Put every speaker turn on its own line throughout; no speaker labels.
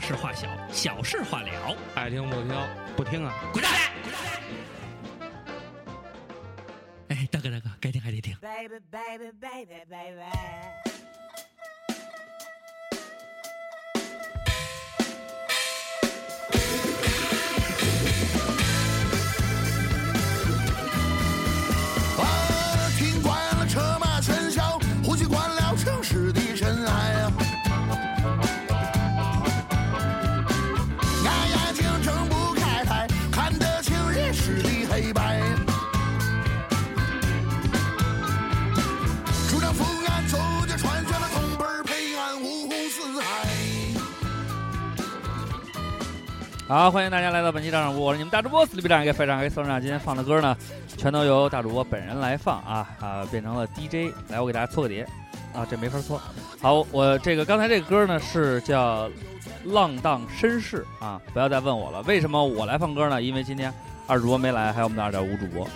事化小，小事化了。
爱听不听，不听啊！
滚蛋！哎，大哥大哥，该听还得听。
baby, baby, baby, baby.
啊，听惯了车马喧嚣，呼吸惯了城市的尘埃啊呀。俺眼睛睁不开来，看得清人世的黑白。主张福安走着穿梭了东北儿培安五湖四海。
好，欢迎大家来到本期大上屋，我是你们大主播死力必长，给非常给宋长。今天放的歌呢，全都由大主播本人来放啊啊，变成了 DJ。来，我给大家搓个碟啊，这没法搓。好，我这个刚才这个歌呢是叫《浪荡绅士》啊，不要再问我了，为什么我来放歌呢？因为今天二主播没来，还有我们的二点五主播。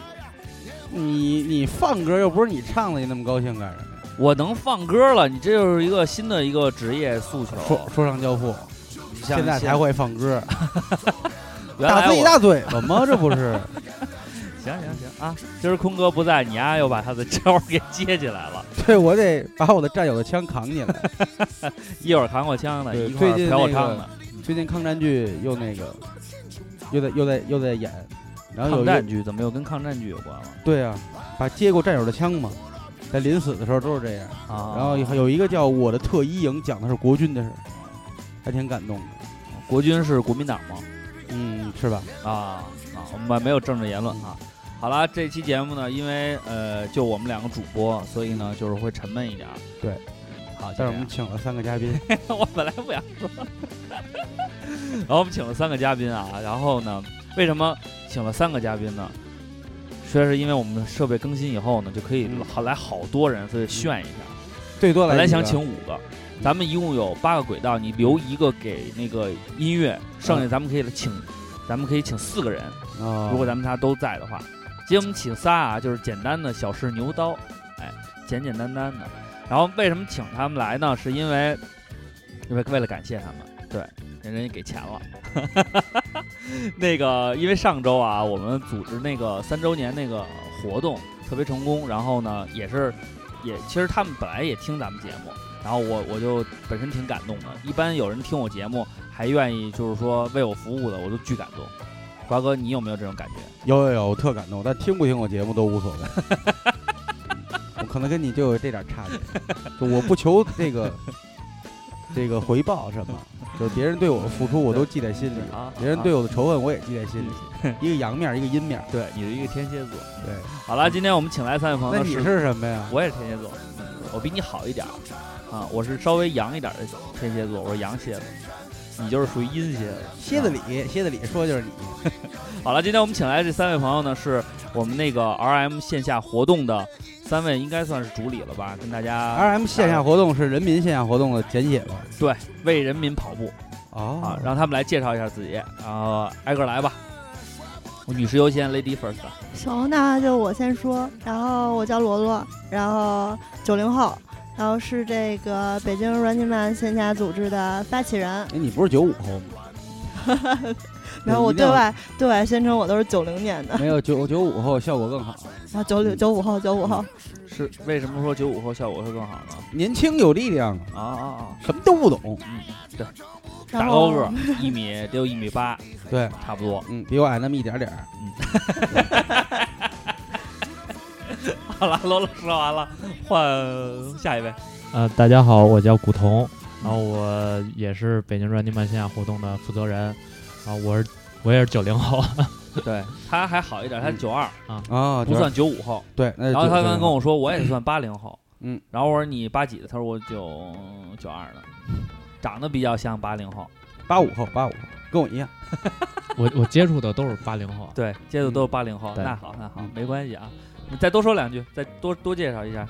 你你放歌又不是你唱的，你那么高兴干什么呀？
我能放歌了，你这就是一个新的一个职业诉求。
说说唱教父，
你哦像
现在才会放歌，
原
打
来
自己
我
大嘴巴 吗？这不是？
行行行啊，今儿空哥不在，你丫、又把他的 招儿给接起来了。
对，我得把我的战友的枪扛起来。
一会儿扛过枪的，
对
一会儿
最近
嫖过
那
娼
个
的，
最近抗战剧又那个，又在又在又在演，然后有
抗
一
战剧怎么又跟抗战剧有关了
对啊，把接过战友的枪嘛，在临死的时候都是这样。
啊？
然后有一个叫《我的特一营》，讲的是国军的事，还挺感动的。
国军是国民党吗？
嗯，是吧？
啊啊，我们没有政治言论啊。好啦，这期节目呢，因为呃，就我们两个主播，所以呢，就是会沉闷一点儿。
对
嗯，好，
但
就
是
这
我们
样。
请了三个嘉宾，
我本来不想说，然后我们请了三个嘉宾啊，然后呢，为什么请了三个嘉宾呢？说是因为我们的设备更新以后呢，就可以
嗯
好来好多人，所以炫一下。
最多来
本
一
来
个
想请五个，咱们一共有八个轨道，你留一个给那个音乐，剩下
嗯
咱们可以请，咱们可以请四个人，
啊，
如果咱们仨都在的话。今天我们请仨啊，就是简单的小试牛刀，哎，简简单单的。然后为什么请他们来呢？是因为因为为了感谢他们，对，人家给钱了。 那个，因为上周啊，我们组织那个三周年那个活动特别成功，然后呢，也是也其实他们本来也听咱们节目，然后我我就本身挺感动的。一般有人听我节目还愿意就是说为我服务的，我都巨感动。瓜哥，你有没有这种感觉？
有有有，我特感动，但听不听我节目都无所 谓。嗯我可能跟你就有这点差别， 就我不求这个这个回报什么，就是别人对我的付出我都记在心里，
啊
别人对我的仇恨我也记在心里，一个阳面一个阴面。
对你是一个天蝎座。
对，
好了，今天我们请来三位朋
那
友
你
是，
是什么呀？
我也是天蝎座，我比你好一点儿啊，我是稍微阳一点的天蝎座，我是阳蝎子，你就是属于阴蝎子。
蝎子里，蝎子里说就是你。
好了，今天我们请来这三位朋友呢，是我们那个 RM 线下活动的三位，应该算是主理了吧？跟大家
R M 线下活动是人民线下活动的简写吧？
对为人民跑步
哦
啊，让他们来介绍一下自己，然后挨个来吧。女士优先，Lady First。
行，那就我先说。然后我叫罗罗，然后九零后，然后是这个北京 Running Man 线下组织的发起人。
哎，你不是九五后吗？
然后我
一定
对
要
外对外宣称我都是九零年的，
没有九九五后效果更好，
然后九六九五后九五后。
是为什么说九五后效果会更好呢？
年轻有力量，
哦
啊啊啊！
什么都不懂。
嗯然
大
后
高个儿，一米六一米八，
对，
差不多。
嗯，比我矮那么一点点儿。
好了，罗罗说完了，换下一位。
呃，大家好，我叫古潼，然后我也是北京 Running Man 线下活动的负责人，然后我是我也是九零后，
对他还好一点，他
嗯
九二，
啊，
不算九五后。
对，那
然后他刚才跟
我
我说，我也算八零后。
嗯，
然后我说你八几的？他说我九九二的，长得比较像八零后。
八五后，八五后跟我一样。
我我接触的都是八零后，
对，接的都是八零后。
对
那好，那好
嗯，
没关系啊。你再多说两句，再多多介绍一下。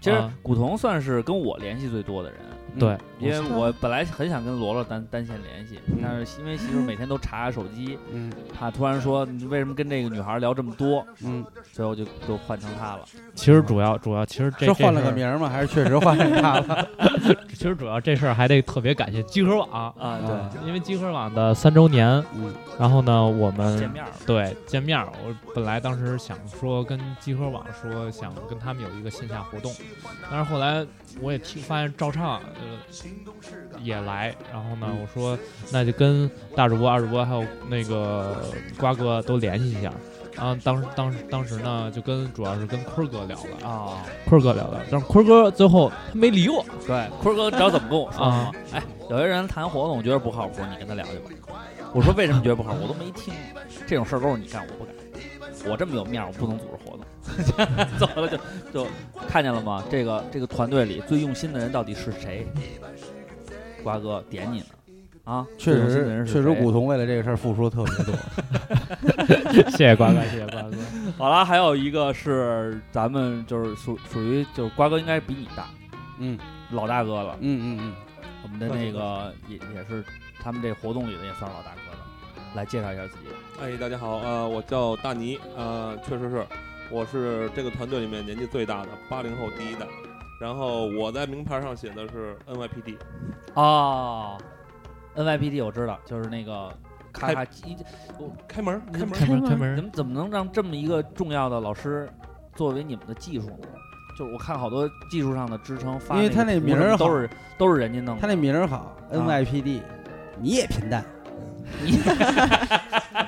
其实
啊
古潼算是跟我联系最多的人，
嗯
对，
因为
是
我本来很想跟罗罗单单线联系
嗯，
但是因为媳妇儿每天都查手机，
嗯
怕突然说你为什么跟这个女孩聊这么多，
嗯，
所以我就就换成她了。
其实主要主要其实这
是换了
这
个
事儿
名儿吗？还是确实换了他了？
其实主要这事儿还得特别感谢集合网，
啊，
啊
对，
因为集合网的三周年，
嗯
然后呢，我
嗯见
们
面儿了。
对见面儿，我本来当时想说跟集合网说想跟他们有一个线下活动，但是后来我也听发现赵畅呃也来，然后呢，
嗯
我说那就跟大主播、二主播还有那个瓜哥都联系一下。然后当时当时当时呢，就跟主要是跟坤儿哥聊了，
啊，
坤儿哥聊了，但是坤儿哥最后他没理我，
对，坤儿哥，你知道怎么跟我说吗
啊？
哎，有些人谈活动觉得不靠谱，你跟他聊去吧。我说为什么觉得不靠谱？我都没听，这种事儿都是你干，我不敢。我这么有面儿，我不能组织活动。 走了就就看见了吗？这个这个团队里最用心的人到底是谁？瓜哥点你呢啊！
确
最用心的
实
人是
确实，
谁啊
古潼为了这个事儿付出特别多。
谢谢瓜哥，谢谢瓜 哥。
好了，还有一个是咱们就是属属于就是瓜哥应该比你大，
嗯
老大哥了。
嗯嗯嗯，
我们的那个也也是他们这活动里的也算是老大哥了，来介绍一下自己。
哎，大家好，呃，我叫大尼，呃，确实是，我是这个团队里面年纪最大的，八零后第一代。然后我在名牌上写的是 NYPD，
哦，NYPD 我知道，就是那个咔咔一，
开门，开门，
开门
开门
开
你
门，
们怎么能让这么一个重要的老师作为你们的技术呢？就是我看好多技术上的支撑发
因
那
为
个图
他那
什么，
名儿好
都是都是人家弄的，
他那名儿好，NYPD，你也贫淡，
你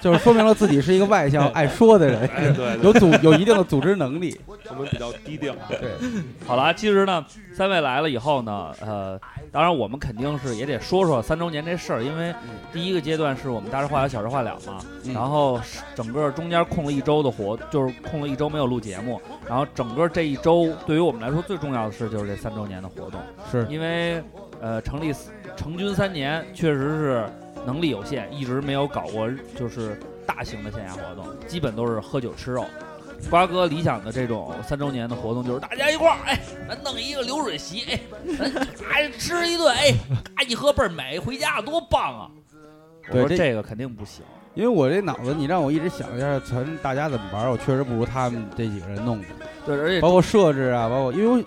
就是说明了自己是一个外向、爱说的人，
哎，对，
有
对
组有一定的组织能力。
我们比较低调，啊
对，嗯
好了，其实呢，三位来了以后呢，呃，当然我们肯定是也得说说三周年这事儿，因为
嗯
第一个阶段是我们大事化小，小事化了嘛，
嗯
然后是整个中间空了一周的活，就是空了一周没有录节目，然后整个这一周对于我们来说最重要的事就是这三周年的活动，
是
因为呃成立四成军三年确实是能力有限，一直没有搞过就是大型的线下活动，基本都是喝酒吃肉。瓜哥理想的这种三周年的活动就是大家一块儿，哎，咱弄一个流水席，哎，咱哎吃一顿，哎， 嘎一喝倍儿美，回家多棒啊！我
对
说
这
这个肯定不行，
因为我这脑子，你让我一直想一下，全大家怎么玩儿，我确实不如他们这几个人弄的，
对，而且
包括设置啊，包括因为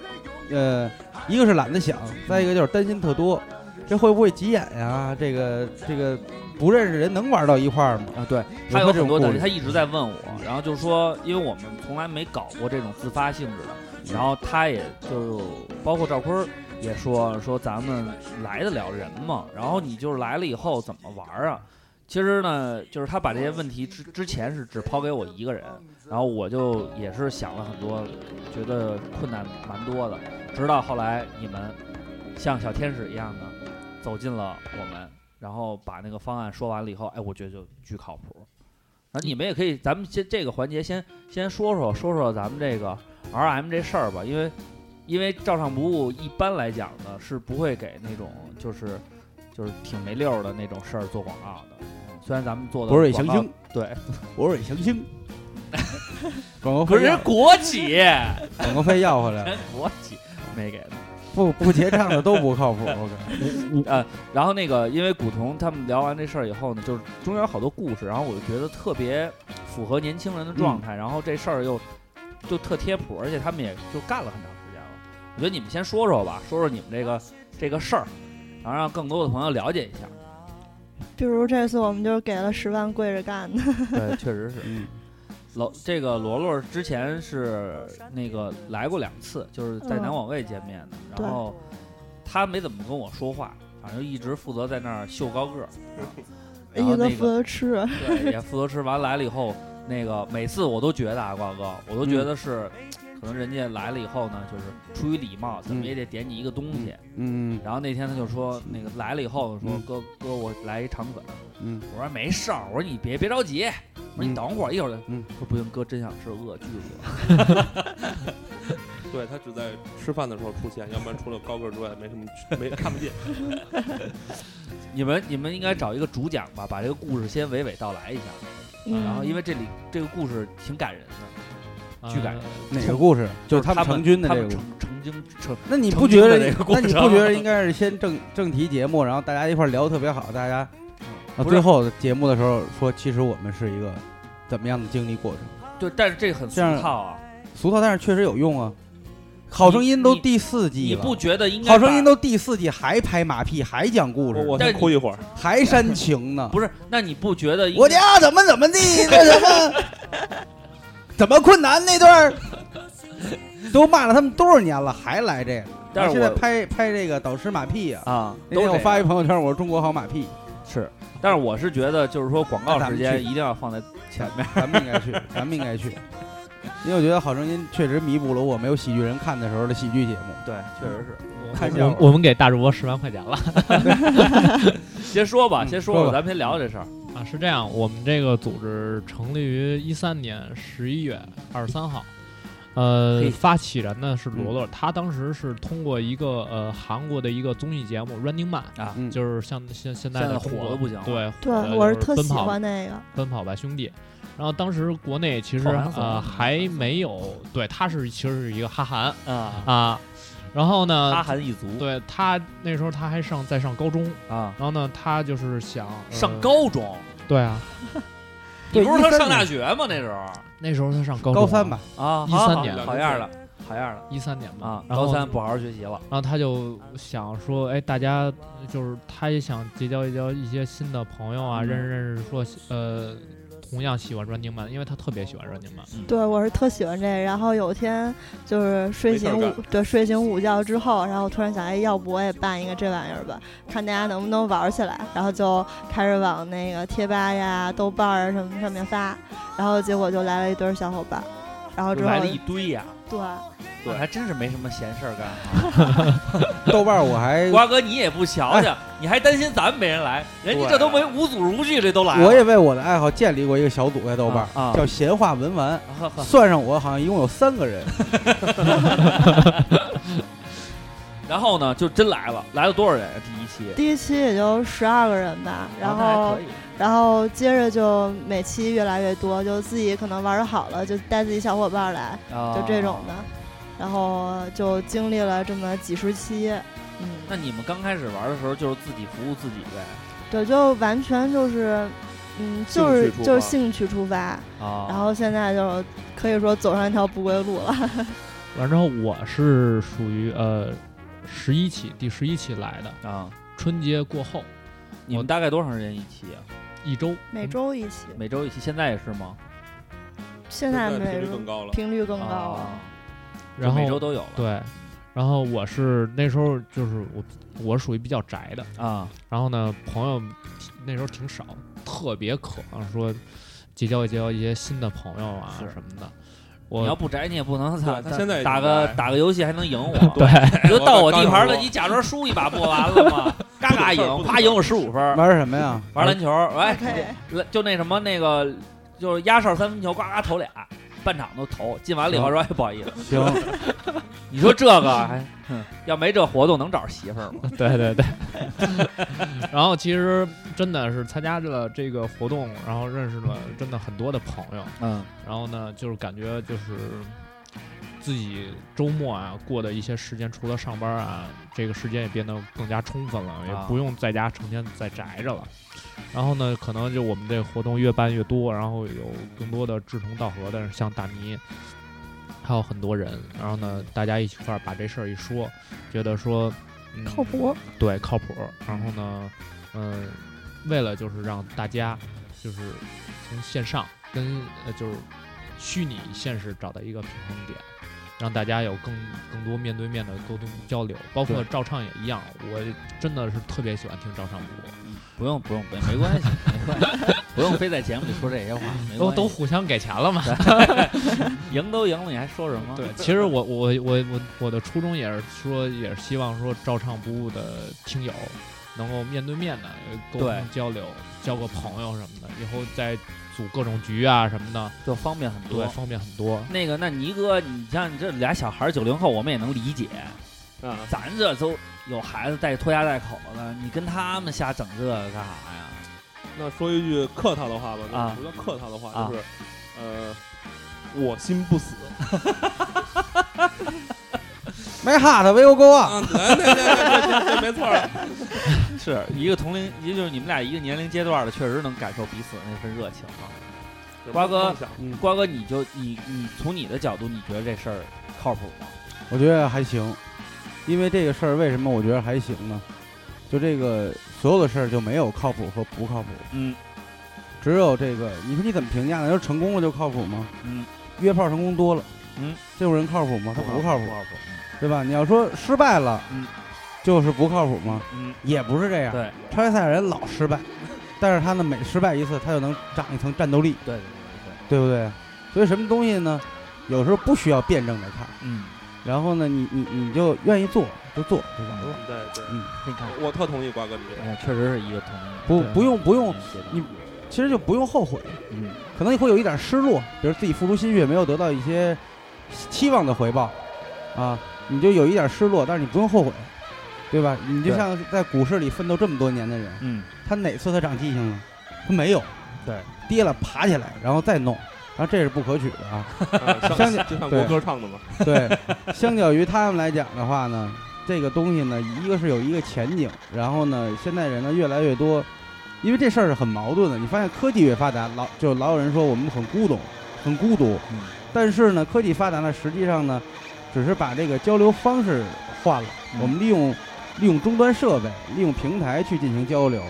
我，呃，一个是懒得想，再一个就是担心特多，这会不会急眼呀、这个这个不认识人能玩到一块儿吗？
啊，对，
有没
他有
有这
很
种
多的
顾，虑
他一直在问我，然后就说，因为我们从来没搞过这种自发性质的，然后他也就包括赵坤儿也说说咱们来得了人吗？然后你就是来了以后怎么玩儿啊？其实呢，就是他把这些问题之之前是只抛给我一个人，然后我就也是想了很多，觉得困难蛮多的，直到后来你们像小天使一样的走进了我们，然后把那个方案说完了以后，哎，我觉得就巨靠谱。然后你们也可以，咱们先这个环节先先说说说说咱们这个 R M 这事儿吧，因为因为照上不误，一般来讲呢是不会给那种就是就是挺没溜儿的那种事儿做广告的。嗯虽然咱们做的
博瑞行
广告
星，
对，
博瑞行星，广告
不
费
是
要
国 企，
广告费要回来了，
国企没给的。
不不结账的都不靠谱，我感觉。
然后那个，因为古潼他们聊完这事儿以后呢，就是中间有好多故事，然后我就觉得特别符合年轻人的状态，然后这事儿又就特贴谱，而且他们也就干了很长时间了。我觉得你们先说说吧，说说你们这个这个事儿，然后让更多的朋友了解一下。
比如这次我们就是给了十万跪着干的，
对，确实是。
嗯，
老这个罗罗之前是那个来过两次，就是在
嗯
南广卫见面的，
对
然后他没怎么跟我说话，反正就一直负责在那儿秀高个儿。然后
一个
那
负
个
责吃，
对，也负责吃完来了以后，那个每次我都觉得啊，瓜哥，我都
嗯
觉得是，可能人家来了以后呢，就是出于礼貌，怎么也得点你一个东西。
嗯
然后那天他就说，那个来了以后说，
嗯
哥哥，我来一肠粉。
嗯
我说没事儿，我说你别别着急，我说你
嗯
等会儿，一会儿再。
嗯
说不行，哥真想吃，饿，巨饿。
对他只在吃饭的时候出现，要不然除了高个儿之外没什么没看不见。
你们你们应该找一个主讲吧，把这个故事先娓娓道来一下。
嗯，
啊然后因为这里这个故事挺感人的，巨感人
呃。
哪个故事？就是
他
他们成军的
他
这个
们
故事
成成成精成
那你
成
不
精
觉
的
得
这个？过
那你不
程
觉得应该是先正正题节目，然后大家一块儿聊得特别好，大家到
不
啊最
是
后节目的时候说，其实我们是一个怎么样的经历过程？
对，但是这个很俗
这样
套啊！
俗套，但是确实有用啊。好声音都
你
第四季
你
了，
不觉得应该
好声音
把
都第四季还拍马屁，还讲故事
我，我
但
先
你
哭一会儿。
还煽情呢？
不是？那你不觉得应
我
该
家怎么怎么地，那什么，怎么困难那段儿，都骂了他们多少年了，还来这个？
但
我
是
现在
我
拍拍这个导师马屁啊，
啊，
那
都
天
这
我发一
样
朋友圈，我说中国好马屁，
是，但是我是觉得就是说广告
那咱
时
们
间
去
一定要放在前面。
咱们应该 去，咱们应该去，因为我觉得《好声音》确实弥补了我没有喜剧人看的时候的喜剧节目。
对，确实是。
看笑
我
话
我们给大主播十万块钱了
先说吧，
嗯
先
说
吧，
吧
咱们先聊聊这事儿。
啊！是这样，我们这个组织成立于一三年十一月二十三号。呃
嘿，嗯
发起人呢是罗罗，他当时是通过一个呃韩国的一个综艺节目《Running Man》
啊
嗯
就是像现现在
现在
的
火
国
得不行了
对，
对啊
呃
火的，
我
就是
特
奔
喜
跑
欢那个，
奔跑吧兄弟。然后当时国内其实
跑男火
呃
吗
还没有，对，他是其实是一个哈韩
嗯
啊，
啊。然后
哈
呢，
韩一族
对他那时候他还上在上高中，
啊，
然后呢他就是想、呃
嗯
上高中，
对啊，
你不是说
13
上大
年
学吗？那时候
那时候他上高中
高三吧，，
啊，
13
好好
年
好样儿了，好样儿了
一三年吧
啊！
然
高
后
三不好好学习了，
然后他就想说，哎，大家就是他也想结交一交一些新的朋友啊，
嗯
认识认识说呃同样喜欢 Running Man，因为他特别喜欢 Running Man。
对我是特喜欢这个。然后有一天就是睡
没事儿
醒午
干
对睡醒午觉之后，然后突然想，哎，要不我也办一个这玩意儿吧，看大家能不能玩儿起来。然后就开始往那个贴吧呀、豆瓣儿什么上面发，然后结果就来了一堆儿小伙伴儿，然后
就
之后
来了一堆呀。
对。
对，哦还真是没什么闲事儿干啊。
豆瓣儿我还
瓜哥，你也不瞧瞧，你还担心咱们没人来？人家这都没无组织无据，这都来了。
我也为我的爱好建立过一个小组在豆瓣儿，
啊啊
叫闲话文玩，
呵呵
算上我好像一共有三个 人，
然后呢，就真来了，来了多少人啊？第一期，
第一期也就十二个人吧，然
哦那还
后
可以
然后接着就每期越来越多，就自己可能玩的好了，就带自己小伙伴儿来，
啊
就这种。的，然后就经历了这么几十期，嗯，
那你们刚开始玩的时候就是自己服务自己呗，
对，就完全就是，嗯，就
兴
是
趣出
就是
发
兴趣出发，
啊
然后现在就可以说走上一条不归路了，
完之后我是属于呃十一期第十一期来的，
啊，
春节过后
你们大概多长时间一期啊？
一周，
每周一期，
每周一期，现在也是吗？
现在
在频
每
率
周
更高了。
频率更高了，
啊，就
然后
每周都有了。
对，然后我是那时候就是我我属于比较宅的，
啊，
然后呢朋友那时候挺少，特别渴望说结交结交一些新的朋友啊
是
什么的。
你要
我
不宅，你也不能
对他现在已经
打个
宅
打个游戏还能赢我。
对，
你就到我
我刚
地盘
哎
了，
刚说
你假装输一把不完了吗？嘎嘎赢
不懂事儿不懂，事儿
啪赢我十五分儿。
玩什么呀？
玩篮球，哎
OK，
来就那什么那个，就是压哨三分球，呱呱投俩，半场都投，进完了以后说哎不好意思，
行，
你说这个 还、哼要没这活动能找着媳妇儿吗？
对对 对。然后其实真的是参加了这个活动，然后认识了真的很多的朋友，
嗯，
然后呢就是感觉就是自己周末啊过的一些时间，除了上班啊，这个时间也变得更加充分了，也
啊
不用在家成天在宅着了。然后呢，可能就我们这个活动越办越多，然后有更多的志同道合的，像大尼，还有很多人。然后呢，大家一起块儿把这事儿一说，觉得说、嗯、
靠谱，
对，靠谱。然后呢，嗯、为了就是让大家就是从线上跟呃就是虚拟现实找到一个平衡点，让大家有更更多面对面的沟通交流，包括
对
照唱也一样。我真的是特别喜欢听照唱播，
不用不用不用，没关系，没关系， 不用非在节目里说这些话，没
都
关
都
系
互相给钱了嘛。
赢都赢了，你还说什么？
对，其实我我我我我的初衷也是说，也是希望说照唱不误的听友能够面对面的沟
对
通交流，交个朋友什么的，以后再组各种局啊什么的，
就方便很
对，
多。
方便很多。
那个，那尼哥，你像你这俩小孩九零后，我们也能理解，
啊，
咱这都有孩子带拖家带口的，你跟他们瞎整这个干啥 呀？
那说一句客套的话吧，那
啊
不叫客套的话，
啊
就是，呃，我心不死。
没哈他，没有够啊！
啊，对对对对对，对没错儿。
是一个同龄，也就是你们俩一个年龄阶段的，确实能感受彼此的那份热情啊。瓜哥
嗯
瓜哥，你就你你从你的角度，你觉得这事儿靠谱吗？
我觉得还行，因为这个事儿为什么我觉得还行呢？就这个所有的事儿就没有靠谱和不靠谱，
嗯
只有这个，你说你怎么评价呢？要是成功了就靠谱吗？
嗯，
约炮成功多了，
嗯，
这种人靠谱吗？他不靠谱
不，靠谱。
对吧？你要说失败了，
嗯，
就是不靠谱吗？
嗯，
也不是这样，
对
超级赛亚人老失 败，但是他呢每失败一次，他就能长一层战斗力，
对对对对，
对不对？所以什么东西呢？有时候不需要辩证来看，
嗯，
然后呢，你你你就愿意做就做就完了，
嗯对对，
你看，
嗯
我特同意瓜哥你这个。
哎确实是一个同龄人
不
对
不用不用，
阶段
你其实就不用后悔，
嗯
可能你会有一点失落，比如自己付出心血没有得到一些期望的回报，啊，你就有一点失落，但是你不用后悔，对吧？你就
对
像在股市里奋斗这么多年的人，
嗯，
他哪次他长记性了？他没有，
对，
跌了爬起来，然后再弄，然后这是不可取的啊。
啊像
相信
就像
对
国歌唱的嘛，
对，相较于他们来讲的话呢，这个东西呢，一个是有一个前景，然后呢，现在人呢越来越多，因为这事儿是很矛盾的。你发现科技越发达，老就老有人说我们很孤独，很孤独，
嗯
但是呢，科技发达呢，实际上呢，只是把这个交流方式换了，
嗯
我们利用利用终端设备，利用平台去进行交流，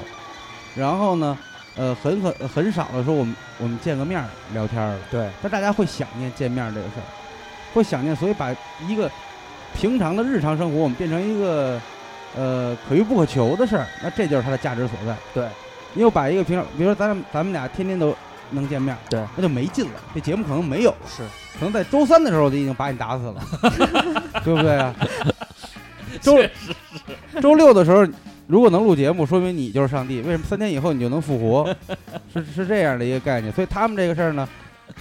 然后呢。呃，很很很少的时候，我们我们见个面儿聊天儿了。
对，
但大家会想念见面儿这个事儿，会想念，所以把一个平常的日常生活，我们变成一个呃可遇不可求的事儿，那这就是它的价值所在。
对，
你又把一个平常，比如说咱们咱们俩天天都能见面，
对，
那就没劲了，这节目可能没有，
是
可能在周三的时候我就已经把你打死 了，对不对啊？周周六的时候。如果能录节目，说明你就是上帝。为什么三天以后你就能复 活？是是这样的一个概念。所以他们这个事儿呢，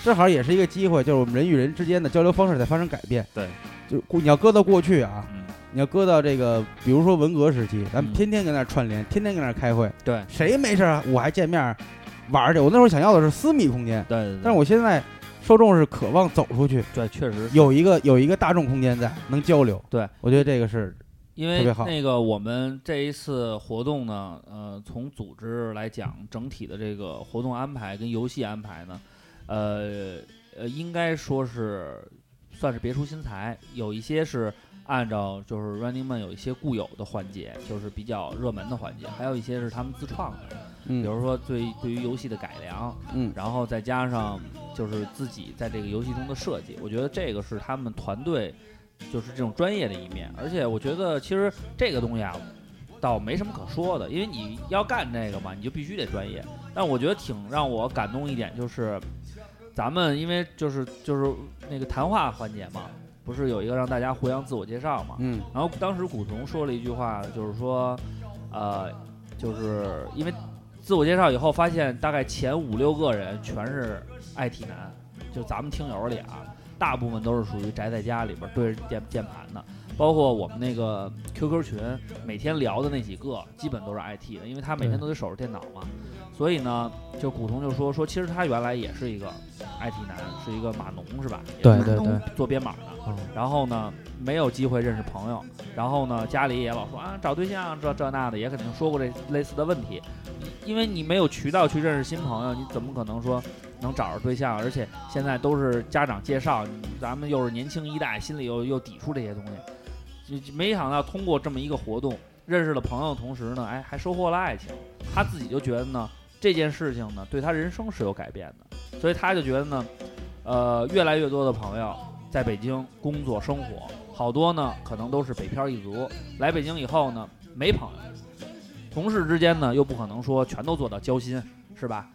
正好也是一个机会，就是我们人与人之间的交流方式在发生改变。
对，
就过你要搁到过去啊，
嗯
你要搁到这个，比如说文革时期，咱们
嗯
天天跟那儿串联，天天跟那儿开会，
对
谁没事儿啊我还见面儿玩儿去。我那时候想要的是私密空间，
对对，
但是我现在受众是渴望走出去，
对确实
有一个有一个大众空间在，能交流。
对，
我觉得这个是
因
特
为
别好
那个我们这一次活动呢，呃，从组织来讲，整体的这个活动安排跟游戏安排呢，呃呃，应该说是算是别出心裁，有一些是按照就是 Running Man 有一些固有的环节，就是比较热门的环节，还有一些是他们自创的，比
嗯
如说对对于游戏的改良，
嗯
然后再加上就是自己在这个游戏中的设计，我觉得这个是他们团队就是这种专业的一面。而且我觉得其实这个东西啊，倒没什么可说的，因为你要干这个嘛，你就必须得专业。但我觉得挺让我感动一点就是，咱们因为就是就是那个谈话环节嘛，不是有一个让大家互相自我介绍嘛，
嗯
然后当时古潼说了一句话，就是说，呃，就是因为自我介绍以后，发现大概前五六个人全是 IT 男，就咱们听友里啊，大部分都是属于宅在家里边对着键键盘的，包括我们那个 QQ 群，每天聊的那几个，基本都是 IT 的，因为他每天都得守着电脑嘛，所以呢，就古潼就说说，其实他原来也是一个 IT 男，是一个码农是吧？也
对
是
对对，
做编码的。
嗯，
然后呢，没有机会认识朋友，然后呢，家里也老说啊找对象这这那的，也肯定说过这类似的问题，因为你没有渠道去认识新朋友，你怎么可能说能找着对象？而且现在都是家长介绍，咱们又是年轻一代，心里又又抵触这些东西，就没想到通过这么一个活动，认识了朋友，同时呢，哎，还收获了爱情。他自己就觉得呢，这件事情呢，对他人生是有改变的，所以他就觉得呢，呃，越来越多的朋友在北京工作生活，好多呢可能都是北漂一族，来北京以后呢没朋友，同事之间呢又不可能说全都做到交心，是吧？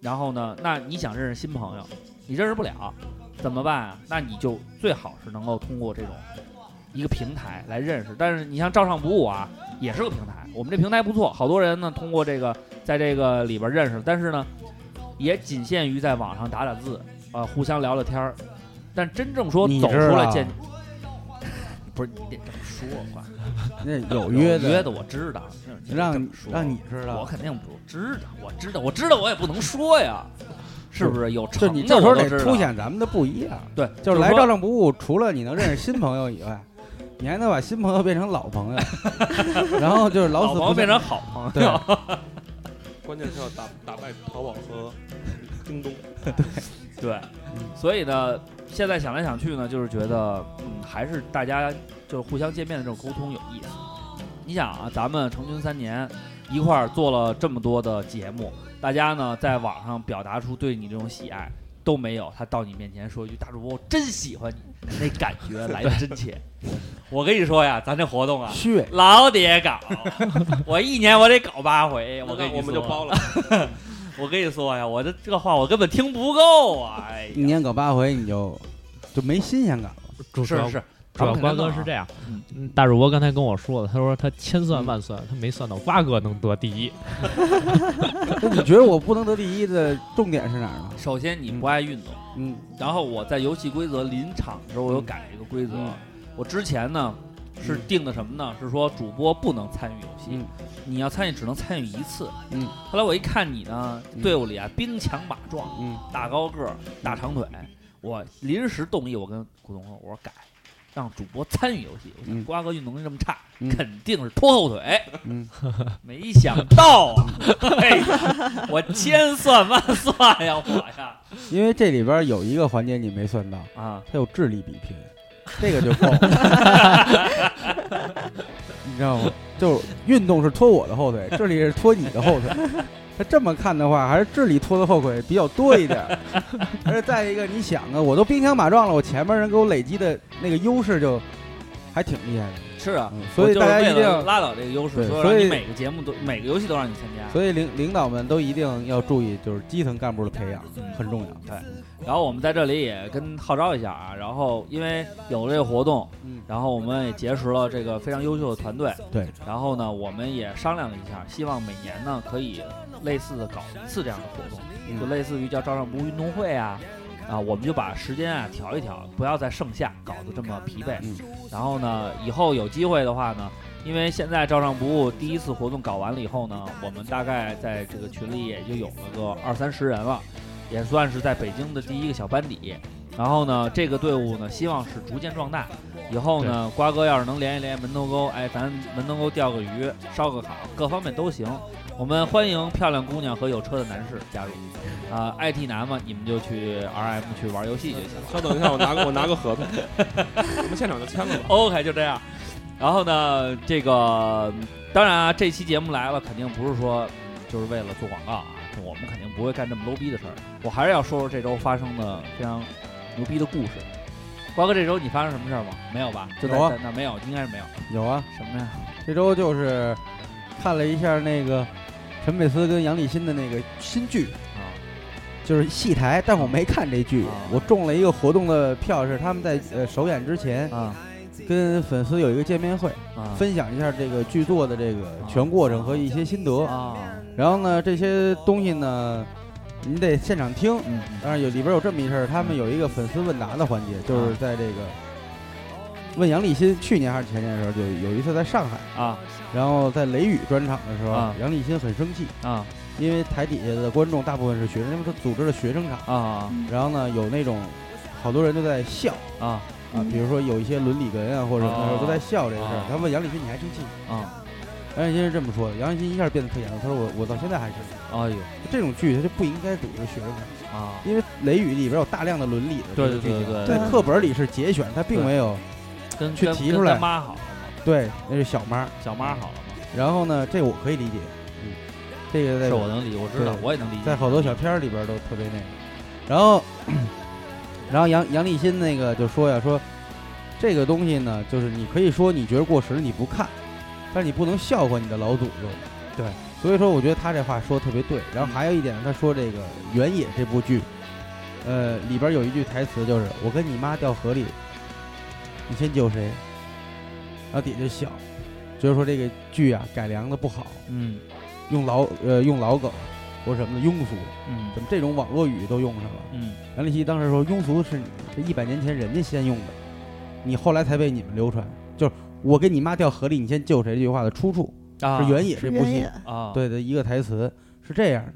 然后呢，那你想认识新朋友，你认识不了，怎么办啊？那你就最好是能够通过这种一个平台来认识。但是你像照上不误啊，也是个平台，我们这平台不错，好多人呢通过这个在这个里边认识，但是呢也仅限于在网上打打字啊、互相聊聊天儿。但真正说
你
走出
知
来
道
见， 不是你得这么说话，
嗯那有
约
约
的
的，
约的我知道，就是你得这
让
么说
让你知道
我，肯定不知道，我知道，我知道，我也不能说呀，是不是？有
就
成
你
的
这时
我
候
都
得
知道
凸显咱们的不一样。
对，
就是是来
说
照，相不误，除了你能认识新朋友以外，你还能把新朋友变成老朋 友，然后就是老
老
死不
朋友
相
变成好朋友，
对，
关键是要打打败淘宝和京东。
对，所以呢，现在想来想去呢，就是觉得，嗯，还是大家就是互相见面的这种沟通有意思。你想啊，咱们成军三年，一块儿做了这么多的节目，大家呢在网上表达出对你这种喜爱都没有，他到你面前说一句“大主播，我真喜欢你”，那感 觉来的真切。我跟你说呀，咱这活动啊，
虚伪。
老得搞，我一年我得搞八回。我
那
跟你说，啊
我们就包了，
我跟你说呀，我这这话我根本听不够啊！哎 呀
一年搞八回，你就就没新鲜感了。
主
是
主要
是，
主要瓜哥
哥
是这样
嗯，
嗯，大主播刚才跟我说了，他说他千算万算，他没算到瓜哥能得第一。
那你觉得我不能得第一的重点是哪儿 呢？
首先你不爱运动，
嗯，
然后我在游戏规则临场的时候，我有改一个规则。
嗯
我之前呢是
嗯
定的什么呢？是说主播不能参与游戏，
嗯
你要参与只能参与一次。
嗯，
后来我一看你呢，
嗯
队伍里啊兵强马壮，
嗯，
大高个儿、大长腿，我临时动议，我跟古董说，我说改。让主播参与游戏，我想
嗯
瓜哥运动能力这么差，
嗯
肯定是拖后腿。
嗯，
没想 到啊！哎呀我千算万算呀，我呀
因为这里边有一个环节你没算到，
啊，
它有智力比拼，这个就够 了。 你知道吗？就是运动是拖我的后腿，智力是拖你的后腿。他这么看的话，还是智力拖的后腿比较多一 点。而且再一个，你想啊，我都兵强马壮了，我前面人给我累积的那个优势就还挺厉害的。
是啊，
嗯，所以大家一定
我就是为了
要，
拉倒这个优势，
对
所以
所
让
以
你每个节目都每个游戏都让你参加。
所以领领导们都一定要注意，就是基层干部的培养很重要。
然后我们在这里也跟号召一下啊，然后因为有了这个活动，
嗯，
然后我们也结识了这个非常优秀的团队，
对。
然后呢，我们也商量了一下，希望每年呢可以类似的搞一次这样的活动，
嗯
就类似于叫“照上不误运动会”啊，啊，我们就把时间啊调一调，不要在盛夏搞得这么疲惫。
嗯
然后呢，以后有机会的话呢，因为现在“照上不误”第一次活动搞完了以后呢，我们大概在这个群里也就有了个二三十人了，也算是在北京的第一个小班底。然后呢，这个队伍呢，希望是逐渐壮大。以后呢，瓜哥要是能联系联系门头沟，哎，咱门头沟钓个鱼、烧个烤，各方面都行。我们欢迎漂亮姑娘和有车的男士加入。啊、it 男嘛，你们就去 RM 去玩游戏就行了。
稍等一下，我拿个我拿个合同，我们现场就签了吧。
OK，就这样。然后呢，这个当然啊，这期节目来了，肯定不是说就是为了做广告啊，我们肯定不会干这么 low 逼的事儿。我还是要说说这周发生的非常牛逼的故事。瓜哥，这周你发生什么事儿吗？没有吧？就在
有啊
在那没有，应该是没有。
有啊，
什么呀？
这周就是看了一下那个陈佩斯跟杨立新的那个新剧，
啊，
就是戏台，但我没看这剧
啊，嗯
我中了一个活动的票，是他们在呃首演之前
啊
跟粉丝有一个见面会，
啊
分享一下这个剧作的这个全过程和一些心得。
啊，
然后呢，这些东西呢，你得现场听。
嗯，
当然有里边有这么一事儿，他们有一个粉丝问答的环节，就是在这个问杨立新去年还是前年的时候，就有一次在上海。
啊
然后在雷雨专场的时候，
啊
杨立新很生气，
啊
因为台底下的观众大部分是学生，因为他组织了学生场，
啊
然后呢有那种好多人都在笑
啊
啊，比如说有一些伦理哏啊或者什么
哦
的都在笑这个事儿
哦。
他问杨立新你还生气？
啊！
杨立新是这么说的，杨立新一下变得特严肃，他说我我到现在还生气。
哎呦
这种剧他就不应该组织学生场，
啊！
因为雷雨里边有大量的伦理的
对
这个
对对
剧情
对
对
在课本里是节选，他并
对
没有
跟
去
跟
提
跟
出来
跟妈好了吗？
对那是小妈。
小妈好了吗？
然后呢，这我可以理解，嗯，这个在
是我能理，我知道，
对
我也能理解。
在好多小片儿里边儿都特别那个。然后， 然后杨杨立新那个就说呀，说这个东西呢，就是你可以说你觉得过时了你不看，但是你不能笑话你的老祖宗。
对，
所以说我觉得他这话说得特别对。然后还有一点，他说这个《原野》这部剧，呃，里边儿有一句台词就是“我跟你妈掉河里，你先救谁？”然后底下就笑，就是说这个剧啊改良的不好，
嗯
用老呃用老梗或者什么的庸俗，
嗯
怎么这种网络语都用上了？
嗯
杨立新当时说，庸俗是你这一百年前人家先用的，你后来才被你们流传。就是我给你妈掉河里，你先救谁这句话的出处
啊
是原野这部
原
戏
野
啊，
对的一个台词是这样的。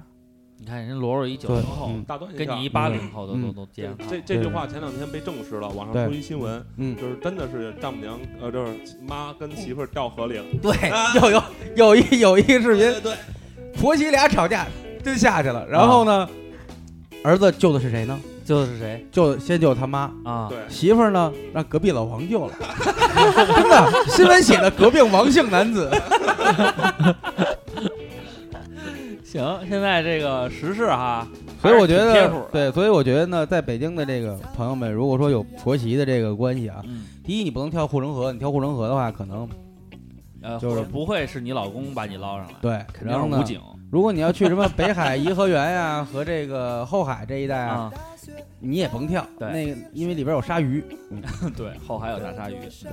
你看人罗罗一九
对
零后，
嗯
大端
跟你一八零后的都都接上
这
趟
这
了。
这句话前两天被证实了，网上
对
出一新闻，
嗯，
就是真的是丈母娘呃，就是妈跟媳妇儿掉河里了。
对，
有有有一有一个视频，
对对，
婆媳俩吵架真下去了，然后呢，儿子救的是谁呢？
就是谁
救先救他妈，
啊？
对
媳妇儿呢让隔壁老王救了， 真的新闻写的隔壁王姓男子，
行，现在这个时事哈，
所以我觉
还是挺贴谱
得
的
对，所以我觉得呢，在北京的这个朋友们，如果说有婆媳的这个关系啊，
嗯，
第一你不能挑护城河，你挑护城河的话，可能
呃，
就是
或者不会是你老公把你捞上来，
对，
肯定
然后
是武
呢，
警
如果你要去什么北海颐和园呀、和这个后海这一带啊，
啊。
你也甭跳，
对
那个因为里边有鲨鱼。
对，后海有大鲨鱼。
对，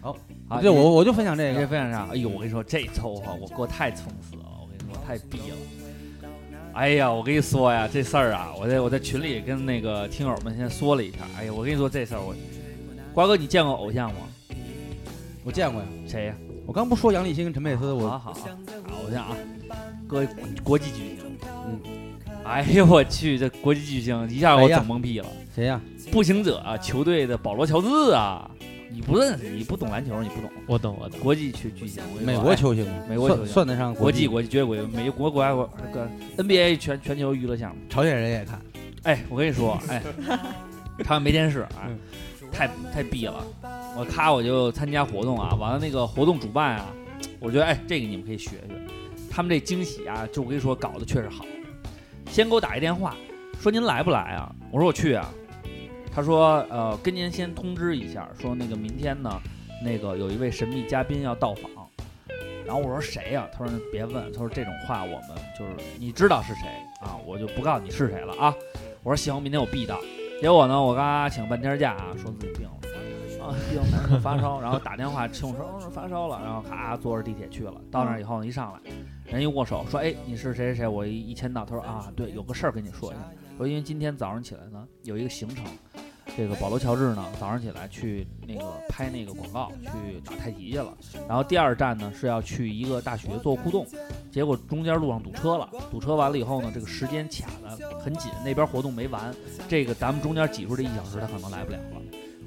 好，
好，
这
你
我我就分享这
这
个，
非常啥？哎呦，我跟你说，这凑合，我过太撑死了，我跟你说太逼了。哎呀，我跟你说呀，这事儿啊，我在我在群里跟那个听友们先说了一下。哎呀，我跟你说这事儿，我瓜哥，你见过偶像吗？
我见过呀。
谁呀、
我刚不说杨立新跟陈佩斯，
好
我
好好，偶像啊，各位国际巨星。
嗯。
哎呦我去，这国际巨星一下我
谁呀
整懵逼了。
谁呀？
步行者啊，球队的保罗乔治啊，你不认识，你不懂篮球，你不懂。
我懂我懂。
国际巨巨星，我跟你说
美
哎
国球星，
美国球
算
星
算得上
国际
际。
国际绝对国际，美国国外国这个 NBA 全全球娱乐项目。
朝鲜人也看，
哎，我跟你说，哎，他们没电视，哎
嗯，
太太逼了。我咔我就参加活动啊，完了那个活动主办啊，我觉得哎这个你们可以学学，他们这惊喜啊，就我跟你说搞得确实好。先给我打一电话，说您来不来啊？我说我去啊。他说呃跟您先通知一下，说那个明天呢，那个有一位神秘嘉宾要到访。然后我说谁呀、他说别问，他说这种话我们就是你知道是谁啊，我就不告诉你是谁了啊。我说行，明天我必到。结果呢，我刚刚请半天假啊，说自己病了，啊病难受发烧，然后打电话请我说哦发烧了，然后咔坐着地铁去了。到那儿以后一上来，人一握手说哎你是谁谁谁，我一一签到，他说啊对，有个事儿跟你说一下。我说因为今天早上起来呢有一个行程，这个保罗乔治呢早上起来去那个拍那个广告去打太极去了，然后第二站呢是要去一个大学做互动。结果中间路上堵车了，堵车完了以后呢，这个时间卡的很紧，那边活动没完，这个咱们中间挤出这一小时，他可能来不了了。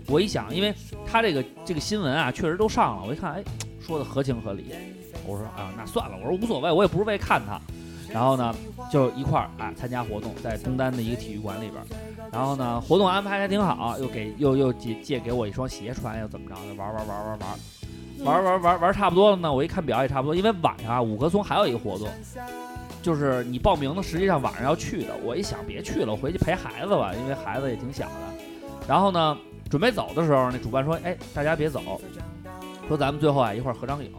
我一想，因为他这个这个新闻啊，确实都上了，我一看，哎，说的合情合理。我说啊，那算了，我说无所谓，我也不是为看他。然后呢，就一块儿啊参加活动，在东单的一个体育馆里边儿。然后呢，活动安排得还挺好，又给又又借借给我一双鞋穿，又怎么着的，玩玩玩玩玩。玩玩玩玩差不多了呢，我一看表也差不多，因为晚上啊，五棵松还有一个活动，就是你报名的，实际上晚上要去的。我一想别去了，我回去陪孩子吧，因为孩子也挺小的。然后呢，准备走的时候，那主办说：“哎，大家别走，说咱们最后啊一块儿合张影。”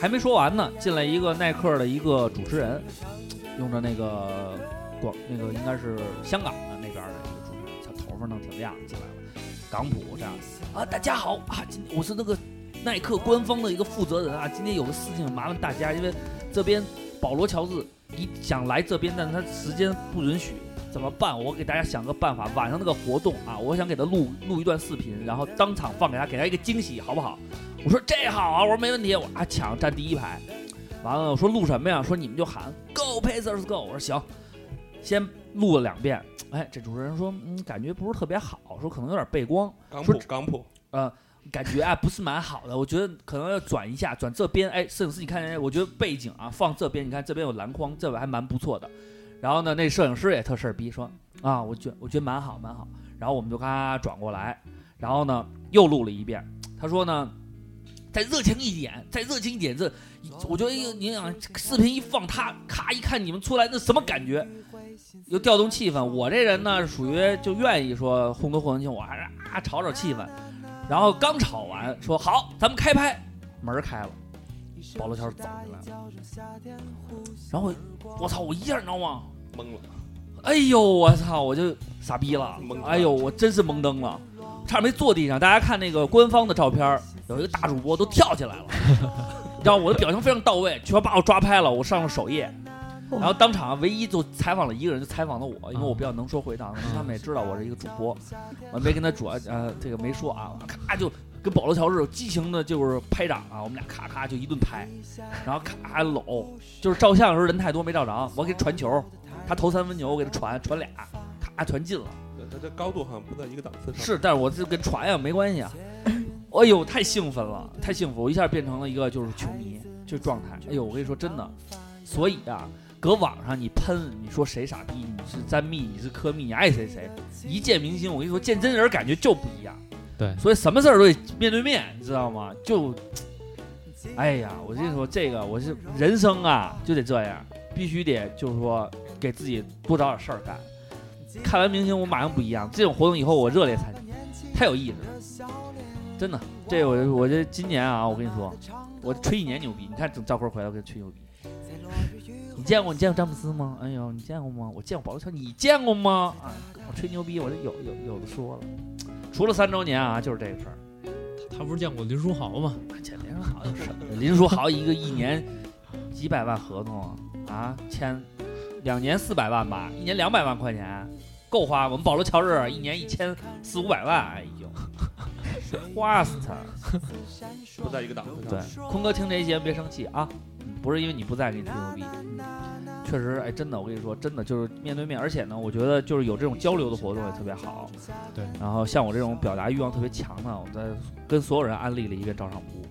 还没说完呢，进来一个耐克的一个主持人，用着那个广那个应该是香港的那边的一个主持人，小头发弄挺亮，进来了，港普这样啊，大家好啊，今天我是那个耐克官方的一个负责人啊，今天有个事情麻烦大家，因为这边保罗乔治一想来这边，但是他时间不允许，怎么办？我给大家想个办法，晚上那个活动啊，我想给他录录一段视频，然后当场放给他，给他一个惊喜，好不好？我说这好啊，我说没问题，我啊抢站第一排，完了我说录什么呀？说你们就喊 Go Pacers Go，我说行，先录了两遍，哎，这主持人说嗯，感觉不是特别好，说可能有点背光。
港
说
普港普，
感觉啊不是蛮好的，我觉得可能要转一下，转这边。哎，摄影师，你看，哎我觉得背景啊放这边，你看这边有篮筐，这边还蛮不错的。然后呢，那摄影师也特事儿逼，说啊，我觉我觉得蛮好蛮好。然后我们就咔转过来，然后呢又录了一遍。他说呢，再热情一点，再热情一点。这我觉得你想视频一放，他咔一看你们出来，那什么感觉？又调动气氛。我这人呢，属于就愿意说烘托混情，我还是啊炒炒气氛。然后刚吵完，说好，咱们开拍，门儿开了，保罗乔治走进来了，然后我我操，我一下你知道吗？
懵了，
哎呦，我操，我就傻逼了
懵了，
哎呦，我真是懵登了，差点没坐地上。大家看那个官方的照片儿，有一个大主播都跳起来 了，你知道我的表情非常到位，全把我抓拍了，我上了首页。然后当场唯一就采访了一个人，就采访了我，因为我比较能说会道，他们也知道我是一个主播，我没跟他主呃这个没说啊，咔就跟保罗乔治激情的就是拍掌啊，我们俩咔咔就一顿拍，然后咔搂，就是照相的时候人太多没照着，我给传球，他投三分球，我给他传传俩，咔传进了。
他这高度好像不在一个档次上。
是，但是我这跟传呀没关系啊。哎呦，太兴奋了，太幸福，我一下变成了一个就是球迷这状态。哎呦，我跟你说真的，所以啊，搁网上你喷，你说谁傻逼，你是詹密，你是科密，你爱谁谁，一见明星，我跟你说见真人感觉就不一样。
对
所以什么事儿都得面对面，你知道吗？就，哎呀，我跟你说这个，我是人生啊就得这样，必须得就是说给自己多找点事儿干。看完明星，我马上不一样。这种活动以后我热烈参加，太有意思了，真的。这我我这今年啊，我跟你说，我吹一年牛逼。你看等赵坤回来，我给他吹牛逼。你见过你见过詹姆斯吗？哎呦，你见过吗？我见过保罗乔，你见过吗？啊，我吹牛逼，我这有有有的说了。除了三周年啊，就是这个事儿。
他不是见过林书豪吗？
这林书豪有什么？林书豪一个一年几百万合同啊啊，签两年四百万吧，一年两百万块钱，够花。我们保罗乔治一年一千四五百万，哎呦， 花死他！
不在一个档次上。
对，坤哥听这一节目别生气啊，不是因为你不在给你吹牛逼，确实，哎，真的，我跟你说，真的就是面对面，而且呢，我觉得就是有这种交流的活动也特别好。
对，
然后像我这种表达欲望特别强的，我在跟所有人安利了一遍照常不误。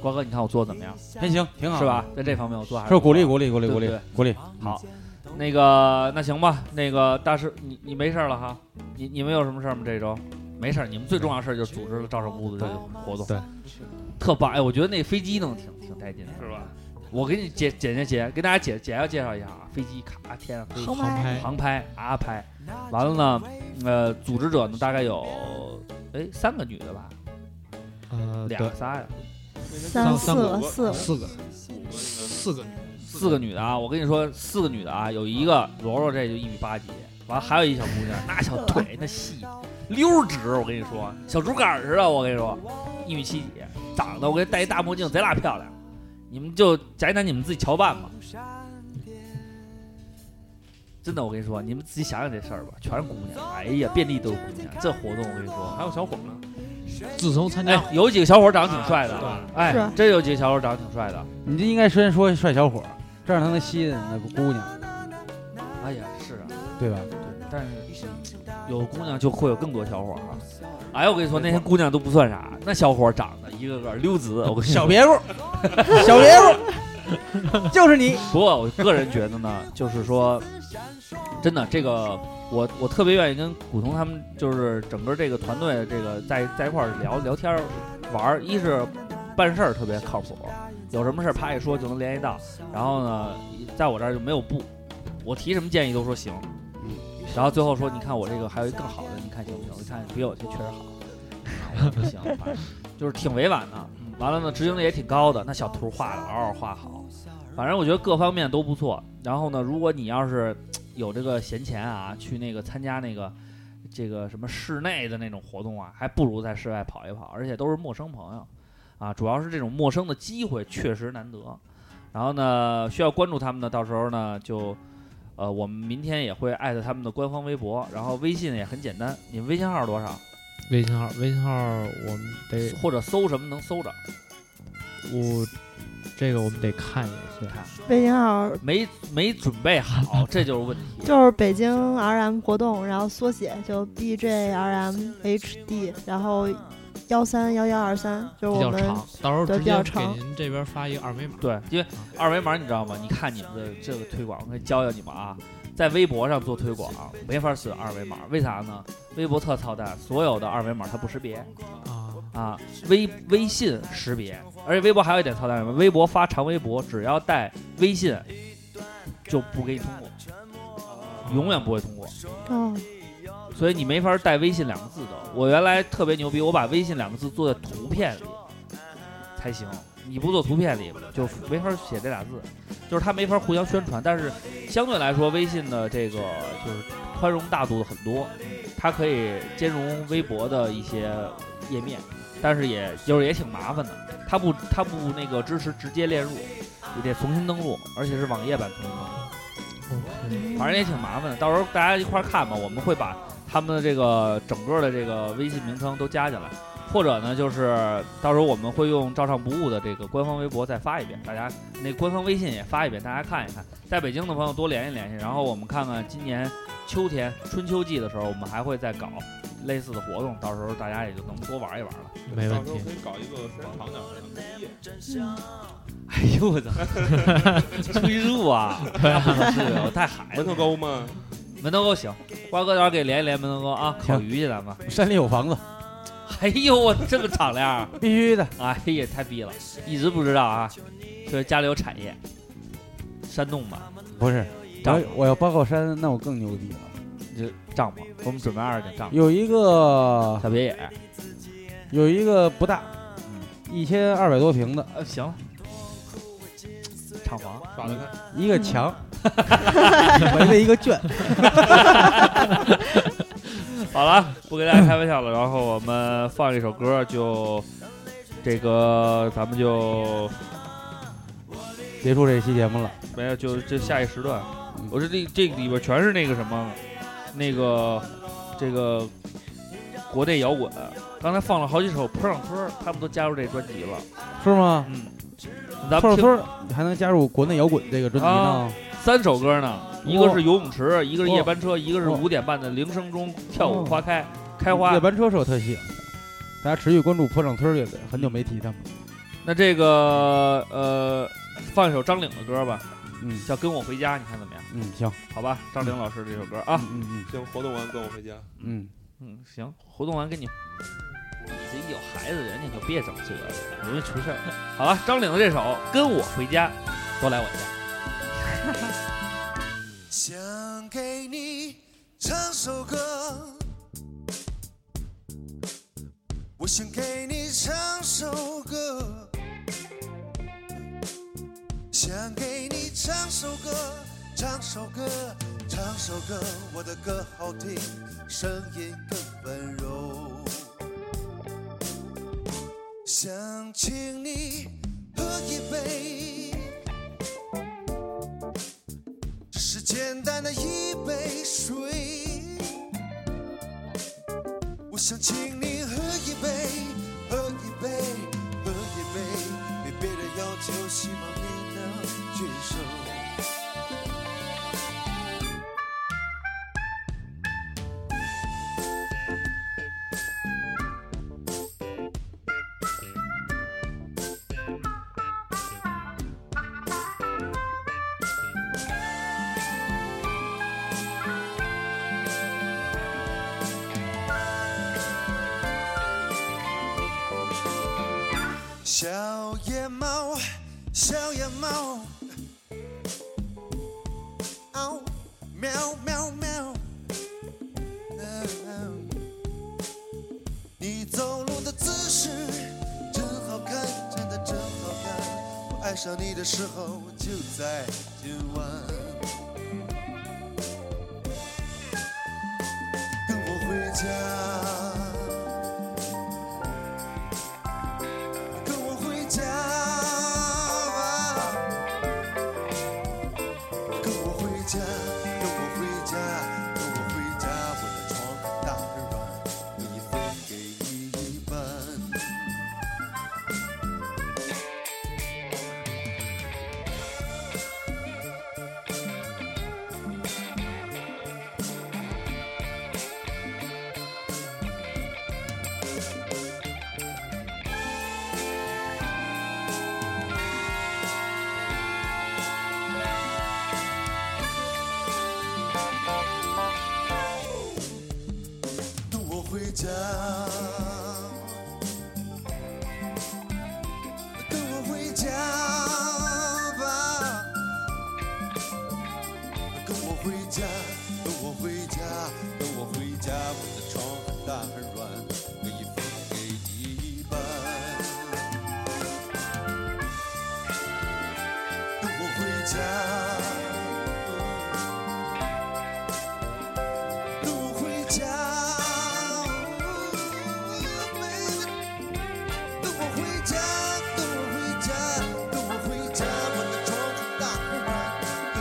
瓜哥，你看我做的怎么样？
还行，挺好，
是？吧？在这方面我做还是
是鼓励
不错
鼓励鼓励
对
鼓励
对
鼓励，
好。
嗯
那个，那行吧。那个大师，你你没事儿了哈？你你们有什么事儿吗？这周没事儿。你们最重要的事儿就是组织了照常不误的这个活动，
对，
特棒。哎，我觉得那飞机弄得挺挺带劲的。
是吧？
我给你简简简简给大家简简要介绍一下啊，飞机咔天上飞，
航
拍
航拍啊拍，完了呢，呃，组织者呢大概有哎三个女的吧，
呃，
俩
对，
仨呀，
三
四
个四个
四个
五个应
四个女
四个女的啊，我跟你说四个女的啊，有一个罗罗这就一米八几，完了还有一小姑娘，那小腿那细溜直，我跟你说小竹竿似的，我跟你说一米七几，长得我给戴一大墨镜贼拉漂亮，你们就宅男你们自己瞧办吧。真的，我跟你说，你们自己想想这事儿吧，全是姑娘，哎呀，遍地都是姑娘。这活动我跟你
该
说，
还有小伙儿呢，
的，自从参加
哎，有几个小伙儿长得挺帅的啊
是吧，
哎
是，
真有几个小伙儿长得挺帅的。
你这应该先说帅小伙儿，这样才能吸引那个姑娘，
哎呀，是啊，
对吧？
但是有姑娘就会有更多小伙儿哈。哎，我跟你说，那些姑娘都不算啥，那小伙儿长得一个个溜子，我跟你
小
说。
别墅， 小别墅，就是你。
不过我个人觉得呢，就是说，真的，这个我我特别愿意跟古潼他们，就是整个这个团队，这个在在一块儿聊聊天儿玩儿。一是办事儿特别靠谱，有什么事儿啪一说就能联系到。然后呢，在我这儿就没有不，我提什么建议都说行。然后最后说，你看我这个还有一更好的，你看行不行？你看比我这确实好，啊我说不行，反正就是挺委婉的。嗯完了呢，执行力也挺高的，那小图画的嗷嗷画好。反正我觉得各方面都不错。然后呢，如果你要是有这个闲钱啊，去那个参加那个这个什么室内的那种活动啊，还不如在室外跑一跑，而且都是陌生朋友啊，主要是这种陌生的机会确实难得。然后呢，需要关注他们呢，到时候呢就。呃，我们明天也会艾特他们的官方微博，然后微信也很简单，你们微信号是多少？
微信号，微信号我们得
或者搜什么能搜着？
我这个我们得看一下，
看
微信号
没没准备好，这就是问题。
就是北京 RM 活动，然后缩写就 BJRMHD，然后幺三幺幺二三，就
比
是我
较
们
长，到时候
对
直
比较
接给
长
您这边发一个二维码。
对，因为二维码你知道吗？你看你们的这个推广，我可以教教你们啊，在微博上做推广没法使二维码，为啥呢？微博特操蛋，所有的二维码它不识别
啊，
啊，微微信识别，而且微博还有一点操蛋什么？微博发长微博，只要带微信就不给你通过，永远不会通过。
哦，
所以你没法带微信两个字的。我原来特别牛逼，我把微信两个字做在图片里才行，你不做图片里就没法写这俩字，就是它没法互相宣传。但是相对来说，微信的这个就是宽容大度很多，它可以兼容微博的一些页面，但是也就是也挺麻烦的，它不它不那个支持直接列入，你得重新登录，而且是网页版重新登录。反正也挺麻烦的，到时候大家一块儿看吧。我们会把他们的这个整个的这个微信名称都加进来。或者呢，就是到时候我们会用“照唱不误”的这个官方微博再发一遍，大家那官方微信也发一遍，大家看一看。在北京的朋友多联系联系，然后我们看看今年秋天春秋季的时候，我们还会再搞类似的活动，到时候大家也就能多玩一玩了。
没问
到时候
题。
可以搞一个时间长点儿的毕业，
嗯
哎呦我操，吹入啊！不是我太孩子
门头
了，
沟嘛，
门头沟行，瓜哥到时候给联系联系门头沟啊，烤鱼去咱们。
山里有房子，
哎呦我这个敞亮儿，
必须的。
哎呀太逼了，一直不知道啊，就是家里有产业，山洞吧。
不是，
丈
我我要八靠山，那我更牛逼了。
这帐篷，给我们准备二十个帐篷，
有一个
小别野。
有一个不大，一千二百多平的
呃，行了，厂房，
耍得开。
一个墙，围了一个圈，
好了，不跟大家开玩笑了。然后我们放一首歌，就这个咱们就
结束这期节目了。
没有，就就下一时段
嗯。
我说这这里边全是那个什么，那个这个国内摇滚。刚才放了好几首坡上村儿，他们都加入这专辑了。
是吗？
嗯，咱
村儿
们听
村儿还能加入国内摇滚这个专辑呢
啊？三首歌呢，一个是游泳池，一个是夜班车，一个是
哦
五点半的铃声中跳舞花开开
夜
花。
班车是我特喜欢的，大家持续关注坡上村儿乐队，很久没提他们了。
那这个呃，放一首张领的歌吧，
嗯
叫《跟我回家》，你看怎么样？
嗯，行，
好吧，张领老师这首歌啊，
嗯嗯
行，活动完跟我回家。
嗯
嗯，行，活动完跟你。你这有孩子，人家就别整这个了，容易出事儿。好了，张领的这首《跟我回家》，都来我家。
想给你唱首歌，我想给你唱首歌，想给你唱首歌，唱首歌，唱首歌，我的歌好听，声音更温柔。想请你喝一杯。只是简单的一杯水。我想请你喝一杯，喝一杯，喝一杯，没别的要求，希望你能接受。小野猫，小野猫，嗷、喵喵喵、嗯你走路的姿势真好看，真的真好看。我爱上你的时候就在今晚。跟我回家。跟我回家，跟我回家，跟我回家，跟我回家。我的床很大很软，你分给你一半。跟我回家，跟我回家吧，跟我回家，跟我回家，跟我回家。我的床很大很软，可以分给你一半。跟我回家。跟我回家，跟我回家，跟我回家，跟我回家，我的床很大很软，可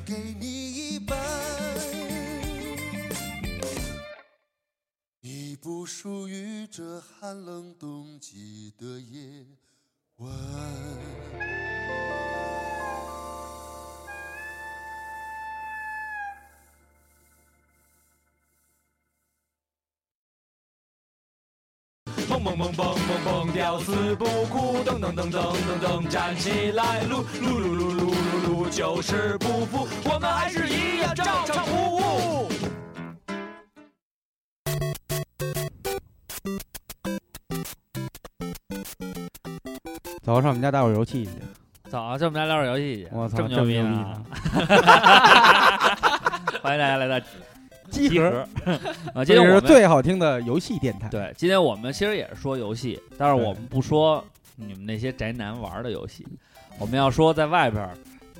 以分给你一半。你不属于这寒冷冬季的夜晚。
蹦蹦蹦蹦蹦蹦，吊死不哭，噔噔噔噔噔噔，站起来，撸撸撸撸撸撸撸，就是不服，我们还是一样照常服务。
早上上我们家打会儿游戏去，
早啊上我们家聊会儿游戏去，啊
我操
这么牛逼呢！ 欢迎大家来到
集
集合。 啊，今
这
天
是
我们
最好听的游戏电台。
对，今天我们其实也是说游戏，但是
对
我们不说你们那些宅男玩的游戏，我们要说在外边儿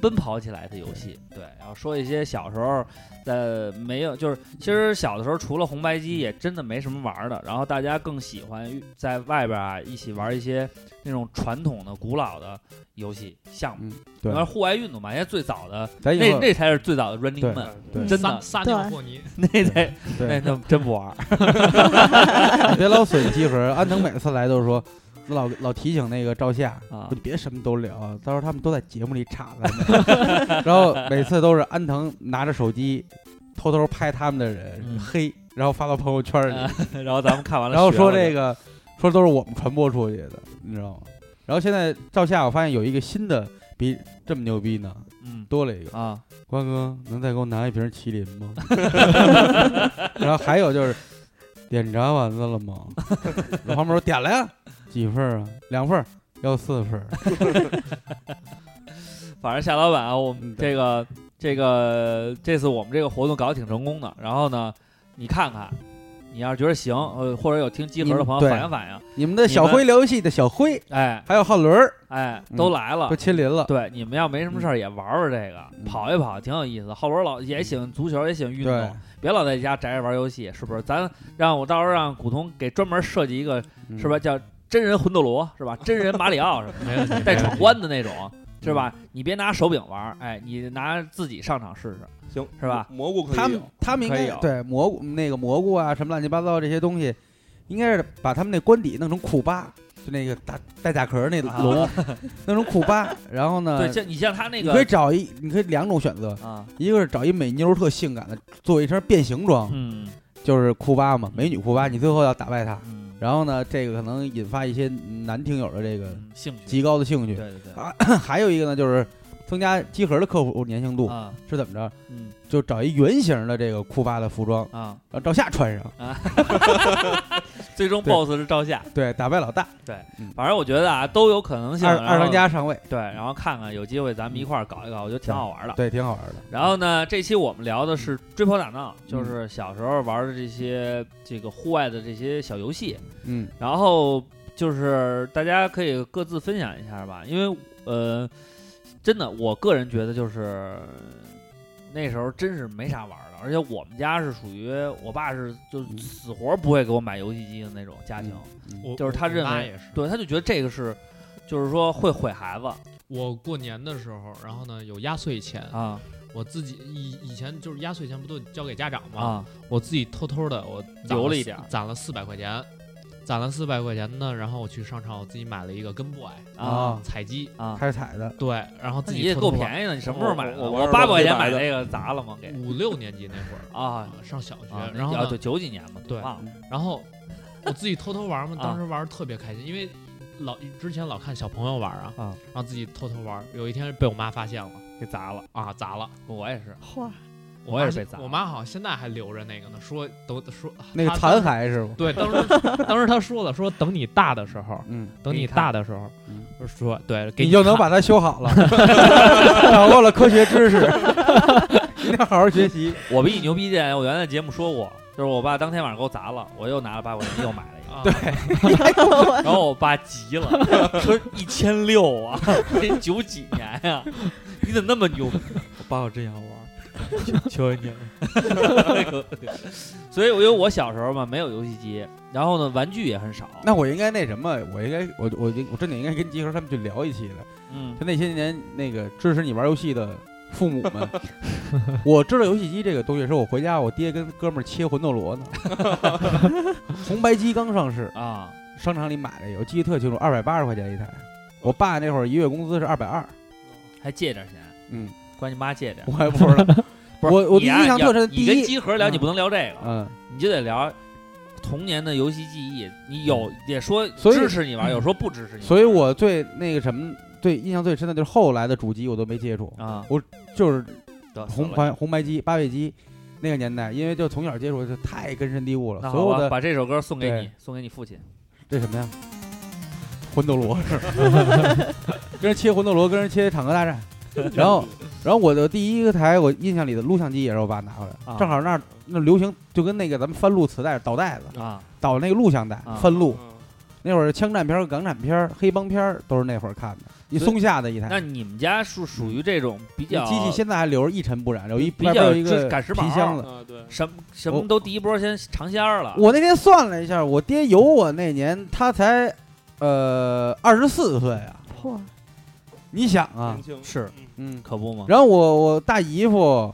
奔跑起来的游戏。对，要说一些小时候在没有，就是其实小的时候除了红白机也真的没什么玩的，然后大家更喜欢在外边啊一起玩一些那种传统的古老的游戏项目。
嗯，对，
玩户外运动嘛，人家最早的
咱以
那
后
那才是最早的 Running
对
Man，
对
真
撒
的
撒
对
尿和泥，
那才那
对，
那真不 玩儿。
你别老损集合。安藤每次来都是说，老老提醒那个赵夏，
啊
说你别什么都聊，到时候他们都在节目里插咱们。 然后每次都是安藤拿着手机偷偷拍他们的人
嗯
黑，然后发到朋友圈里，
然后咱们看完了，
然后说
学了
这个说都是我们传播出去的，你知道吗？然后现在赵夏，我发现有一个新的比这么牛逼呢，
就，嗯
多了一个。
啊，
关哥，能再给我拿一瓶麒麟 吗？然后还有就是，点炸丸子了 吗？我旁边说点了呀，几份儿啊？两份儿，要四份儿。
反正夏老板啊，我们
嗯
这个这个这次我们这个活动搞得挺成功的。然后呢，你看看，你要是觉得行，呃，或者有听集合的朋友
嗯对
反映反映，
你们的小辉聊游戏的小辉，
哎
还有浩伦儿
哎，
嗯
都来了
都。亲临了。
对，你们要没什么事儿也玩玩这个，
嗯
跑一跑，挺有意思的。浩伦老也喜欢足球，也喜欢运
对
动，，别老在家宅着玩游戏，是不是？咱让我到时候让古潼给专门设计一个，
嗯
是吧？？叫真人魂斗罗，是 吧？真人马里奥，是吧？
没问题，
带闯关的那种，
嗯
是吧？你别拿手柄玩儿，哎，你拿自己上场试试。
行
是吧
蘑菇可以
他
有
们他们应
可以啊
该对
有
蘑菇那个蘑菇啊，什么乱七八糟这些东西，应该是把他们那官邸弄成库巴，就那个大带甲壳儿那
啊
龙，弄成库巴。然后呢
对，，像你像他那
你可以
个
找一，你可以两种选择，
啊，
一个是找一美妞儿特性感的做一身变形装，
嗯
就是库巴嘛，美女库巴，你最后要打败她。
嗯，
然后呢，这个可能引发一些男听友的这个
嗯兴趣，
极高的兴
对
趣。
对对，
啊 还有一个呢，就是增加机核的客服粘性度，
啊，
是怎么着？
嗯
就找一圆形的这个库巴的服装，
啊，
然后照下穿上，
最终
对
BOSS 是赵夏，
对，打败老大，
反正我觉得啊，都有可能性。
二
然
二
后
当家上位，
对，然后看看有机会咱们一块儿搞一搞，我觉得挺好玩的。
对，挺好玩的。
然后呢，这期我们聊的是追跑打闹，
嗯
就是小时候玩的这些这个户外的这些小游戏。
嗯，
然后就是大家可以各自分享一下吧，因为呃，真的，我个人觉得就是那时候真是没啥玩儿的，而且我们家是属于我爸是就是
嗯
死活不会给我买游戏机的那种家庭，
我
就是他
我
认
妈
为
也是。
对，他就觉得这个是就是说会毁孩子
我过年的时候，然后呢有压岁钱，
啊
我自己以以前就是压岁钱不都交给家长吗？
啊
我自己偷偷的我攒
留了一
四
点儿
攒了四百块钱，攒了四百块钱呢，然后我去商场我自己买了一个根部矮
啊
彩机，
啊！
开始踩的，
对，然后自
那你
己
也
偷
够
偷
便宜的，你什么时候买的？
我我
我
我
八百块钱
我
买
买的
那个砸了吗？给
买五六年级那会儿
啊
上小学，
啊！
嗯然后
啊
呢
对九几年嘛，
对
忘了
然后我自己偷偷玩嘛，
啊
当时玩得特别开心，因为老之前老看小朋友玩啊，
啊
然后自己偷偷玩，有一天被我妈发现了
给砸了，
啊，砸了。
我也是，
嚯，
我也
妈
是被
现
砸
我妈好像现在还留着那个呢，说都说
那个
她
残骸是吗？
对，当时当时她说了，说等你大的时候，
嗯，
等
给
你
你看
大的时候
嗯，
就说对，给
你就能
看
把它修好了， 掌握了科学知识， 一定要好好学习。
我比你牛逼一点，我原来节目说过，就是我爸当天晚上给我砸了，我又拿了八百块钱又买了一个，
啊，
然后我爸急了，说一千六啊，这九几年呀、你怎么那么牛？啊 我爸我真想玩，求求你了。所以我因为我小时候嘛没有游戏机，然后呢玩具也很少，
那我应该那什么，我应该我我我真的应该跟集合他们去聊一期的，
嗯
就那些年那个支持你玩游戏的父母 们。我知道游戏机这个东西，是我回家我爹跟哥们儿切魂斗罗呢， 红白机刚上市，
啊，
商场里买了一个，我记得特清楚，二百八十块钱一台。我爸那会儿一月工资是二百二，
还借点钱，
嗯，
管你妈借点
我。还不知道，
不是
我我
你啊
印象特深
你
第一
跟集合聊，
嗯
你不能聊这个，
嗯，
你就得聊童年的游戏记忆。你有也说
嗯所以
支持你玩，有时候不支持你玩。
所以我最那个什么，最印象最深的就是后来的主机我都没接触，
啊，
就是
得
红
死了
白红白机、八位机那个年代，因为就从小接触就太根深蒂固了，
那好
所有
吧，
的
把这首歌送给你
对，
送给你父亲。
这什么呀？魂斗罗是吧， 跟人切魂斗罗，跟人切坦克大战，然后，然后我的第一个台，我印象里的录像机也是我爸拿回来，
啊
正好那儿那流行就跟那个咱们翻录磁带、倒带子、
啊
倒那个录像带、
啊
翻录，那会儿枪战片儿、港产片儿、黑帮片儿都是那会儿看的，一
所以
松下的一台，
那你们家属属于这种比
那
较
嗯机器现在还留着一尘不染，有一
比
外边
较
有一
就是
个
赶时
皮
髦
箱子。
啊，对，
什么什么都第一波先尝鲜儿了？
我那天算了一下，我爹有我那年他才呃二十四岁啊，
嚯，
你想啊
年，轻
是，
嗯
嗯。
可不吗？
然后我我大姨夫，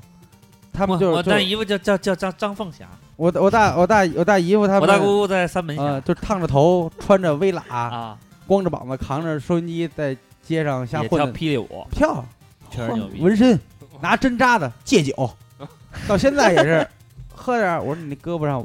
他们就是
我
就
大姨夫叫叫叫叫张凤霞，
我我大我大我大姨夫他们
我大姑姑在三门峡
呃，就是烫着头，穿着微喇，
啊，
光着膀子，扛着收音机在街上瞎
也
混
跳
的
霹雳舞，
跳，
确实牛逼。
哦纹身，拿针扎的，戒 酒，到现在也是喝点儿。我说你那胳膊上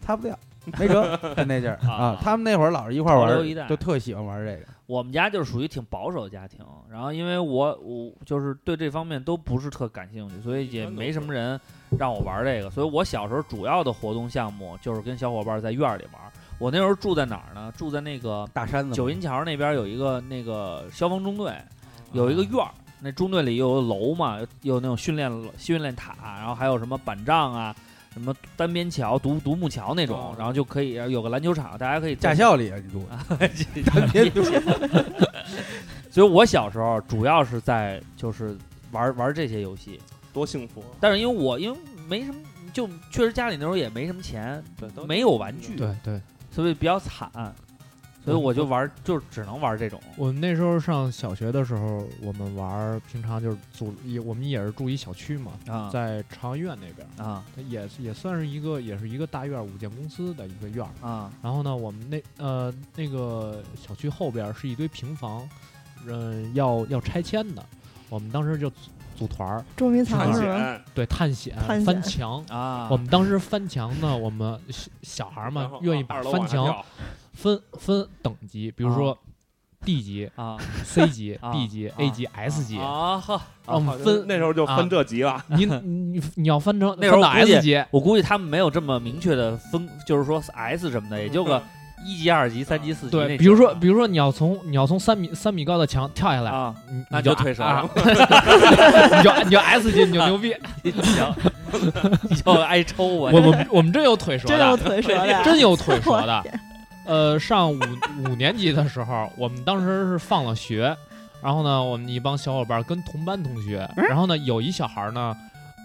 擦不掉，没 辙，就那劲儿啊
啊。
他们那会儿老是一块儿玩
潮流一代
儿，就特喜欢玩儿这个。
我们家就是属于挺保守的家庭，然后因为我我就是对这方面都不是特感兴趣，所以也没什么人让我玩这个，所以我小时候主要的活动项目就是跟小伙伴在院儿里玩。我那时候住在哪儿呢？住在那个
大山子
九阴桥那边有一个那个消防中队，有一个院儿，那中队里又有楼嘛，有有那种训练楼训练塔，然后还有什么板障啊，什么单边桥、独独木桥那种
哦，
然后就可以有个篮球场，大家可以
驾校里啊，你住
别丢脸。所以我小时候主要是在就是玩玩这些游戏，
多幸福啊，
但是因为我因为没什么，就确实家里那时候也没什么钱，
对，都
没有玩 具，
对对，
所以比较惨，所以我就玩就只能玩这种
我们那时候上小学的时候，我们玩儿平常就是组也我们也是住一小区嘛，
啊
在朝阳院那边儿，
啊
它也是也算是一个也是一个大院儿，五建公司的一个院儿。
啊
然后呢，我们那呃那个小区后边儿是一堆平房，嗯、要要拆迁的。我们当时就组组团儿，
捉迷
探
藏是吗？
险，
对探险
探险
翻墙。
啊！
我们当时翻墙呢，我们小小孩儿
然
嘛
后，
啊
愿意
二
把
楼
翻
往下
墙
跳
分分等级，比如说 D 级、
啊
C 级、
啊
B 级、
啊
A 级、S 级。
啊呵，
让我
好
们
像
分啊
那时候就分这级了，
你你你要翻成
那时候
翻到
我估计
S 级，
我估计他们没有这么明确的分，就是说 S 什么的，也就个一级、二级、三级、四级那种
对，
啊。
比如说比如说你要从你要从三米三米高的墙跳下来，
啊，
你你
那你就
就
退手
啊， 你就你就 S 级，你就牛逼。
行，啊 你就挨抽 啊我。
我们我们真有腿折
真有
的，
腿折 的，
真有腿折
我
的。呃，上五五年级的时候，我们当时是放了学，然后呢，我们一帮小伙伴跟同班同学，然后呢，有一小孩呢。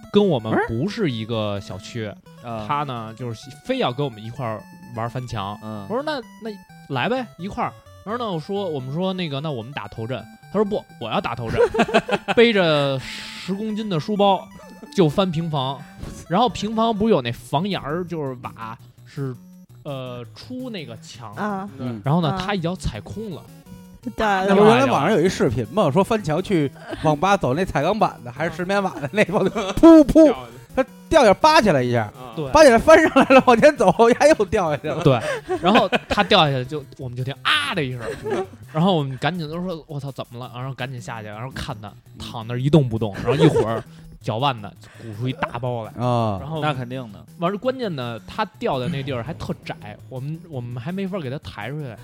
跟我们不是一个小区，
啊，
他呢就是非要跟我们一块儿玩翻墙，
嗯
我，说那那来呗，一块儿。然后呢，我说我们说那个，那我们打头阵。他说不，我要打头阵， 背着十公斤的书包就翻平房，然后平房不是有那房檐儿，就是瓦是呃出那个墙，
啊，
嗯，
然后呢
啊
他一脚踩空了，
对
那不
会儿
是
对，
哎
原来网上有一视频嘛，说翻墙去网吧走那彩钢板的，还是石棉瓦的那 帮，噗噗，
跳下
他掉下扒起来一下，
去啊，
对
扒起来翻上来了，往前走， 呀又掉下去 了。
对，然后他掉下去就我们就听啊的一声，然后我们赶紧都说我操怎么了，然后赶紧下去，然后看他躺那儿一动不动，然后一会儿脚腕子鼓出一大包来，
啊
然后
那肯定的。
完了，关键呢，他掉的那地儿还特窄，我们我们还没法给他抬出来，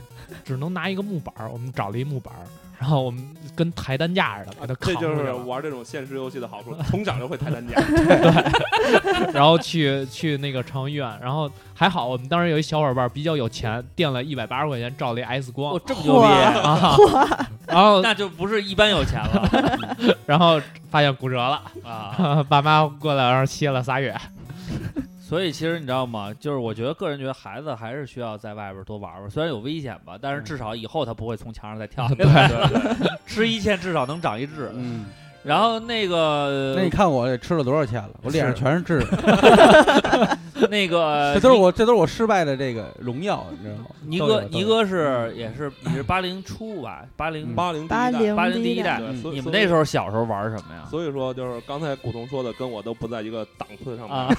只能拿一个木板儿，我们找了一木板儿，然后我们跟抬担架
啊
似的把他扛
这就
出去
是
了，
玩这种现实游戏的好处，从小就会抬担架，
然后去去那个长医院，然后还好我们当时有一小伙伴比较有钱，垫了一百八十块钱照了一 X 光
哦，这么牛逼，
啊，然后
那就不是一般有钱了
然后发现骨折了，
啊。
爸妈过来然后歇了仨月，
所以其实你知道吗？就是我觉得个人觉得孩子还是需要在外边多玩玩，虽然有危险吧，但是至少以后他不会从墙上再跳下来。
对对，
吃一堑至少能长一智。
嗯，
然后那个
那你看我这吃了多少钱了？我脸上
是
全是痣，
那个
这都是我这都是我失败的这个荣耀，你知道吗？
尼
都
哥
有
尼，哥是也是你是八零初吧？八零
八零
八零
八零第一代
对，啊
嗯
所以
你们
所以
那时候小时候玩什么呀？
所以说，就是刚才古潼说的，跟我都不在一个档次上面。
啊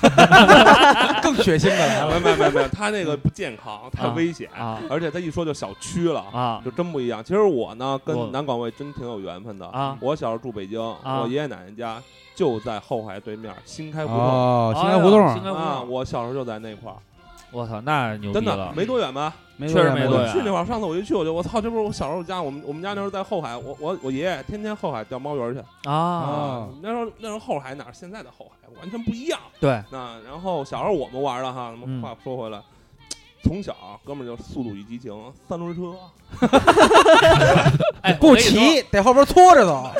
都有更血腥的来了。
没没没没，他那个不健康，太危险，
啊
而且他一说就小区了，
啊
就真不一样。其实我呢，
我
跟南广卫真挺有缘分的。
啊！
我小时候住北京，
啊
我爷爷奶奶家就在后海对面新开胡同
哦，新
哎
开
呦
胡
新
同
开
啊，
胡同，
我小时候就在那块儿，
我操，那牛
真
逼
的
了！
没多远吧？
没
确实没多
多
远
远，
去那会儿，上次我一去，我就我操，这不是我小时候家，我们我们家那时候在后海，我我我爷爷天天后海钓猫鱼儿去
啊，
哦
那时候那时候后海哪是现在的后海，完全不一样。
对，
那然后小时候我们玩的哈，咱们
嗯
话说回来，从小哥们儿就《速度与激情》三轮车，
哎，我
不
跟你说
骑，得后边拖着
啊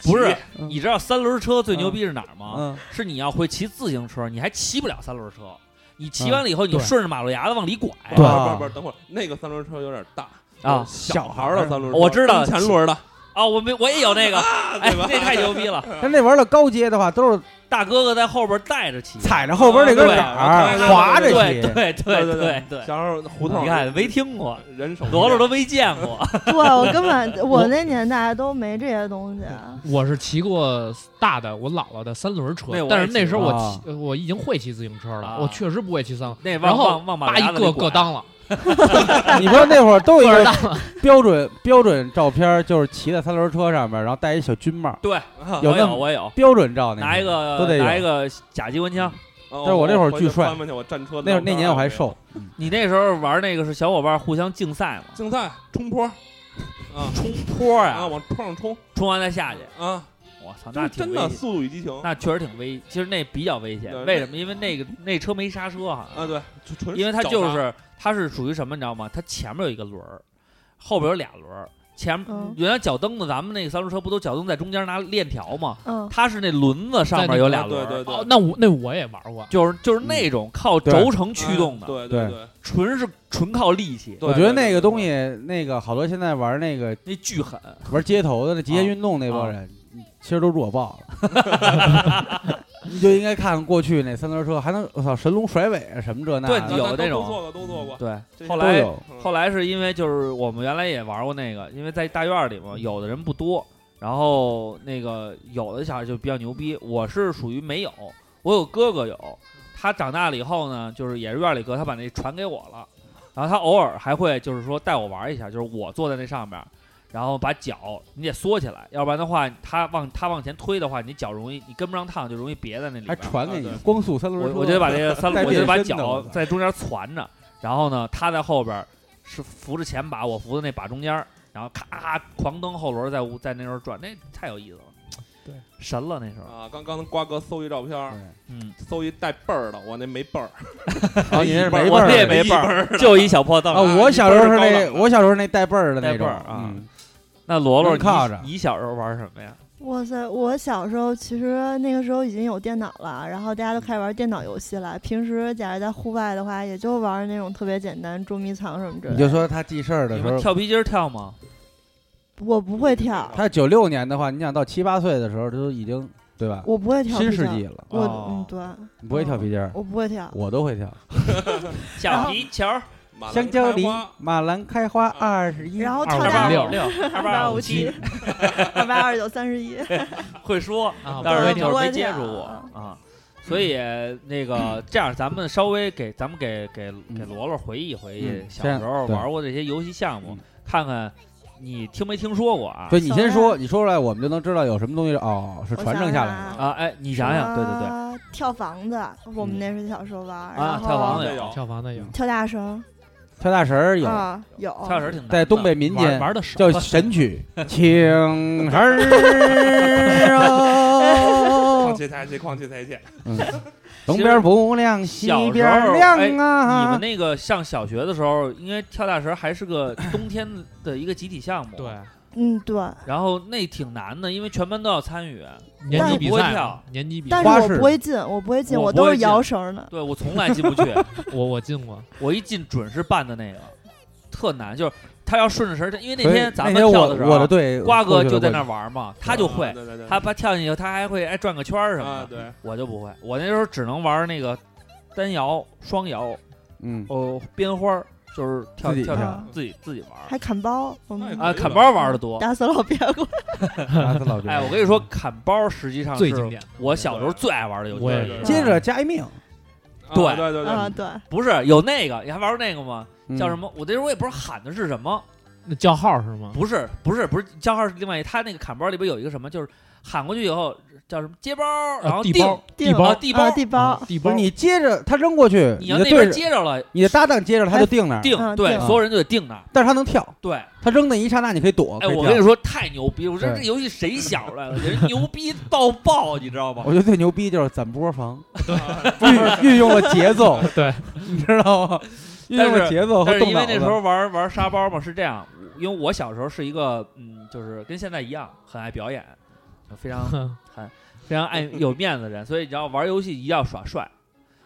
走。
不是
骑，
嗯
你知道三轮车最牛逼是哪儿吗？
嗯，
是你要会骑自行车，你还骑不了三轮车。你骑完了以后，你就顺着马路牙子往里拐。
对
不是不是不是，等会儿那个三轮车有点大
啊
小孩儿的三轮车，
我知道
前轮的，
啊，我没，我也有那个，哎，
对吧
那太牛逼了！
但那玩的高阶的话，都是
大哥哥在后边带着骑，
踩着后边那根
对
杆儿
对
滑着
对
骑。
对对
对
对对，
小时候胡同，
你看没听过，
人手
罗罗都没见过。
对我根 本我那年代都没这些东西。啊
我是骑过大的我姥姥的三轮车
那我，也
但是
骑
那时候
过
我骑、呃我已经会骑自行车了，
啊
我确实不会骑三轮。
那
然
往
后
往往马
叭
路牙
一
子里
个
拐
个当了，
你不知道那会儿都有
个
一个
当了，
标准标准照片儿就是骑在三轮车上面，然后戴一小军帽，
对，
啊
有
我
那
有
么
我有，
标准照那
拿一
都
个
得有
拿一个假机关枪。
但
但是我那会儿巨帅
翻翻啊去我战车的
那会儿
照
那
片
年我还
啊
瘦，
你那时候玩那个是小伙伴互相竞赛嘛，
竞赛冲坡，啊
冲坡
啊，
啊，
往坡上冲
冲完再下去。
啊，
我操，
就
那
是
挺
真
危
的《
险
速度与激情》
那确实挺危，其实那比较危险。
对
为什么？因为那个那车没刹车好像，
啊，对，纯纯
因为它
脚
就
刹
是它是属于什么，你知道吗？它前面有一个轮儿，后边有俩轮儿。前
嗯
原来脚蹬子，咱们那个三轮车不都脚蹬在中间拿链条吗？
嗯，
它是那轮子上
在那
面有
个
俩
对
轮儿，
对对
哦，那我那我也玩过，
就是
嗯
就是那种靠轴承驱动的，
嗯对
对
对，
纯是纯靠力气，
对
我觉得
对
那
对
个
对
东西，那个好多现在玩那个
那巨狠。
玩街头的那极限运动那帮人，其实都弱爆了。 你就应该看看过去那三轮车，还能我操神龙甩尾啊什么这那
对
咱
的，
有
咱
那
都
种
都做过，都做过。
对，
这
后
都
是
来
有。
嗯
后来是因为就是我们原来也玩过那个，因为在大院儿里嘛，有的人不多，然后那个有的小孩就比较牛逼，我是属于没有，我有哥哥有，他长大了以后呢，就是也是院儿里哥，他把那传给我了，然后他偶尔还会就是说带我玩一下，就是我坐在那上面儿。然后把脚你得缩起来，要不然的话，他往他往前推的话，你脚容易你跟不上趟，就容易别在那里边
还
儿。
传给你
啊对
光速三轮
我
车。
我就得把这个 三，
带
我就得把
变身的
脚
我操
在中间攒着，然后呢，他在后边儿是扶着前把，我扶着那把中间儿，然后咔狂蹬后轮在屋在那时候转，那太有意思了，
对，
神了那时候，
啊，刚刚瓜哥搜一照片儿，
嗯，
搜一带背儿的，我那没背儿，
啊，你那是没
我
辈儿
这也
的
没
一
辈儿，就一小破凳
啊！
儿。
我小时候是
你辈儿是
那
高档
我小时候那带背儿的那
带
种
背儿啊
嗯
那罗罗，
能靠着
你你小时候玩什么呀？
哇塞！我小时候其实那个时候已经有电脑了，然后大家都开始玩电脑游戏了。平时假如在户外的话，也就玩那种特别简单捉迷藏什么之类
你
的。
就说他记事儿的
你
时
们
候，
跳皮筋儿跳吗？
我不会跳，
他九六年的话，你想到七八岁的时候，都已经对吧？
我不会跳皮
新
筋
世
儿。嗯
纪啊了，
我、
哦
嗯，对，
你不会跳皮筋儿，
我不会跳。
我都会跳。
然
小
后
皮球儿，
马兰
香蕉
开
梨
哦
花，
马兰开花二十一，
啊然后
二
跳
五
大
六
五六，二八
八
五
五
七
七，二八二九三 十一。
会说，
啊
但是
我
那会
不
儿
会
没接触
跳
过啊。所以 那个这样，咱们稍微给咱们给给给
嗯
罗罗回忆回忆
嗯
小
这样
时候
对
玩过这些游戏项目
嗯，
看看你听没听说过啊？
对你
小
先
呀
说，你说出来我们就能知道有什么东西是哦是
我
传
想
承下来
想
的。
啊
啊，哎，你想想，对对对，
对。跳房子，我们那是小时候玩。
嗯啊
然后
跳房子
那有
跳房的有，
嗯
跳大绳
跳大神儿有，
哦
啊，有。
跳绳挺难的
在东北民
玩
间
玩的少，
叫
啊
神 曲，请儿
矿
哦，
气财气，矿气财气，
东边不亮西
小时
边
候哎
亮
你
啊
们。那个上小学的时候，因为跳大绳还是 个冬天的一个集体项目，
对。
嗯，对。
然后那挺难的，因为全班都要参与。
年级
但
比
不会
赛嘛
跳，
年级比
但
赛，
是
花
我
式
不会进，我不会进，
我
我
不
都
会
是
进
摇绳的。
对 我从来进不去，啊
我我进过，
我一进准是办的那个，特难，就是他要顺着绳儿，因为那
所以
天咱
那
们
天
跳
我
的时
我
候啊
的，队
瓜哥
过去了
就在
过
那
去
儿玩嘛，他就会，
啊对对对，
他他跳进去，他还会哎转个圈儿什么
啊
的，
对，
我就不会，我那时候只能玩那个单摇、双摇、
嗯，
哦编花儿，就是跳
自己
跳
跳
自己自己玩儿
还砍包，我们
哎
啊，砍包玩的多。
打死老别过。
打死老兵
哎，我跟你说，砍包实际上
最经
是
典的
我小时候最爱玩的游
我
戏
也，
对
接着加一命，
啊
对
对对对，
嗯，对，
不是有那个，你还玩过那个吗？
嗯
叫什？么？我那时候我也不知道喊的是什么，
那叫号是吗？
不是不是不是，叫号是另外一，他那个砍包里边有一个什么，就是喊过去以后叫什么接包，
啊
然后
啊地
定
包，
定
包
包，
地
啊
包，
地
啊
包，
地
不
包
是，你接着他扔过去，
你
你
要
的
那
队啊
边
友
接着了
你的搭档接着他就定那儿，
定
嗯，
对，
定
所有人就得定那儿，
但是他能跳，
对。
他扔那一刹那你可以躲。哦可
哎，
以
我
跳
跟你说太牛逼了！我说
对
这游戏谁想出来 的？人牛逼到爆，你知道吧
我？觉得最牛逼就是攒波防， 运运用了节 奏，
对，
你知道吗？运用了节奏和
但是
动
因
脑
为
子。
那时候玩玩沙包嘛，是这样，因为我小时候是一个嗯，就是跟现在一样，很爱表演，非常非常爱有面子的人，所以你要玩游戏一定要耍帅。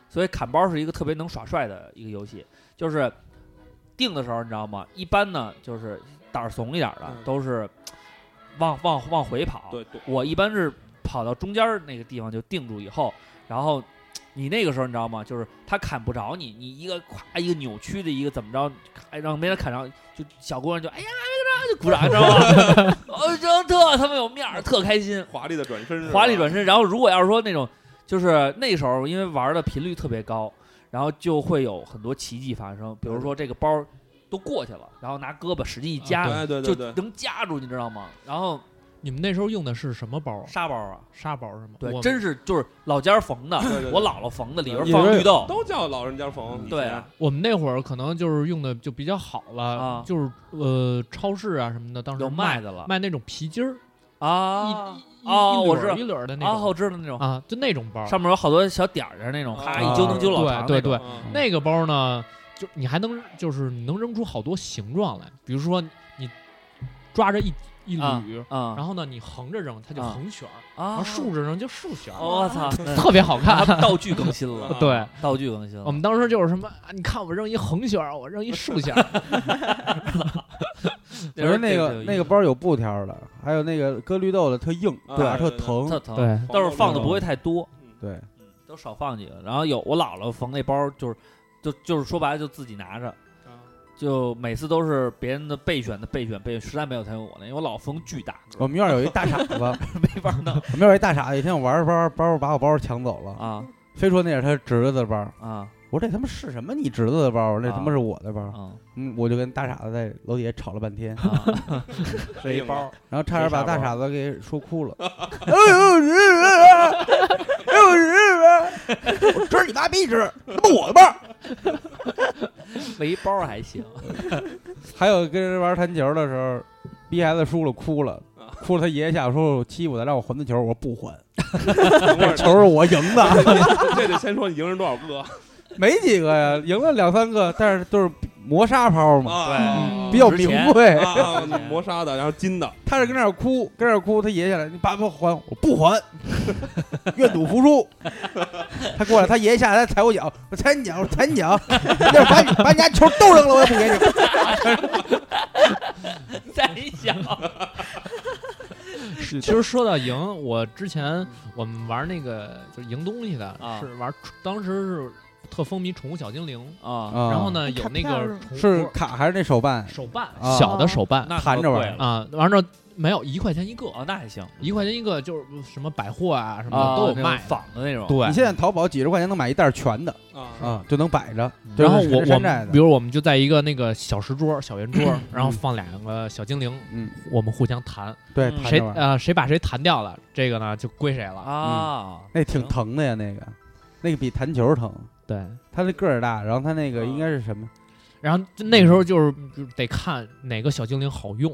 所以砍包是一个特别能耍帅的一个游戏，就是定的时候你知道吗？一般呢就是胆儿怂一点的
嗯
都是往往往回跑，
对对
我一般是跑到中间儿那个地方就定住以后，然后你那个时候你知道吗？就是他砍不着你，你一个咵一个扭曲的一个怎么着，哎，让没人砍着，就小姑娘就哎呀没个着就鼓掌，你知道吗？ 哦，这特他妈有面儿，特开心，
华丽的转身是吧，啊
华丽转身。然后如果要是说那种，就是那时候因为玩的频率特别高，然后就会有很多奇迹发生，比如说这个包儿都过去了，然后拿胳膊使劲一夹，
哎对
就
对对，
能夹住，你知道吗？然后
你们那时候用的是什么包啊？
沙包啊。
沙包是吗？
对，
我
真是就是老家儿缝的，
对对对
我姥姥缝的，里边
也
放
是
绿豆。
都叫老人家缝，以
对
前
啊，
我们那会儿可能就是用的就比较好了，
啊
就是呃超市啊什么的，当时
有
卖
卖的了
卖那种皮筋儿，
啊
一一
哦
一
我
绺
知道
一绺儿的那
啊！我
种
知道那种
啊，就那种包。
上面有好多小点儿的那种，
啊
咔一揪能揪老长
对对
那种。
对，
嗯
那个包呢，就你还能就是你能扔出好多形状来，比如说你抓着一一缕，
啊
然后呢你横着扔它就
啊哦
横旋儿，然
啊！
后竖着扔就竖旋儿，
我操！
特别好看。
道具更新了， 啊
对，
道具更新
我
了。
们当时就是什么，啊你看我扔一横旋儿，我扔一竖旋儿，
那
我
时
说
候
那
这
个那个包有布条的，还有那个搁绿豆的特硬，
啊
打特
对对对
疼
特。疼，
对，
但是放的不会太多，
嗯
对，
嗯都少放几个。然后有我姥姥缝那包，就是就就是说白了就自己拿着，
啊
就每次都是别人的备选的备选备选，实在没有才有我那，因为我老缝巨大个
我
儿，
们院儿有一大傻子，我
没法 弄
们院儿有一大傻子，一天我玩着包包把我包抢走了，
啊
非说那是他侄子的包。
啊
我说这他妈是什么？你侄子的包？那他妈是我的包。
啊
嗯，我就跟大傻子在楼底下吵了半天，
啊！
这一包，
然后差点把大傻子给说哭 了。哎呦，日日，哎呦哎日日，我吃你妈逼吃，他妈我的包。
没包还行，
还有跟人玩弹球的时候，逼孩子输了哭了，哭了他爷爷下说欺负他，让我还他球，我说不还，
等会 儿
球是我赢的，
这得先说你赢人多少个
没几个呀，赢了两三个，但是都是磨砂抛
嗯
嘛，
啊？
比较
值
名
钱
贵。
啊，啊磨砂的，然后金的，
他是跟那儿哭，跟那儿哭，他爷下来，你把我还，我不 还，愿赌服输。 他过来，他爷爷下来踩我脚，我踩你脚，我踩你脚，要是把你把你家球都扔了，我也不给你。
再想
其实说到赢，我之前我们玩那个就是赢东西的，
嗯啊
是玩当时是特风靡宠物小精灵，
啊，
然
然后？呢有
卡
那
片儿
个
吗
宠物
是卡还是那手办？
手办，
啊
小的手办
那
含着玩
贵了
啊，完了之后没有一块钱一个，
哦，那还行
一块钱一个就是什么百货啊什么
啊，
的都有
那种
卖的，
仿的那种，
对
你。现在淘宝几十块钱能买一袋全的
啊，
啊，就能摆着。
嗯然后我
就是
我
山寨
们
的
比如我们就在一个那个小石桌小圆 桌，然后放两个小精灵，
嗯，
我们互相弹，
对，
嗯
弹
谁
着玩
呃谁把谁弹掉了，这个呢就归谁了。
啊，
那挺疼的呀，那个，那个比弹球疼。
对，
他那个儿大，然后他那个
嗯
应该是什么？
然后就那时候就是就是得看哪个小精灵好用，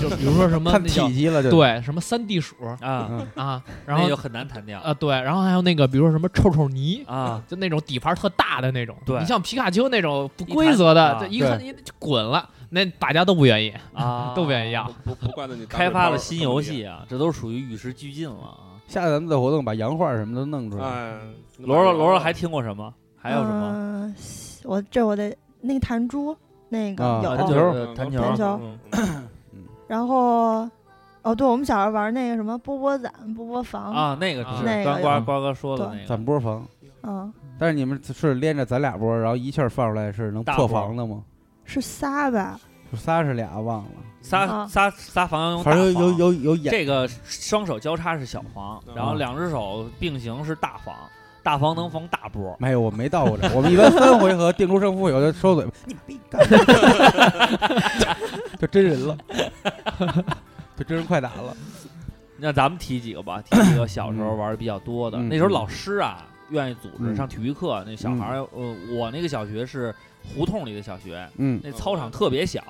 就比如说什么
看
那叫
体积了就。，
对什么三地鼠
行啊，
嗯，
啊，然
那
后
就呃很难弹掉
啊对，然后还有那个比如说什么臭臭泥，
啊，
就那种底盘特大的那种，
对
你像皮卡丘那种不规则的，
一
这
盘
一看你就滚了，那大家都不愿意，
啊，
都不愿意要。
不不怪得你
开发了新游，戏啊，这都属于与时俱进了啊。
下次咱们的活动把洋画什么都弄出来。
哎，
嗯
呃
罗罗罗罗还听过什么？还有什么？
嗯我这我得那个弹珠，那个
啊
有，
弹
球
球，弹球，
弹球
嗯
然后哦，对，我们小时候玩那个什么波波攒、波波房，
啊，那个是
那个
嗯
刚
有
瓜瓜哥说的那
攒
个，
波房。
嗯，
但是你们是连着咱俩波，然后一气儿放出来是能
大
破
波
防的吗？
是仨吧？
是仨是俩忘了，
仨
啊
仨仨防要用大
反正 有有
防，
有有演
这个双手交叉是小防，然后
嗯
两只手并行是大防，大防能防大波。
没有，我没到过 这儿。我们一般三回合定出胜负，有的收嘴巴， 你别干，就真人 了，就真人快打了。
那咱们提几 个吧，提几个小时候玩的比较多的。
嗯
那时候老师啊，愿意组织
嗯
上体育课，那小孩儿，呃，我那个小学是胡同里的小学，
嗯
那操场特别小，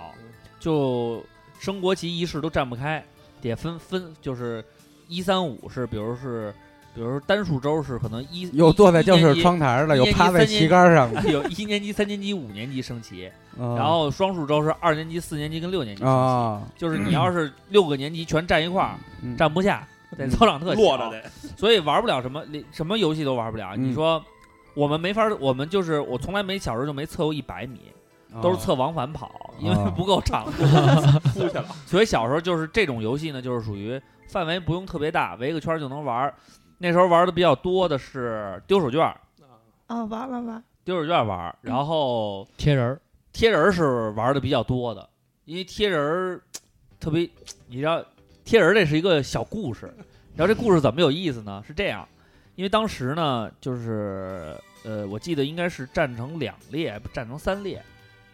就升国旗仪式都站不开，得分分，就是一三五是，比如是，比如说单数周是可能一
有坐在教室，
一
窗台的，
一
有
年级
趴在
三年
旗杆上的，
年级 有一年级、三年级、五年级升旗，
然
然后双数周是二年级、四年级跟六年级升
嗯
旗。
啊，
就是你要是六个年级全站一块儿，
嗯
站不下，在操场特小
落着得，
所以玩不了什么，连什么游戏都玩不了。
嗯
你说我们没法，我们就是我从来没小时候就没测过一百米，
啊
都是测往返跑，因为
哦
不够 长度，
出去了。
所以小时候就是这种游戏呢，就是属于范围不用特别大，围个圈儿就能玩儿。那时候玩的比较多的是丢手绢儿，
啊，玩玩玩，
丢手绢儿玩儿，
嗯
然后
贴人儿，
贴人儿是玩的比较多的，因为贴人儿特别，你知道贴人儿这是一个小故事，然后这故事怎么有意思呢？是这样，因为当时呢，就是呃，我记得应该是站成两列，不站成三列，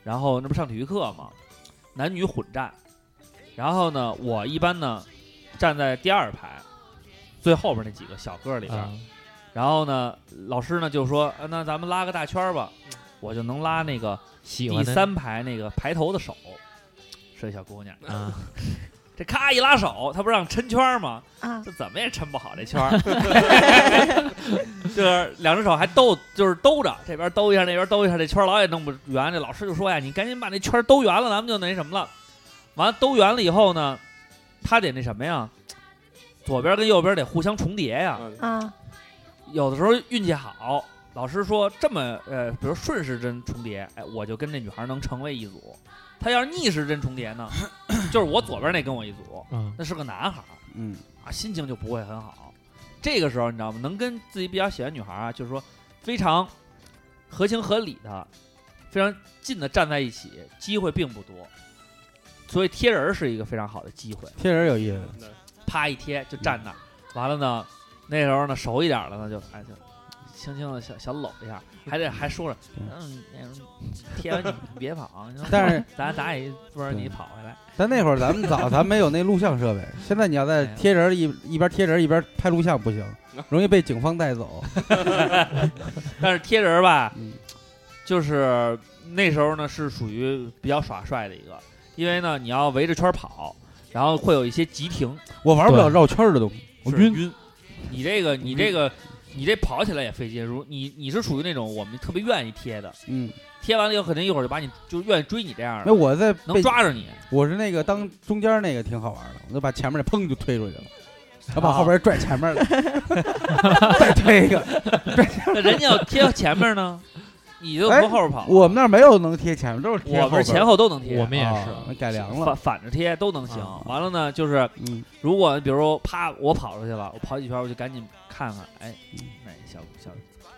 然后那不上体育课嘛，男女混战，然后呢，我一般呢站在第二排最后边那几个小个儿里边，
啊，
然后呢，老师呢就说、呃那咱们拉个大圈儿吧，我就能拉那个。
喜
第
欢的
三排那个排头的手，是个小姑娘，
啊，
这咔一拉手，她不让抻圈儿吗？
啊
这怎么也抻不好这 圈儿，就是两只手还兜，就是兜着，这边兜一下，那边兜一下，这圈儿老也弄不圆。这老师就说呀，哎你赶紧把那圈儿兜圆了，咱们就那什么了。完了兜圆了以后呢，她得那什么呀，左边跟右边得互相重叠呀。
嗯
啊
有的时候运气好，老师说这么呃，比如顺时针重叠，哎，我就跟这女孩能成为一组。她要是逆时针重叠呢， 就是我左边那跟我一组，
嗯，
那是个男孩儿
嗯
啊，心情就不会很好。这个时候你知道吗？能跟自己比较喜欢的女孩啊，就是说非常合情合理的、非常近的站在一起，机会并不多。所以贴人儿是一个非常好的机会。
贴人有意思，
啪一贴就站那儿，
嗯
完了呢，那时候呢熟一点了呢就哎就轻轻的小小搂一下，还得还说着，嗯，那种贴完你你别跑，你说
但是
咱咱也不知道你跑回来，
但那会儿咱们 早，咱没有那录像设备。现在你要
哎
在贴人一一边贴人一边拍录像不行，
啊
容易被警方带走。
但是贴人儿吧
嗯，
就是那时候呢是属于比较耍帅的一个，因为呢你要围着圈儿跑，然后会有一些急停，
我玩不了绕圈儿的东西，我
是
晕。
晕，你这个你这个你这跑起来也费劲，如你你是属于那种我们特别愿意贴的。
嗯，
贴完了以后，肯定一会儿就把你就愿意追你这样
那
的，
哎我在
能
被
抓着你。
我是那个当中间那个挺好玩的，我就把前面的砰就推出去了，然后
啊
把后边拽前面的， 再推一个。
那人家要贴到前面呢，你就
哎
从后边跑。
我们那儿没有能贴前面，都是贴
我
边
们是前后都能贴，
我们也是
啊改良
反
了。
反着贴都能行
啊。
完了呢，就是
嗯，
如果比如说啪，我跑出去了，我跑几圈，我就赶紧看看，哎，
嗯
那小小，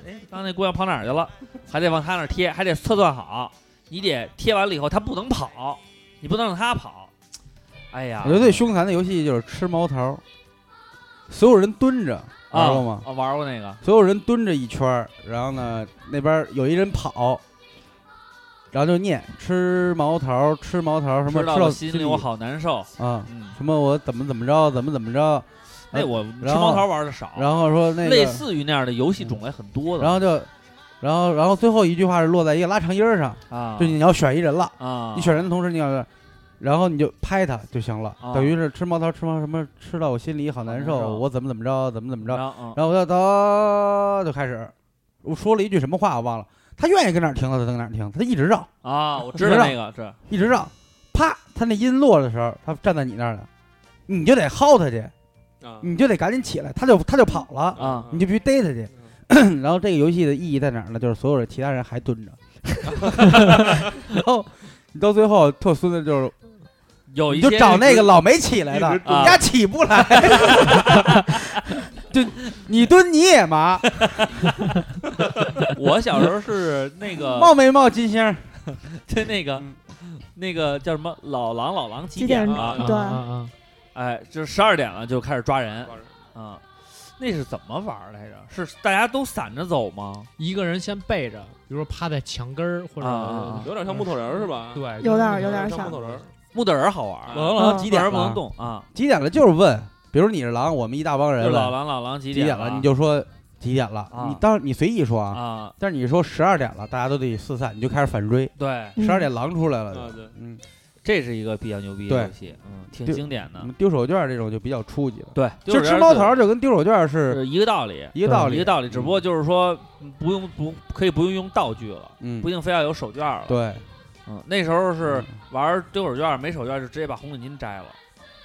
哎，刚才那姑娘跑哪儿去了？还得往她那儿贴，还得测算好，你得贴完了以后，她不能跑，你不能让她跑。哎呀，
我觉得最凶残的游戏就是吃毛桃，所有人蹲着，玩
啊
过吗？
啊，玩过那个，
所有人蹲着一圈儿，然后呢，那边儿有一人跑，然后就念吃毛桃，吃毛桃，什么
知道
到
了心里我好难受。
啊，
嗯，
什么我怎么怎么着，怎么怎么 着，
那我吃
呃然后
毛桃玩的少，
然后说那
类
个，
似于那样的游戏种类很多的。
然后就，然后然后最后一句话是落在一个拉长音儿上，
啊，
就你要选一人了，
啊，
你选人的同时你要，然后你就拍他就行了，
啊
等于是吃毛桃吃毛什么吃到我心里好难
好难
受，
受
我怎么怎么着，怎么怎么着
然，后嗯
然后我就到就开始，我说了一句什么话我忘了，他愿意跟哪儿停他就跟哪儿停，他一直绕，
啊，我知道那个是
一直绕，啪，他那音落的时候，他站在你那儿了，你就得薅他去，
啊
你就得赶紧起来，他就他就跑了，
啊，
你就必须逮他去。 然 后这个游戏的意义在哪儿呢？就是所有的其他人还蹲着，然后你到最后特孙子就是，
有一
你
些
就找那个
是
老没起来的，
一
人
直
啊
家起不来， 就你蹲你也麻，
我小时候是那 个
冒嗯没冒金星儿？
就 那个那个叫什么老狼老狼几
几
点
点
了？
啊
对
啊啊！
哎，就是十二点了就开始抓人
抓人
啊。那是怎么玩儿来着？是大家都散着走吗？
一个人先背着，比如说趴在墙根儿或者
啊
有点像木头人儿是吧？
对，
有点儿有
有
点儿
像木
像
头人儿。
木头人儿好玩儿，
老
狼老狼
木
几
头
点
人儿不
了
能动啊。
几点了？就是问，比如你是狼，我们一大帮
就是
人
老
问
狼老狼几
几点
了？
了，你就说几点了
啊。
你当你随意说啊，
啊，
但是你说十二点了，大家都得四散，你就开始反追。
对，
嗯
十二点狼出来
啊
了，
对，
嗯，
这是一个比较牛逼的
对
游戏，嗯，挺
就
经典的
我。们丢手绢这种就比较初级了。
对，
就是吃
这
猫
个
桃就跟丢手绢是
是一个道理，
一个道理，
嗯一个道理，只不过就是说不用不可以不用用道具了，
嗯
不一定非要有手绢了。
对
嗯，那时候是玩丢手绢，没手绢就直接把红领巾摘了，